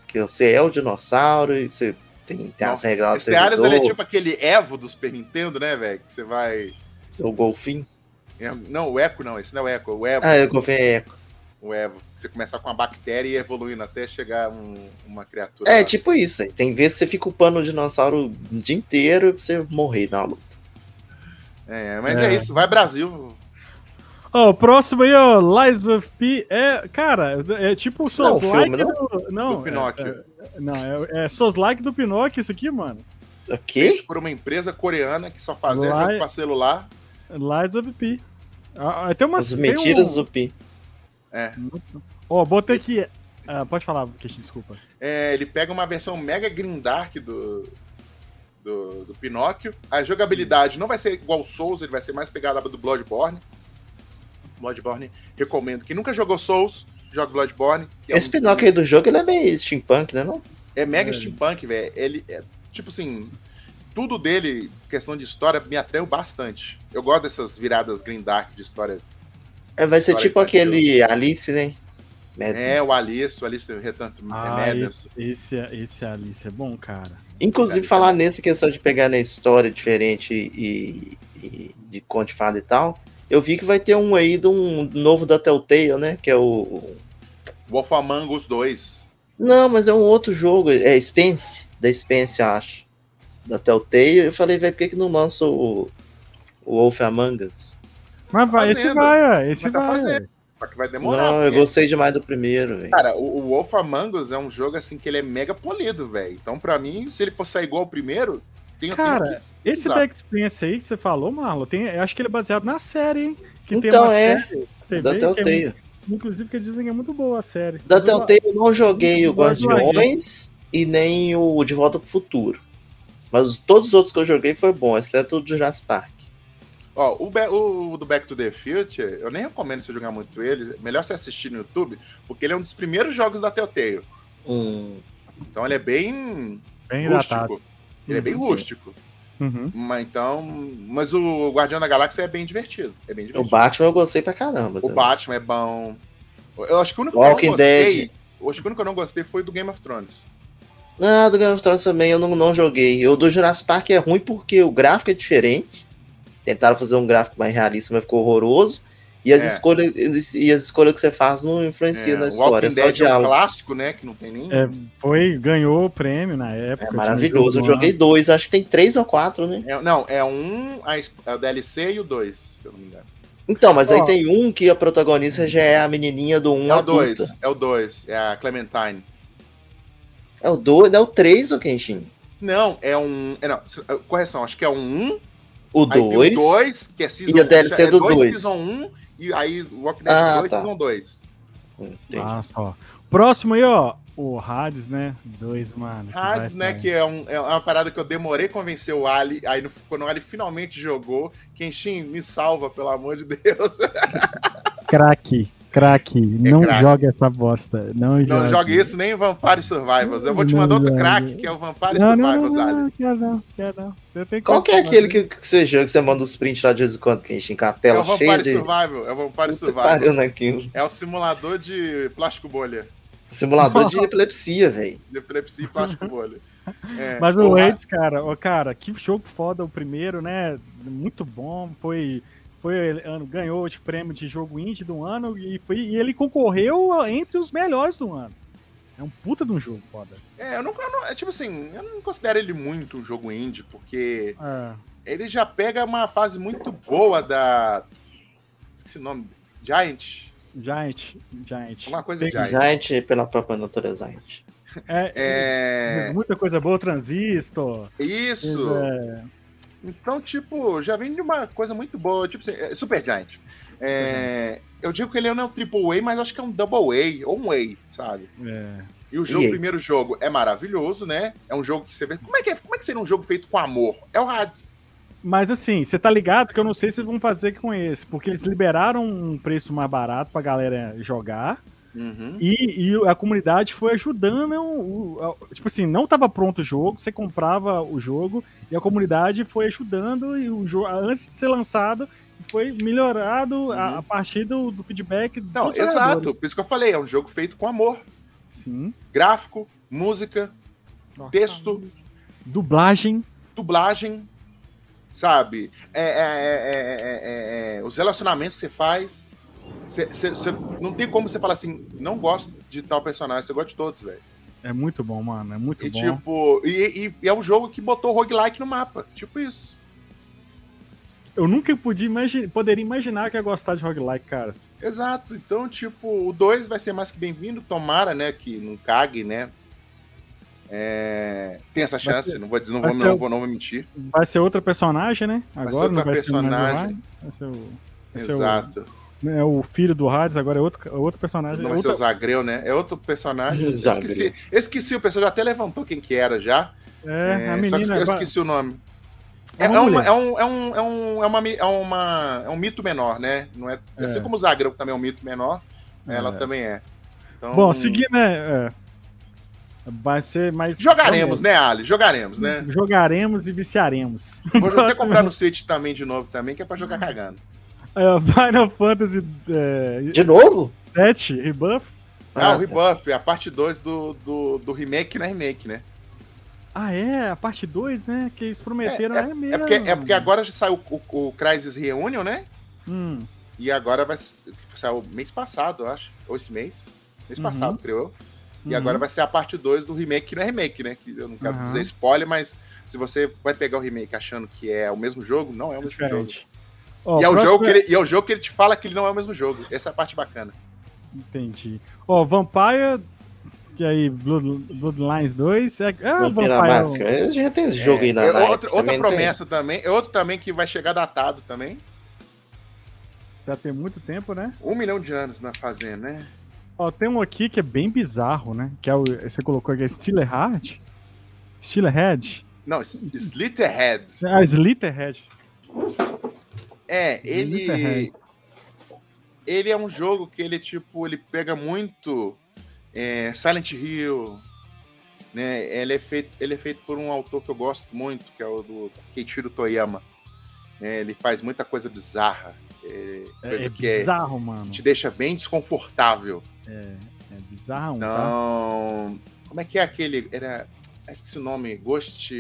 B: Que você é o dinossauro e você tem, tem as
C: Nossa,
B: regras lá do
C: Esse Ares
B: Ah, servidor,
C: ele é tipo aquele Evo do Super Nintendo, né, velho? Que você vai.
B: seu golfinho.
C: É, Não, o Eco não, esse não é o Eco, é o Evo.
B: Ah, eu golfinho é...
C: O Evo. Você começa com uma bactéria e evoluindo até chegar um- uma criatura.
B: É
C: lá.
B: tipo isso. aí. Tem vezes que você fica upando o dinossauro o dia inteiro pra você morrer na luta.
C: É, mas
A: É.
C: é. isso, vai Brasil.
A: Ó, o próximo aí, ó, Lies of P é. Cara, é tipo o
B: Isso não é um
A: Souls Like
B: filme, não?
A: do. Não,
C: Do Pinóquio.
A: É, é, não, é, é Souls Like do Pinóquio, isso aqui, mano.
B: O quê?
C: Por uma empresa coreana que só fazia
A: Lá- é
C: jogo pra celular.
A: Lies of P. Ah, ah, tem umas.
B: As
C: assim?
A: tem
B: mentiras
A: um-
B: do Pi.
A: Ó, botei aqui. Ah, pode falar, Kishin, desculpa.
C: É, ele pega uma versão mega grindark do, do, do Pinóquio. A jogabilidade não vai ser igual ao Souls, ele vai ser mais pegada do Bloodborne. Bloodborne, recomendo. Quem nunca jogou Souls, joga Bloodborne. que é
B: Esse
C: um-
B: Pinóquio aí do jogo ele é meio steampunk, né? Não?
C: É mega
A: É.
C: steampunk, velho. Ele é, tipo assim, tudo dele, questão de história, me atraiu bastante. Eu gosto dessas viradas green dark de história.
B: É, vai ser
C: Olha
B: tipo
C: que
B: aquele Alice, né?
C: É, o Alice, o Alice Retanto
B: É
A: Ah,
C: Remédios.
A: esse, esse, é- esse Alice é bom, cara.
B: Inclusive,
C: Sabe,
B: falar
C: sabe?
B: nessa questão de pegar na história diferente e, e de conto de fada e tal, eu vi que vai ter um aí de um novo da Telltale, né? Que é o.
C: Wolf Among Us 2.
B: Não, mas é um outro jogo, é Spence, da Spence, eu acho. Da Telltale. Eu falei, velho, por que, que não lança o, o Wolf Among Us?
A: Mas vai, esse
C: fazendo.
A: vai, ó, esse
C: Mas tá
A: vai.
C: fazendo. Só que vai demorar.
B: Não, eu
C: porque,
B: gostei demais do primeiro,
A: Tá,
B: velho.
C: Cara, o, o Wolf Among Us é um jogo assim que ele é mega polido, velho. Então, pra mim, se ele for sair igual o primeiro, tem eu tenho
A: Cara, esse
C: Exato.
A: da Experience aí que você falou, Marlon, tem, eu acho que ele é baseado na série, hein? Que tem
B: Então
A: uma
B: é,
A: série na TV,
B: da
A: que é muito-
B: Telltale.
A: Inclusive, que dizem que é muito boa a série.
B: Da
A: Mas eu-
B: Telltale eu não joguei o
A: Eu gosto do
B: Guardiões e nem o De Volta pro Futuro. Mas todos os outros que eu joguei foi bom, exceto o do Jurassic Park.
C: Ó, o, Be- o do Back to the Future, eu nem recomendo você jogar muito ele. Melhor você assistir no YouTube, porque ele é um dos primeiros jogos da Telltale.
B: Hum,
C: Então ele é bem
A: Bem datado.
C: rústico. Ele é bem
B: Uhum.
C: rústico.
A: Uhum.
C: Mas então. Mas o Guardião da Galáxia é bem divertido. É bem
B: o
C: divertido.
B: Batman eu gostei pra caramba.
C: O
B: também.
C: Batman é bom. Eu acho que o único que
B: Walking
C: eu não gostei.
B: Dead.
C: eu Acho que o único que eu não gostei foi do Game of Thrones.
B: Ah, do Game of Thrones também eu não, não joguei. O do Jurassic Park é ruim porque o gráfico é diferente. Tentaram fazer um gráfico mais realista, mas ficou horroroso. E as,
C: É.
B: escolhas, e as escolhas que você faz não influenciam
C: É,
B: na
C: o
B: história, é
C: Walking
B: só
C: Dead é um
B: diálogo.
C: clássico, né? Que não tem nem.
A: É, Foi, ganhou o prêmio na época.
B: É
A: de
B: maravilhoso. Eu
A: melhor
C: né?
B: joguei dois, acho que tem três ou quatro, né?
C: É- não, é um, a, es- a DLC e o 2, se eu não me engano.
B: Então, mas
A: Ó.
B: aí tem um que a protagonista já é a menininha do 1
C: É
B: ao
C: o
B: 2.
C: 2, é o 2, é a Clementine.
B: É o 2, é o 3, o Kenshin.
C: Não, é um. É, não, correção, acho que é um 1,
B: O
C: aí tem o
B: 2.
C: 2, que é Season
B: e a DLC
C: é
B: do
C: dois
B: dois.
C: Season 1, e aí Walking Dead
B: Ah,
C: 2,
B: tá.
C: Season 2.
A: Ah, só. Próximo aí, ó. O Hades, né? Dois, mano. que
C: Hades,
A: vai
C: né,
A: sair.
C: que é, um- é uma parada que eu demorei a convencer o Ali, aí no- quando o Ali finalmente jogou, Kenshin, me salva, pelo amor de Deus.
A: Craque, craque. não
C: É craque.
A: joga essa bosta. Não,
C: Não
A: joga.
C: joga isso nem Vampire Survivors. Eu vou te
A: Não
C: mandar outro
A: jogue.
C: craque, que é o Vampire
A: Não, não, não,
C: Survivors,
A: não,
C: Ali.
A: não, quero não, quero não. Eu tenho
B: Qual que é
A: coisa pra
B: aquele
A: fazer.
B: que, que você joga que você manda os prints lá de vez em quando, Kenshin, com a
C: É o
B: tela cheia
C: Vampire
B: de...
C: Survival, é o Vampire
B: Puta que
C: Survival.
B: pariu né, naquilo.
C: É o simulador de plástico bolha.
B: Simulador de epilepsia, velho.
C: De epilepsia e plástico bolha. É,
A: Mas o
C: porra,
A: Hades, cara, ó, cara, que jogo foda o primeiro, né? Muito bom, foi foi ano ganhou de prêmio de jogo indie do ano e foi e ele concorreu entre os melhores do ano. É um puta de um jogo foda.
C: É, eu não, eu não- é tipo assim, eu não considero ele muito um jogo indie, porque
A: É.
C: ele já pega uma fase muito boa da. Esqueci o nome. Giant?
A: Giant, Giant.
C: Alguma coisa
A: Tem-
C: Giant.
B: Gente, pela própria natureza, gente.
A: É,
C: É.
A: Muita coisa boa, Transistor.
C: Isso!
A: É,
C: Então, tipo, já vem de uma coisa muito boa, tipo assim, é, Super Giant. É, eu digo que ele não é um triple A, mas acho que é um double A ou um A, sabe?
A: é.
C: E o jogo,
B: E aí?
C: o primeiro jogo é maravilhoso, né? É um jogo que você vê. Como é que, é, como é que seria um jogo feito com amor? É o Hades.
A: Mas assim, você tá ligado que eu não sei se vão fazer com esse, porque eles liberaram um preço mais barato pra galera jogar.
C: Uhum.
A: E, e a comunidade foi ajudando. né, o- o- a- tipo assim, não estava pronto o jogo, você comprava o jogo e a comunidade foi ajudando e o jogo, antes de ser lançado, foi melhorado a, a partir do, do feedback dos
C: Uhum. Não,
A: jogadores.
C: exato. Por isso que eu falei, é um jogo feito com amor.
A: Sim.
C: Gráfico, música,
A: Nossa.
C: texto,
A: Dublagem.
C: dublagem, sabe? É, é, é, é, é, é, é, os relacionamentos que você faz. Você- você- você- não tem como você falar assim, não gosto de tal personagem, você gosta de todos, velho.
A: É muito bom, mano. É muito
C: E
A: bom.
C: tipo, e, e- e é um jogo que botou o roguelike no mapa. Tipo isso.
A: Eu nunca podia imagi- poderia imaginar que ia gostar de roguelike, cara.
C: Exato. Então, tipo, o 2 vai ser mais que bem-vindo. Tomara, né, que não cague, né? É, Tem essa
A: Vai
C: chance, não vou dizer, não
A: vai
C: vou,
A: ser
C: não,
A: o-
C: vou, não vou mentir.
A: Vai ser outra personagem, né? Agora
C: ser outra
A: não vai
C: personagem.
A: ser mais o Hades. Vai ser o. Vai
C: Exato.
A: ser o, é o filho do Hades, agora é outro, é outro personagem.
C: Não
A: é
C: vai ser
A: outra-
C: o Zagreu, né? É outro personagem.
B: Zagreu.
C: Esqueci, esqueci o pessoal, já até levantou quem que era já.
A: É, a
C: É, só que
A: menina.
C: eu
A: agora-
C: esqueci o nome.
A: É
C: É,
A: uma
C: é um-
A: mulher.
C: é um, é, um, é, um, é, uma, mi- é, uma, é um mito menor, né? Não é,
A: É.
C: Assim como o Zagreu que também é um mito menor, ela
A: É.
C: também é. Então,
A: Bom, seguir, né? é. Vai ser mais. Tá
C: Jogaremos, né, Ali? Jogaremos, né?
A: Jogaremos e viciaremos.
C: Vou até comprar no Switch também de novo também, que é pra jogar cagando.
A: É, Final Fantasy é,
B: De novo?
A: 7 Rebuff.
C: Ah,
B: Ah,
C: o Rebuff, a parte 2 do, do, do remake na remake, né?
A: Ah, é, a parte 2, né? Que eles prometeram.
C: É,
A: É, mesmo.
C: É porque, é porque agora já saiu o, o Crysis Reunion, né?
A: Hum,
C: E agora vai. s- Saiu mês passado, eu acho. Ou esse mês. Mês
A: Uhum.
C: passado, creio eu. E
A: uhum.
C: agora vai ser a parte 2 do remake, que não é remake, né? Que eu não quero
A: Aham.
C: dizer spoiler, mas se você vai pegar o remake achando que é o mesmo jogo, não é o mesmo jogo.
A: diferente. Ó,
C: E é, o
A: próximo
C: jogo que ele, e é o jogo que ele te fala que ele não é o mesmo jogo. Essa é a parte bacana.
A: Entendi. Ó, Vampire. Que aí, Blood- Bloodlines 2. É, é
B: Vampira
A: Vampire.
B: Máscara. Já tem esse jogo aí na
C: É,
B: Nike,
C: outra outra
B: também não tem?
C: promessa também. É outro também que vai chegar datado também.
A: Já tem muito tempo, né?
C: Um milhão de anos na fazenda, né?
A: Ó, tem um aqui que é bem bizarro, né? Que é o, você colocou aqui, é Steeler Heart? Steeler Head?
C: Não, S- Slitherhead.
A: Ah, Slitherhead.
C: É, ele.
A: Slitherhead.
C: Ele é um jogo que ele, tipo, ele pega muito é, Silent Hill. Né? Ele, é feito, ele é feito por um autor que eu gosto muito, que é o do Keiichiro Toyama. né, ele faz muita coisa bizarra. é, coisa
A: É, é
C: que é-
A: bizarro, mano.
C: te deixa bem desconfortável.
A: É bizarro, tá?
C: Então. Como é que é aquele. Era. ah, Esqueci o nome. Ghost.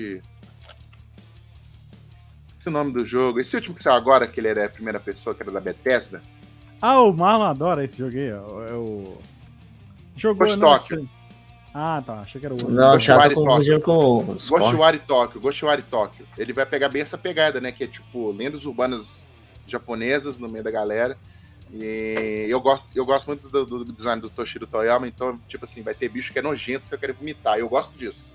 C: Esqueci o nome do jogo. Esse último que saiu agora, que ele era a primeira pessoa, que era da Bethesda.
A: Ah, o Marlon adora esse jogo aí, ó. É o... Jogou,
C: Ghost
A: não,
C: Tokyo.
A: sei. Ah, tá. Achei que era o outro.
B: Não, o Thiago
C: Ghostwire
B: tá confundindo com os cortes.
C: Ghostwire Tokyo, Ghostwire Tokyo. Ele vai pegar bem essa pegada, né? Que é tipo lendas urbanas japonesas no meio da galera. E eu gosto, eu gosto muito do, do design do Toshiro Toyama, então, tipo assim, vai ter bicho que é nojento se eu quero vomitar. Eu gosto disso.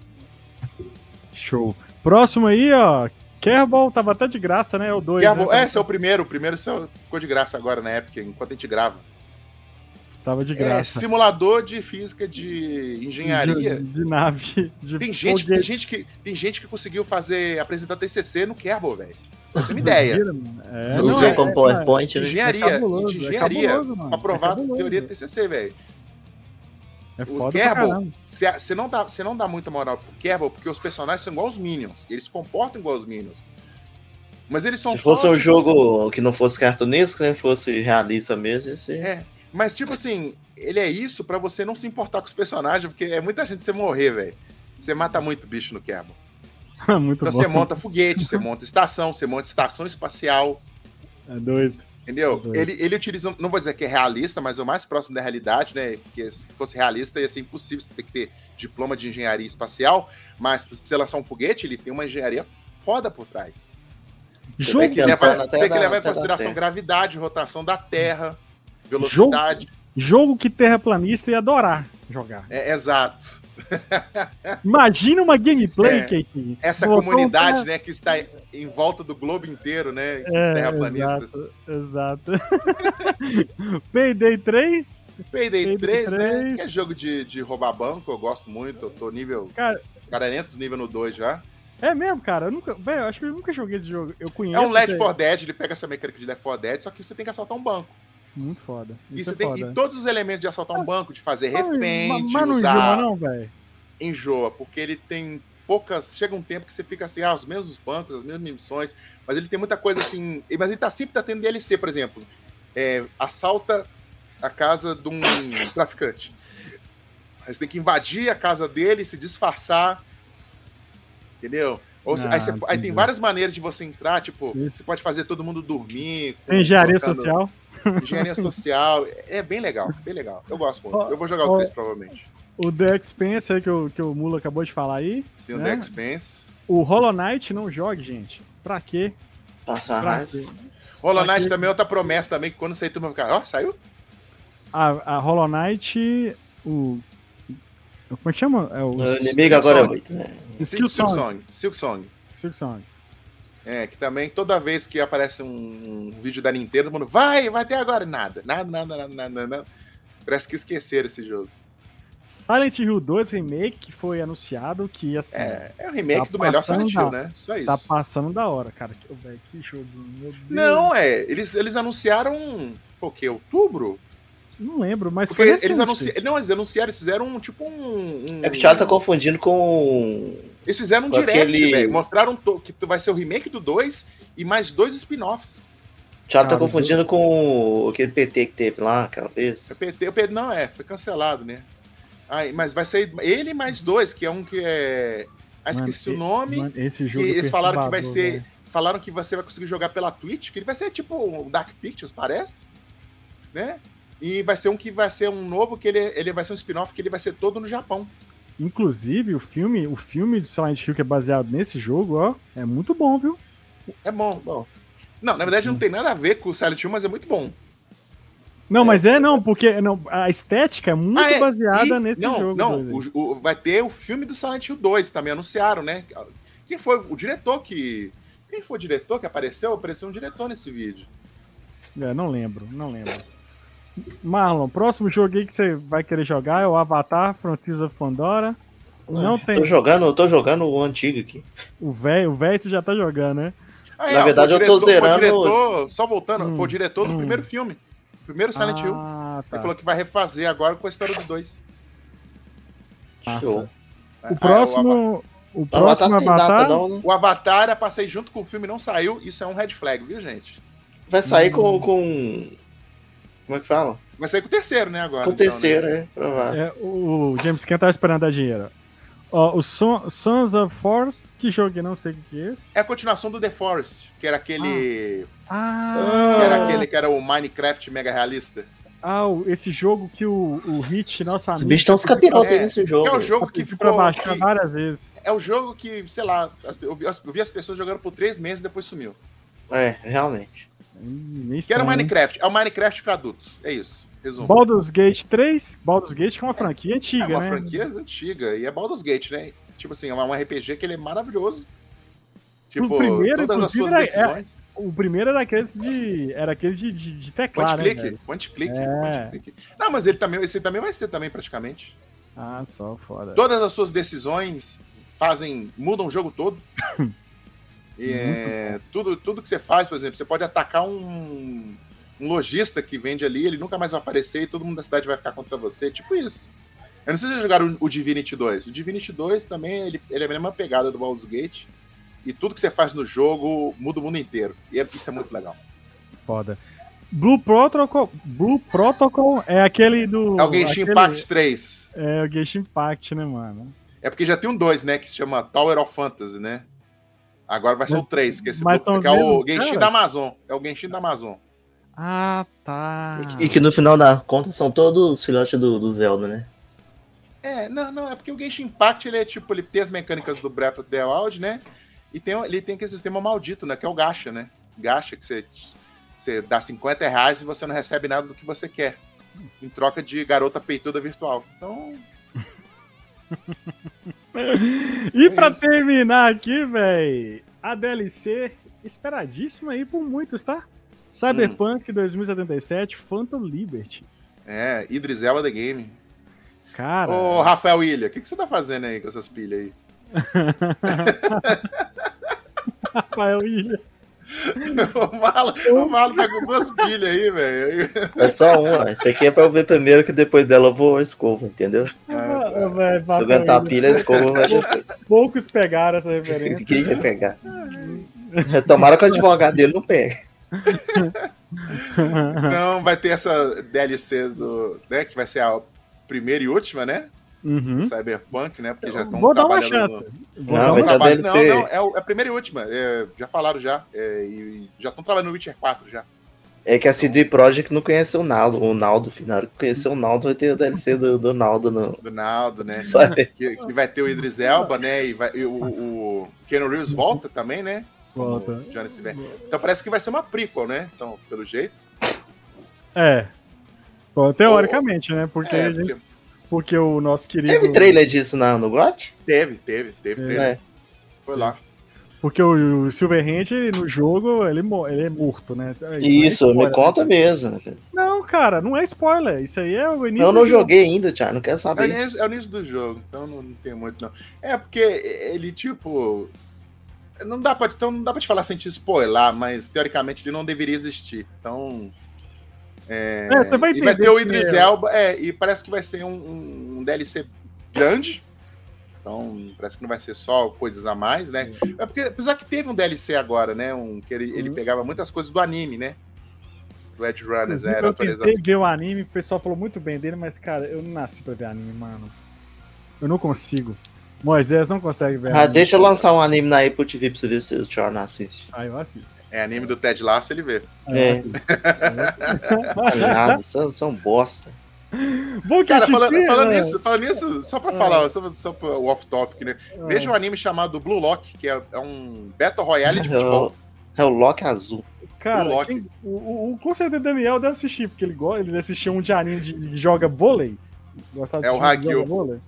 A: Show. Próximo aí, ó. Kerbal tava até de graça, né? É O 2.
C: Que é, bom.
A: né?
C: é, esse é o primeiro. O primeiro esse é o- ficou de graça agora na época, enquanto a gente grava.
A: Tava de
C: É,
A: graça.
C: simulador de física de engenharia.
A: De, de nave. De
C: Tem gente, tem,
A: foguete.
C: gente que, tem gente que conseguiu fazer apresentar TCC no Kerbal, velho. Não tem ideia.
A: Doideira, mano. É, não,
B: Usou
A: é-
B: como PowerPoint,
C: De
B: né?
C: engenharia,
A: É cabuloso,
C: de
A: é
C: engenharia,
A: cabuloso, mano,
C: pra
A: é
C: provar
A: cabuloso.
C: teoria TCC, velho.
A: É
C: O
A: foda pra
C: Kerbal.
A: caramba.
C: Você você não, dá- você não dá muita moral pro Kerbal, porque os personagens são igual os Minions. Eles se comportam igual os Minions. Mas eles são
B: Se fosse
C: só,
B: um
C: tipo
B: jogo que não fosse cartunesco, né? Fosse realista mesmo, esse...
C: É. Mas, tipo assim, ele é isso pra você não se importar com os personagens, porque é muita gente você morrer, velho. Você mata muito bicho no Kerbal.
A: Muito bom.
C: Então você monta foguete, você monta estação, você monta estação espacial,
A: É doido.
C: entendeu?
A: Doido.
C: Ele, ele utiliza, não vou dizer que é realista, mas é o mais próximo da realidade, né? Porque se fosse realista ia ser impossível, você tem que ter diploma de engenharia espacial, mas se lançar um foguete, ele tem uma engenharia foda por trás. Você
A: Jogo,
C: tem que é?
B: tentar
C: levar,
B: na
C: você
B: Terra
C: tem que levar em
B: até dar
C: consideração
B: certo.
C: gravidade, rotação da Terra, velocidade.
A: jogo que terraplanista ia adorar jogar.
C: É, exato.
A: Imagina uma gameplay,
C: É.
A: Keitinho.
C: essa
A: Botou um
C: comunidade, né, que está em volta do globo inteiro, né, os
A: É,
C: terraplanistas.
A: Exato. exato. Payday 3.
C: Payday 3, né, que é jogo de, de roubar banco, eu gosto muito, eu tô nível...
A: Cara-
C: 400 nível no 2 já.
A: É mesmo, cara. Eu nunca, velho, eu acho que eu nunca joguei esse jogo. Eu
C: É
A: conheço.
C: um Left
A: esse-
C: 4 Dead, ele pega essa mecânica de Left 4 Dead, só que você tem que assaltar um banco.
A: Muito foda.
C: E,
A: Isso
C: você
A: é
C: tem,
A: foda. Ah,
C: e todos os elementos de assaltar um banco, de fazer refém,
A: Mas-
C: de
A: mas não
C: usar...
A: enjoa, não, velho.
C: enjoa, porque ele tem poucas. Chega um tempo que você fica assim, ah, os mesmos bancos, as mesmas missões, mas ele tem muita coisa assim. Mas ele tá sempre tá tendo DLC, por exemplo. É, assalta a casa de um traficante. Aí você tem que invadir a casa dele, se disfarçar. Entendeu? Ou se-
A: Ah,
C: aí, você- aí
A: entendi.
C: tem várias maneiras de você entrar, tipo,
A: Isso.
C: você pode fazer todo mundo dormir. com-
A: Tem engenharia
C: colocando-
A: social.
C: Engenharia social. É bem legal, bem legal. Eu gosto
A: Ó,
C: muito. Eu vou jogar
A: ó.
C: o 3, provavelmente.
A: O The Expense aí que o, que o Mula acabou de falar aí.
C: Sim, o
A: né?
C: The Expense.
A: O Hollow Knight não jogue, gente. Pra quê?
B: Passa uma
A: Pra
B: raiva.
A: quê? Só
C: Hollow
A: que-
C: Knight também é outra promessa também, que quando sair, tu vai ficar, ó, saiu?
A: A, a Hollow Knight, o. Como é que chama? É o.
B: O inimigo agora é muito, né?
A: Silk Song.
C: Song. Silk Song.
A: Silk Song.
C: É, que também toda vez que aparece um vídeo da Nintendo, todo mundo vai, vai até agora. Nada, nada, nada, nada, nada, nada. Parece que esqueceram esse jogo.
A: Silent Hill 2 Remake, que foi anunciado, que assim,
C: É, é o remake
A: Tá
C: do melhor
A: passando
C: Silent Hill,
A: da-
C: né? Só isso.
A: tá passando da hora, cara. Que, velho, que joguinho, meu Deus.
C: Não, é, eles, eles anunciaram, o quê? Outubro?
A: Não lembro, mas
C: Porque
A: foi
C: eles
A: recente.
C: anunciaram, não, eles anunciaram, eles fizeram um, tipo um... um-
B: É que o Thiago tá confundindo com.
C: Eles fizeram um
B: com
C: direct,
B: aquele-
C: velho. Mostraram to- que tu- vai ser o remake do 2 e mais dois spin-offs.
B: O Thiago
A: Cara,
B: tá confundindo com aquele PT que teve lá aquela vez.
C: O PT, o PT, não, é, foi cancelado, né? Aí, mas vai sair ele e mais dois, que é um que é... Ah,
A: Mano,
C: esqueci
A: e-
C: o nome.
A: Mano, esse
C: que
A: jogo é
C: eles falaram que vai
A: perturbador,
C: ser.
A: velho.
C: Falaram que você vai conseguir jogar pela Twitch, que ele vai ser tipo um Dark Pictures, parece. Né? E vai ser um que vai ser um novo, que ele, ele vai ser um spin-off que ele vai ser todo no Japão.
A: Inclusive, o filme, o filme de Silent Hill que é baseado nesse jogo, ó, é muito bom, viu?
C: É bom.
B: Bom,
C: Não, na verdade não tem nada a ver com o Silent Hill, mas é muito bom.
A: Não, mas é não, porque não, a estética é muito
C: Ah, é,
A: baseada
C: E-
A: nesse
C: não,
A: jogo.
C: Não,
A: doido.
C: o- o- vai ter o filme do Silent Hill 2 também, anunciaram, né? Quem foi o diretor que. Quem foi o diretor que apareceu? Apareceu um diretor nesse vídeo.
A: É, não lembro, não lembro. Marlon, próximo jogo aí que você vai querer jogar é o Avatar Frontiers of Pandora. Não tem.
B: Tô jogando, eu tô jogando o antigo aqui.
A: O velho, o velho você já tá jogando, né?
C: Ah,
B: Na
C: foi
B: verdade,
C: o
B: eu tô
C: diretor- foi o
B: zerando-
C: diretor- só voltando,
A: Hum,
C: foi o diretor do
A: hum.
C: primeiro filme. Primeiro Silent Hill.
A: Ah,
C: Ele
A: tá.
C: falou que vai refazer agora com a história do 2.
A: Massa.
B: Show.
C: é,
A: O próximo, o próximo
B: Avatar tem data,
A: Avatar,
B: não, né?
C: O Avatar, eu passei junto com o filme e não saiu. Isso é um red flag, viu, gente?
B: Vai sair com, com. Como é que fala?
C: Vai sair com o terceiro, né, agora.
B: Com o
C: então, né?
B: terceiro, é. Provável.
A: é, o James Ken tá esperando dar dinheiro. Ó, o Son- Sons of Force, que jogo que não sei o que que é esse.
C: É a continuação do The Forest, que era aquele.
A: Ah,
C: Que era aquele que era o Minecraft mega realista.
A: ah, o- esse jogo que o, o Hit, nosso
B: Os
A: amigo,
B: bichos estão uns capirotos aí
C: É,
B: nesse
C: Que é
B: jogo.
C: o jogo que
A: pediu pra né?
C: ficou.
A: baixar
C: que-
A: várias vezes.
C: é o jogo que, sei lá, as- eu vi, as- eu vi as pessoas jogando por três meses e depois sumiu.
B: É, realmente.
A: Hum, meio
C: Que
A: estranho,
C: era o
A: hein?
C: Minecraft. É o Minecraft pra adultos. É isso. Resumo.
A: Baldur's Gate 3, Baldur's Gate que é uma franquia antiga,
C: é uma
A: né?
C: franquia antiga. E é Baldur's Gate, né? Tipo assim, é um RPG que ele é maravilhoso. Tipo,
A: O primeiro,
C: todas as
A: inclusive,
C: suas
A: era- é-
C: decisões.
A: O primeiro era aquele de, era aquele de, de, de
C: Point
A: teclado, né,
C: click,
A: velho?
C: point click,
A: É.
C: point click. Não, mas ele também, esse também vai ser também praticamente.
A: Ah, só foda.
C: É. Todas as suas decisões fazem, mudam o jogo todo. E, é, tudo, tudo que você faz, por exemplo, você pode atacar um, um lojista que vende ali, ele nunca mais vai aparecer e todo mundo da cidade vai ficar contra você, tipo isso. Eu não sei se vocês jogaram o Divinity 2. O Divinity 2 também ele, ele é a mesma pegada do Baldur's Gate. E tudo que você faz no jogo muda o mundo inteiro. E é- isso é muito legal.
A: Foda. Blue Protocol, Blue Protocol é aquele do
C: É o Genshin
A: aquele-
C: Impact 3.
A: É o Genshin Impact, né, mano?
C: É porque já tem um 2, né? Que se chama Tower of Fantasy, né? Agora vai ser o
A: Mas-
C: 3, que, esse
A: mas
C: outro-
A: tão
C: que é o
A: vendo,
C: Genshin
A: cara?
C: da Amazon. É o Genshin da Amazon.
A: Ah, tá.
B: E que- E que no final da conta são todos filhotes do, do Zelda, né?
C: É, não, não, é porque o Genshin Impact, ele é tipo, ele tem as mecânicas do Breath of the Wild, né? E tem, ele tem aquele sistema maldito, né? Que é o gacha, né? Gacha, que você, você dá 50 reais e você não recebe nada do que você quer. Em troca de garota peituda virtual. Então,
A: E pra
C: isso.
A: terminar aqui, velho, a DLC esperadíssima aí por muitos, tá?
C: Hum.
A: Cyberpunk 2077, Phantom Liberty.
C: é, Idris Elba The Game.
A: Cara,
C: Ô, Rafael Ilha, o que, que você tá fazendo aí com essas pilhas aí?
A: Rafael Ilha.
C: O Malo, o Malo tá com duas pilhas aí, velho.
B: um, É só uma. Esse aqui é pra eu ver primeiro, que depois dela eu vou à escova, entendeu?
C: Ah, tá.
A: velho,
B: Se eu aguentar a pilha, escova vai
A: Poucos pegaram essa referência.
B: queria é pegar. É, Tomara que o advogado dele não pegue.
C: Não, então, vai ter essa DLC do. Né, que vai ser a primeira e última, né?
A: Uhum.
C: Cyberpunk, né? Porque já estão
A: Vou dar uma
C: trabalhando
A: chance.
C: no-
A: Vou
B: Hum? Não,
A: dar
B: vai
A: uma
B: dar
A: chance.
C: trabalho-
B: deve ser-
C: Não, não, é o- é a primeira e última. É, já falaram já. É, e já estão trabalhando no Witcher 4 já.
B: É que a CD Projekt não conhece o Naldo. O Naldo, final, que conheceu o Naldo, vai ter o DLC do, do Naldo. No...
C: Do Naldo, né?
B: Sabe?
C: Que, que vai ter o Idris Elba, né? E, vai- e o, o Keanu Reeves volta também, né? Como
A: Volta.
C: Johnny Silver. Então parece que vai ser uma prequel, né? Então, pelo jeito.
A: É. Bom, teoricamente, né? Porque,
C: É,
A: a gente-
C: porque-
A: porque o nosso querido.
B: Teve trailer disso na, no GOT?
C: teve, teve, teve. teve.
B: É.
C: Foi lá.
A: Porque o, o Silverhand, ele, no jogo, ele, mo- ele é morto, né? Isso, não é
B: Isso, me
A: spoiler. né?
B: conta mesmo.
A: Não, cara, não é spoiler. Isso aí é o início.
B: Eu não
A: do jogo.
B: joguei ainda, Thiago, não quero
C: É o
B: saber.
C: início, é o início do jogo, então não, não tem muito, não. É porque ele, tipo. Não dá pra, então, não dá pra te falar sem te spoiler, mas teoricamente ele não deveria existir. Então. É,
A: É, você vai
C: e vai
A: entender
C: ter o
A: que
C: Idris
A: é.
C: Elba, é, e parece que vai ser um, um- um DLC grande. Então, parece que não vai ser só coisas a mais, né? É porque, apesar que teve um DLC agora, né? Um, que ele, ele
A: Uhum.
C: pegava muitas coisas do anime, né? Do Edge Runners, né? Era
A: Eu
C: atualização.
A: tentei ver o anime, o pessoal falou muito bem dele, mas, cara, eu não nasci pra ver anime, mano. Eu não consigo. Moisés não consegue ver
B: Ah,
A: anime.
B: deixa eu lançar um anime na Apple TV pra você ver se o Thiago não assiste.
A: Aí Ah, eu assisto.
C: É anime do Ted Lasso, ele vê.
A: Aí eu
B: É.
A: assisto.
B: Nada, são, são bosta.
A: Bom que
C: Cara,
A: a gente
C: falando,
A: vê,
C: falando
A: né?
C: nisso, falando nisso, só pra
A: É.
C: falar, só, só pra- o off-topic, né?
A: Ah,
C: Veja um anime chamado Blue Lock, que é, é um Battle Royale de
B: É
C: futebol.
B: o, é o Loki azul.
A: cara,
C: o Loki.
A: quem- o, o, o- com certeza o Daniel deve assistir, porque ele, gosta, ele assistiu um de anime de, que joga vôlei. Gostava de
C: É o
A: assistir um que
C: Hagyu.
A: joga vôlei.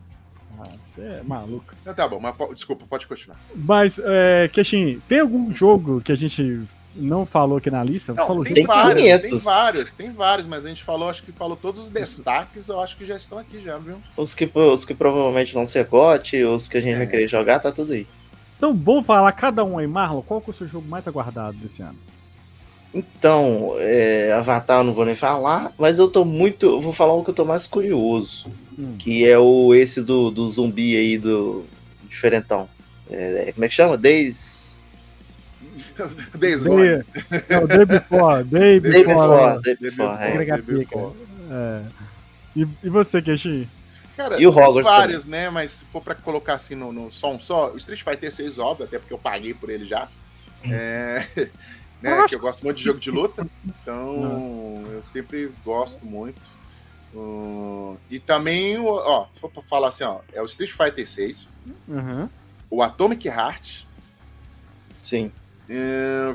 A: Ah, você é maluco.
C: Então tá bom, mas po- desculpa, pode continuar.
A: Mas, é, Keixin, tem algum jogo que a gente não falou aqui na lista?
C: Não,
A: falou
C: tem
A: junto?
C: vários,
B: 500.
C: tem vários, tem vários, mas a gente falou, acho que falou todos os destaques, eu acho que já estão aqui já, viu?
B: Os que, os que provavelmente vão ser GOT, os que a
A: É.
B: gente vai querer jogar, tá tudo aí.
A: Então, bom falar cada um aí. Marlon, qual que é o seu jogo mais aguardado desse ano?
B: Então, é, Avatar eu não vou nem falar, mas eu tô muito. eu Vou falar um que eu tô mais curioso.
A: Hum.
B: Que é o esse do, do zumbi aí do. Diferentão. É, é, como é que chama? Days.
C: Days Gone.
A: Day, não, É Day Before, Day
B: Day
A: Before.
B: Before. Day
C: Day
B: Before, é.
C: Before.
A: Obrigado,
C: Day Before.
A: É. E, e você, Keixin?
C: Cara,
B: E o
C: tem
B: Hogwarts
C: vários, né? Mas se for pra colocar assim no, no som só, o Street Fighter 6, óbvio, até porque eu paguei por ele já. É, né, que eu gosto muito de jogo de luta. Então, eu sempre gosto muito. Hum, e também, o- ó, se for pra falar assim, ó, é o Street Fighter 6,
A: Uhum.
C: o Atomic Heart.
B: Sim.
C: é,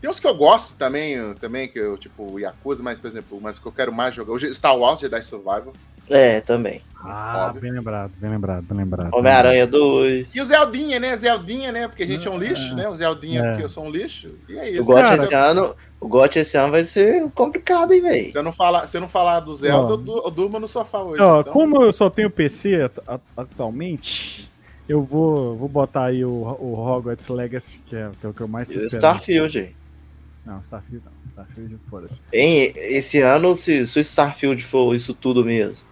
C: Tem uns que eu gosto também, eu- também que eu, tipo, o Yakuza, mas, por exemplo, mas que eu quero mais jogar. O Star Wars Jedi Survival.
B: É, também.
A: Ah,
C: Óbvio.
A: bem lembrado, bem lembrado, bem lembrado.
B: Homem-Aranha 2.
C: E o Zeldinha, né? Zeldinha, né? Porque a gente é um lixo, né? O Zeldinha,
A: É.
C: porque eu sou um lixo. E é isso.
B: O GOT
A: Cara.
B: esse ano. O GOT esse ano vai ser complicado, hein, véi?
C: Se eu não falar, se eu não falar do Zelda,
A: Ó.
C: eu, du- eu durmo no sofá hoje.
A: Ó,
C: então.
A: como eu só tenho PC at- at- atualmente, eu vou, vou botar aí o, o Hogwarts Legacy, que é, que é o que eu mais tô
B: E o
A: esperando.
B: Starfield.
A: Não, Starfield não. Starfield, foda-se.
B: Hein, esse ano, se, se o Starfield for isso tudo mesmo.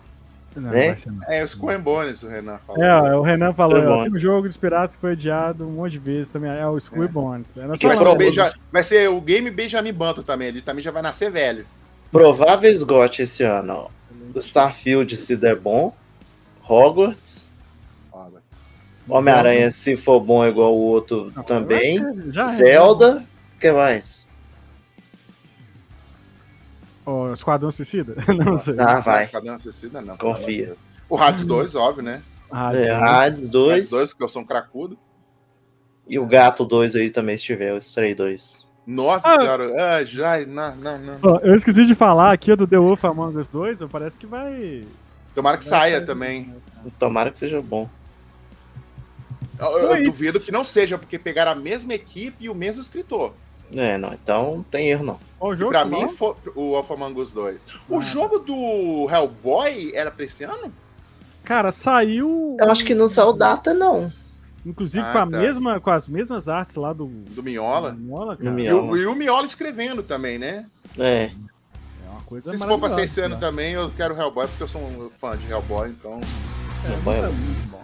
A: Não,
B: Né?
A: vai ser não.
C: É os Coembones, o Renan falou.
A: É, o Renan falou,
B: Square
A: ó,
B: Bones.
A: tem um jogo dos piratas que foi adiado um monte de vezes também. É o Squibons. É. Era
C: Que
A: só
C: vai, ser
A: falar,
C: o
B: Pro-
C: Benja- vai ser o game Benjamin Banto também. Ele também já vai nascer velho.
B: Prováveis GOT esse ano, ó. O Starfield, se der bom. Hogwarts.
C: Ó,
B: Homem-Aranha, se for bom igual o outro
A: Não,
B: também.
A: vai ser, já é.
B: Zelda. O que mais?
A: Ó, Esquadrão Suicida? Não sei.
B: Ah, vai.
C: Cadê uma suicida? Não.
B: Confia.
C: pelo amor de Deus. O Hades 2, óbvio, né?
A: Ah,
B: É,
A: sim.
B: Hades
C: Hades
B: 2.
C: 2, porque eu sou um cracudo.
B: E o Gato 2 aí também, se tiver, o Stray 2.
C: Nossa
A: Ah.
C: senhora. Ah, já. Não, não, não.
A: Ó, eu esqueci de falar aqui do The Wolf Among Us 2, ó, parece que vai...
C: Tomara que saia
A: vai-
C: também.
B: Tomara que seja bom.
C: Eu, eu
A: Não é isso.
C: duvido que não seja, porque pegaram a mesma equipe e o mesmo escritor.
B: É, não, então não tem erro, não.
A: Ó, o
C: Que
A: jogo
C: pra
A: que
C: mim
A: fala?
C: foi o Alpha Mangus 2. O
A: Ah.
C: jogo do Hellboy era pra esse ano?
A: Cara, saiu...
B: Eu acho que não saiu data, não.
A: Inclusive
C: Ah,
A: com, a
C: tá.
A: mesma, com as mesmas artes lá do...
C: Do Miola?
A: Miola,
B: Do
A: cara.
C: E
B: Miola.
C: o, e o Miola escrevendo também, né?
B: É.
A: É uma coisa
C: Se isso for pra
A: maravilhosa,
C: ser esse ano
A: né?
C: também, eu quero Hellboy, porque eu sou um fã de Hellboy, então.
A: É,
B: Vai,
A: tá
B: vai.
A: muito bom.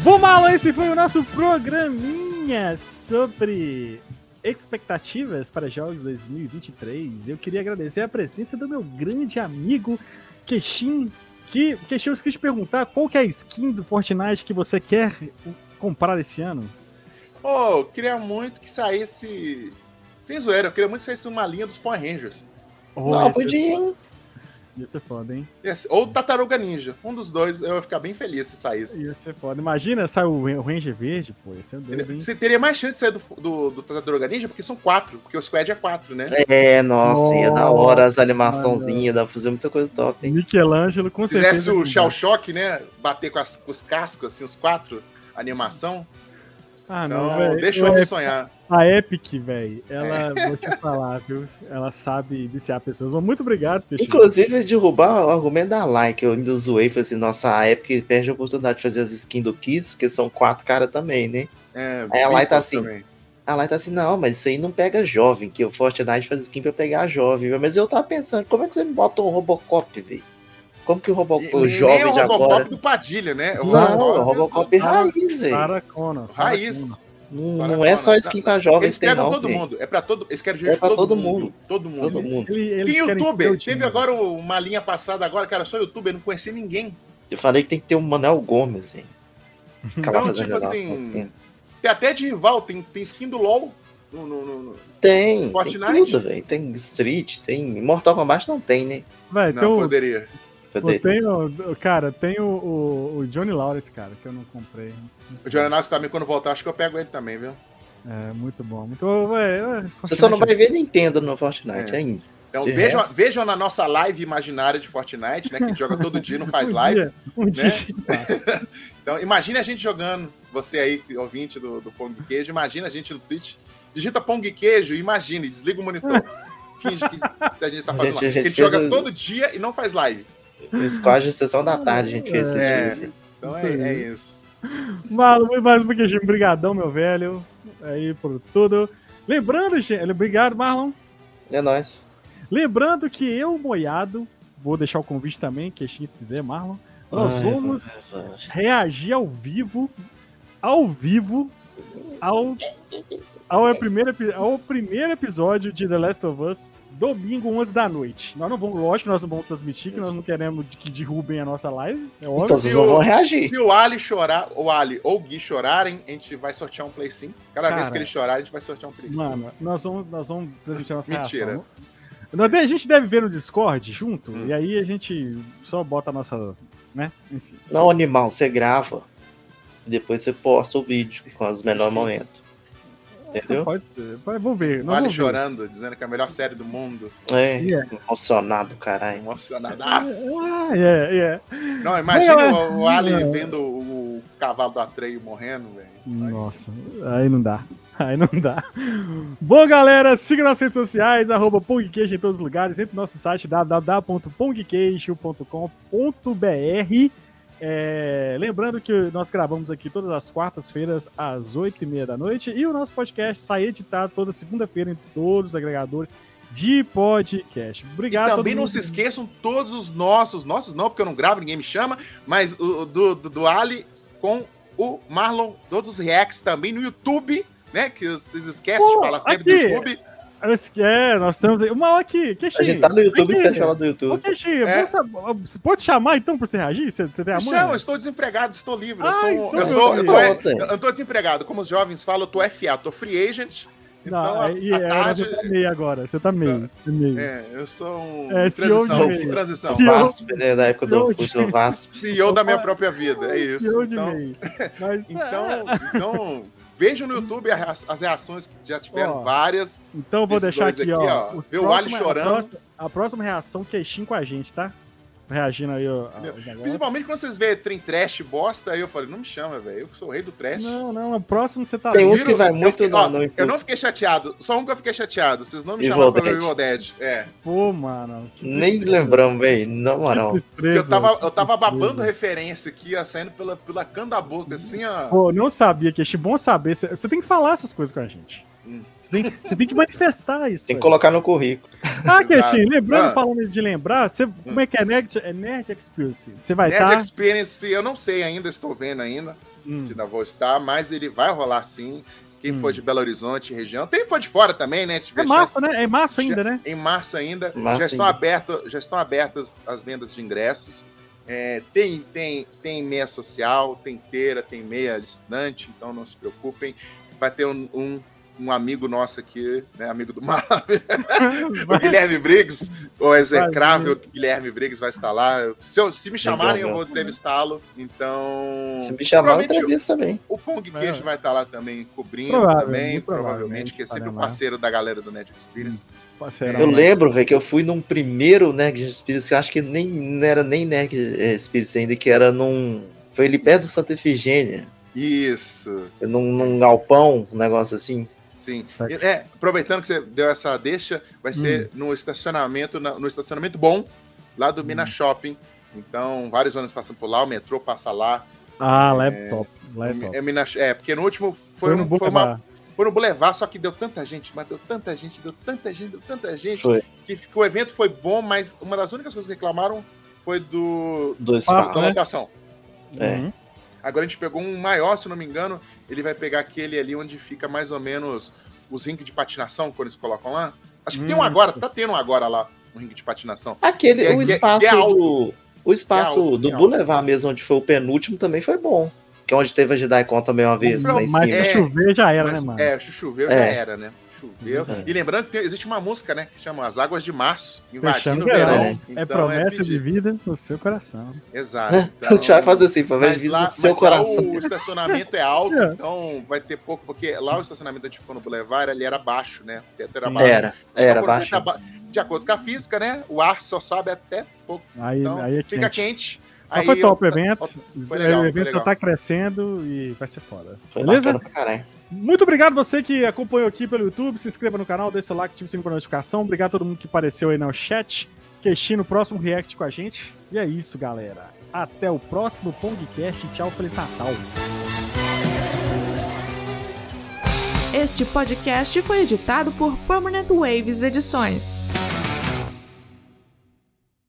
A: Bom, Mala, esse foi o nosso programinha sobre expectativas para Jogos 2023. Eu queria agradecer a presença do meu grande amigo Queixin. Que, Queixin, eu esqueci de perguntar qual que é a skin do Fortnite que você quer comprar esse ano?
C: Oh, eu queria muito que saísse. Sem zoeira, eu queria muito que saísse uma linha dos Power Rangers.
A: Oh,
B: Não,
A: ia, ser,
B: podia. hein?
A: ia ser foda, hein?
C: Ia ser- Ou Tataruga Ninja. Um dos dois, eu ia ficar bem feliz se saísse.
A: Ia ser foda. Imagina, sai o o Ranger Verde, pô, ia ser doido, hein?
C: Você teria mais chance de sair do, do, do Tataruga Ninja, porque são quatro, porque o Squad é quatro, né?
B: É, nossa, ia da hora as animaçãozinhas,
A: mano.
B: dá pra fazer muita coisa top, hein?
A: Michelangelo, com
C: Se fizesse
A: certeza.
C: o Shell Shock, né? Bater com, as- com os cascos, assim, os quatro, animação.
A: Ah, não,
C: Então,
A: velho.
C: deixa É. o
A: a,
C: homem
A: Epic,
C: sonhar.
A: a Epic, velho, ela, vou te falar, viu? Ela sabe viciar pessoas. Mas muito obrigado, Peixinho.
B: Inclusive, derrubar o argumento da like, eu ainda zoei, falei assim, nossa, a Epic perde a oportunidade de fazer as skins do Kiss, que são quatro caras também, né?
C: É,
B: Aí a Lai tá
C: Beatles
B: assim.
C: também.
B: A Light tá assim, não, mas isso aí não pega jovem, que o Fortnite faz skin pra pegar a jovem. velho. Mas eu tava pensando, como é que você me bota um Robocop, velho? Como que o, Robo-
C: E
B: o
C: nem
B: jovem
C: o
B: de
C: Robocop
B: agora...
C: do Padilha, né? O
B: Não, é o Robocop
C: total,
B: raiz, velho.
A: Sarah Connor. Sarah
C: Raiz.
A: Connor.
B: Não,
C: Sarah
B: não é só
C: Connor.
B: skin pra jovem
C: Eles
B: que tem,
C: pegam
B: não,
C: todo
B: velho.
C: mundo. É pra todo. Eles querem
B: É pra
C: todo,
B: todo
C: mundo.
B: mundo.
C: Todo mundo.
B: Todo mundo.
A: Ele, eles
C: Tem
A: querem ser
C: youtuber.
A: o time.
C: Teve agora uma linha passada agora que era só youtuber, não conhecia ninguém.
B: Eu falei que tem que ter um Manuel Gomes, velho.
A: Uhum.
B: Acabar
C: Não,
B: fazendo
C: tipo
B: relação
C: assim,
B: assim.
C: Tem até de rival, tem, tem skin do LOL. No, no- no- no-
B: Tem, tem
C: Fortnite?
B: tudo, velho. Tem Street, tem... Mortal Kombat não tem, né?
A: Véi, tem
C: Não,
A: o-
C: poderia.
A: pô,
B: Cadê?
A: tem um, o. Cara, tem o, o, o Johnny Lawrence, cara, que eu não comprei.
C: O Jornal também, quando voltar, acho que eu pego ele também, viu?
A: É, muito bom. Muito bom, velho.
B: Você só não vai ver Nintendo no Fortnite
C: É.
B: ainda.
C: Então
B: De
C: vejam,
B: resto.
C: vejam na nossa live imaginária de Fortnite, né? Que a gente joga todo dia, não faz
A: um
B: é.
C: live. Né?
A: Dia, um dia a gente passa.
C: Então, imagine a gente jogando, você aí, é ouvinte do, do Pong Queijo, imagina a gente no Twitch. Digita Pong Queijo, imagine, desliga o monitor. Finge que a gente tá
B: A
C: fazendo
B: gente- a
C: live.
B: gente
C: Porque ele
B: fez um-
C: joga
B: o-
C: todo dia e não faz live.
B: Isso quase a sessão da tarde a gente fez esse
C: É.
B: dia, velho.
C: Então
A: Isso
C: é,
A: aí.
C: é isso.
A: Malu, muito mais um pouquinho. Obrigadão, meu velho. Aí por tudo. Lembrando, gente. Obrigado, Marlon.
B: É nóis.
A: Lembrando que eu, Moiado, vou deixar o convite também, queixinho se quiser, Marlon. Nós
B: Ai,
A: vamos
B: vai, vai.
A: reagir ao vivo, ao vivo, ao, ao, é primeiro, epi- ao primeiro episódio de The Last of Us, domingo, 11 da noite. Nós não vamos, lógico, nós não vamos transmitir, que nós não queremos que derrubem a nossa live, é óbvio.
B: Então vocês não vão reagir.
C: Se o Ali chorar, o Ali ou o Gui chorarem, a gente vai sortear um Play Sim. Cada vez
A: Cara.
C: que ele chorar, a gente vai sortear um Play Sim.
A: Mano, nós vamos, nós vamos transmitir a nossa
C: Mentira.
A: reação. Nós de- A gente deve ver no Discord junto,
C: Hum.
A: e aí a gente só bota a nossa. né? Enfim.
B: Não, animal, você grava. e Depois você posta o vídeo com os melhores momentos. Entendeu?
A: Pode ser. Vai- Vamos ver.
C: O
A: Nós
C: Ali
A: vamos ver.
C: chorando, dizendo que é a melhor série do mundo.
B: É,
A: Yeah.
B: emocionado, caralho.
C: Emocionadaço.
A: Ah, é, é.
C: Não, imagina
A: Vai,
C: o, o Ali
A: É.
C: vendo o cavalo do Atreio morrendo, velho.
A: Nossa, aí não dá. Aí não dá. Bom, galera, siga nas redes sociais, arroba PongQueijo em todos os lugares, entre no nosso site www.pongqueijo.com.br. É, lembrando que nós gravamos aqui todas as quartas-feiras às oito e meia da noite e o nosso podcast sai editado toda segunda-feira em todos os agregadores de podcast. Obrigado.
C: e
A: a
C: também
A: todo
C: não
A: mundo.
C: se esqueçam todos os nossos, nossos não, porque eu não gravo, ninguém me chama, mas o, o do, do, do Ali com o Marlon, todos os reacts também no YouTube, né? Que vocês esquecem
A: Pô,
C: de falar sempre
A: aqui.
C: do YouTube.
A: Eu esque- É, nós temos aí. Uma hora que. que
B: A gente tá no YouTube, esquece de falar do
A: Ô,
B: YouTube.
A: Queixinho,
C: É.
A: você, você pode chamar então pra você reagir? Você, você tem a
C: Me
A: mãe?
C: chama, eu estou desempregado, estou livre.
A: Ah,
C: eu sou, um-
A: então
C: eu,
A: eu
C: sou eu, tô,
A: sabia.
B: Pronto,
C: eu tô desempregado. Como os jovens falam, eu tô FA, tô free agent. Então,
A: Não,
C: a,
A: aí, é,
C: tarde,
A: você tá meio agora. Você tá meio. meio.
C: é, eu sou um
A: É, CEO de
C: transição,
A: meio.
C: transição.
A: Se-
B: Vasp, né, da época do
A: eu-
B: curso do Vasp.
C: CEO da minha própria vida, é isso.
A: CEO de
C: Então,
A: meio. Mas,
C: então,
A: é,
C: então vejam no YouTube a- as, as reações que já tiveram
A: Ó.
C: várias.
A: então eu vou
C: esses
A: deixar
C: dois
A: aqui,
C: aqui,
A: ó.
C: ó.
A: os
C: Vê o Ali
A: próximos-
C: chorando.
A: A próxima, a próxima reação, queixinho com a gente, tá? reagindo aí ó, ao
C: Entendeu?
A: negócio.
C: Principalmente quando vocês veem trem trash bosta, aí eu falei, não me chama, velho. Eu que sou o rei do trash.
A: Não, não, o próximo você tá
B: Tem
A: vendo.
B: uns que vai
C: Eu
B: muito
C: fiquei-
B: no,
C: ó,
B: no
C: Eu não
B: impulso.
C: fiquei chateado, só um que eu fiquei chateado. Vocês não me
B: Evil
C: chamaram pra ver
B: Dead.
C: o Evil Dead. É.
A: Pô, mano. que
B: Nem
A: tristeza,
B: lembramos, velho. Na
A: que
B: moral.
A: tristeza,
C: Eu tava, eu tava
A: que tristeza.
C: babando referência aqui, ó, saindo pela, pela cana da boca, assim, ó.
A: Pô, não sabia, que é bom saber. Você- Você tem que falar essas coisas com a gente.
C: Hum.
A: Você tem, que- você tem que manifestar isso.
B: Tem que
A: velho.
B: colocar no currículo.
A: Ah, Keshin, lembrando,
C: Ah.
A: falando de lembrar, você, como é que é Nerd, é Nerd Experience? Você vai tá?
C: Nerd
A: estar.
C: Experience, eu não sei ainda, estou vendo ainda se
A: Hum,
C: ainda vou estar, mas ele vai rolar sim. Quem
A: Hum.
C: for de Belo Horizonte, região. Tem que for de fora também, né? Tive
A: É
C: a
A: março, né? É março ainda, né?
C: em março ainda.
B: Março
C: já, estão
B: ainda.
C: aberto, já estão abertas as vendas de ingressos. É, tem, tem, tem meia social, tem inteira, tem meia de estudante, então não se preocupem. Vai ter um, um, um amigo nosso aqui, né, amigo do Mar, o Guilherme Briggs, o execrável Guilherme Briggs vai estar lá. Se, eu- se me chamarem, eu vou entrevistá-lo. Então.
B: Se me chamar, eu
C: provavelmente
B: entrevisto também.
C: o Pong
A: É.
C: Queixo vai estar lá também cobrindo
A: Provável, né,
C: também,
A: muito
C: provavelmente,
A: provavelmente,
C: que é sempre o
A: estaremos lá.
C: parceiro da galera do Net Experience.
A: Parceirão,
B: Eu
A: né?
B: lembro, velho, que eu fui num primeiro Nerd Spirits, que eu acho que nem não era nem Nerd eh, Spirits ainda, que era num. Foi ali perto do Santa Efigênia,
C: Isso.
B: num, num galpão, um negócio assim.
C: Sim.
A: Tá. Hum.
C: E, É, aproveitando que você deu essa deixa, vai ser no estacionamento, na- no estacionamento bom, lá
A: Hum.
C: do Minas Shopping. Então, vários anos passando por lá, o metrô passa lá.
A: Ah, lá é top. Lá é
C: O Mi-
A: top.
C: é, Minas, é, porque no último foi,
A: Foi
C: um-
A: no bom
C: foi uma-
A: acabar.
C: foi no Boulevard, só que deu tanta gente, mas deu tanta gente, deu tanta gente, deu tanta gente,
B: Foi
C: que ficou- o evento foi bom, mas uma das únicas coisas que reclamaram foi do
B: do
A: Espaço,
B: espaço,
C: da
A: né?
C: lotação.
B: É.
A: Uhum.
C: Agora a gente pegou um maior, se eu não me engano. Ele vai pegar aquele ali onde fica mais ou menos os rinques de patinação, quando eles colocam lá. Acho que tem um
A: Hum.
C: agora, tá tendo um agora lá, um rinque de patinação.
B: Aquele,
C: É,
B: o
C: que é-
B: espaço
C: que é alto.
B: do. O espaço
C: Que é alto,
B: do
C: que é alto.
B: Boulevard mesmo, onde foi o penúltimo, também foi bom. Que é onde teve a Gidaicon também uma vez, lá em
A: Mas
B: cima.
A: se chover já era,
C: É, Mas,
A: né, mano?
C: É, cho- choveu já
B: É.
C: era, né? Choveu.
B: É.
C: E lembrando que existe uma música, né? Que chama As Águas de Março, invadindo
A: Fechando
C: o
A: verão.
C: verão. então
B: É.
A: É promessa de
C: pedir.
A: vida no seu coração.
C: Exato.
B: O Thiago faz assim, pra ver
C: Então, Mas lá,
B: no seu
C: mas
B: coração.
C: lá o estacionamento é alto,
A: É.
C: então vai ter pouco, porque lá o estacionamento onde ficou no Boulevard, ele era baixo, né? O teto era
A: Sim.
C: baixo.
B: Era, era,
C: Então, quando
B: baixo.
C: tá ba- De acordo com a física, né? O ar só sobe até pouco.
A: Aí,
C: Então,
A: aí é
C: fica
A: quente.
C: quente.
A: Mas
C: Aí
A: foi top o
C: eu-
A: evento.
C: foi legal,
A: o
C: foi
A: evento
C: legal.
A: tá crescendo e vai ser foda.
B: Foi
A: Beleza?
B: bacana pra caralho.
A: Muito obrigado você que acompanhou aqui pelo YouTube. Se inscreva no canal, deixa o seu like, ative o sininho para notificação. Obrigado a todo mundo que apareceu aí no chat. Queixinho no próximo react com a gente. E é isso, galera. Até o próximo Pongcast. Tchau, Feliz Natal.
D: Este podcast foi editado por Permanent Waves Edições.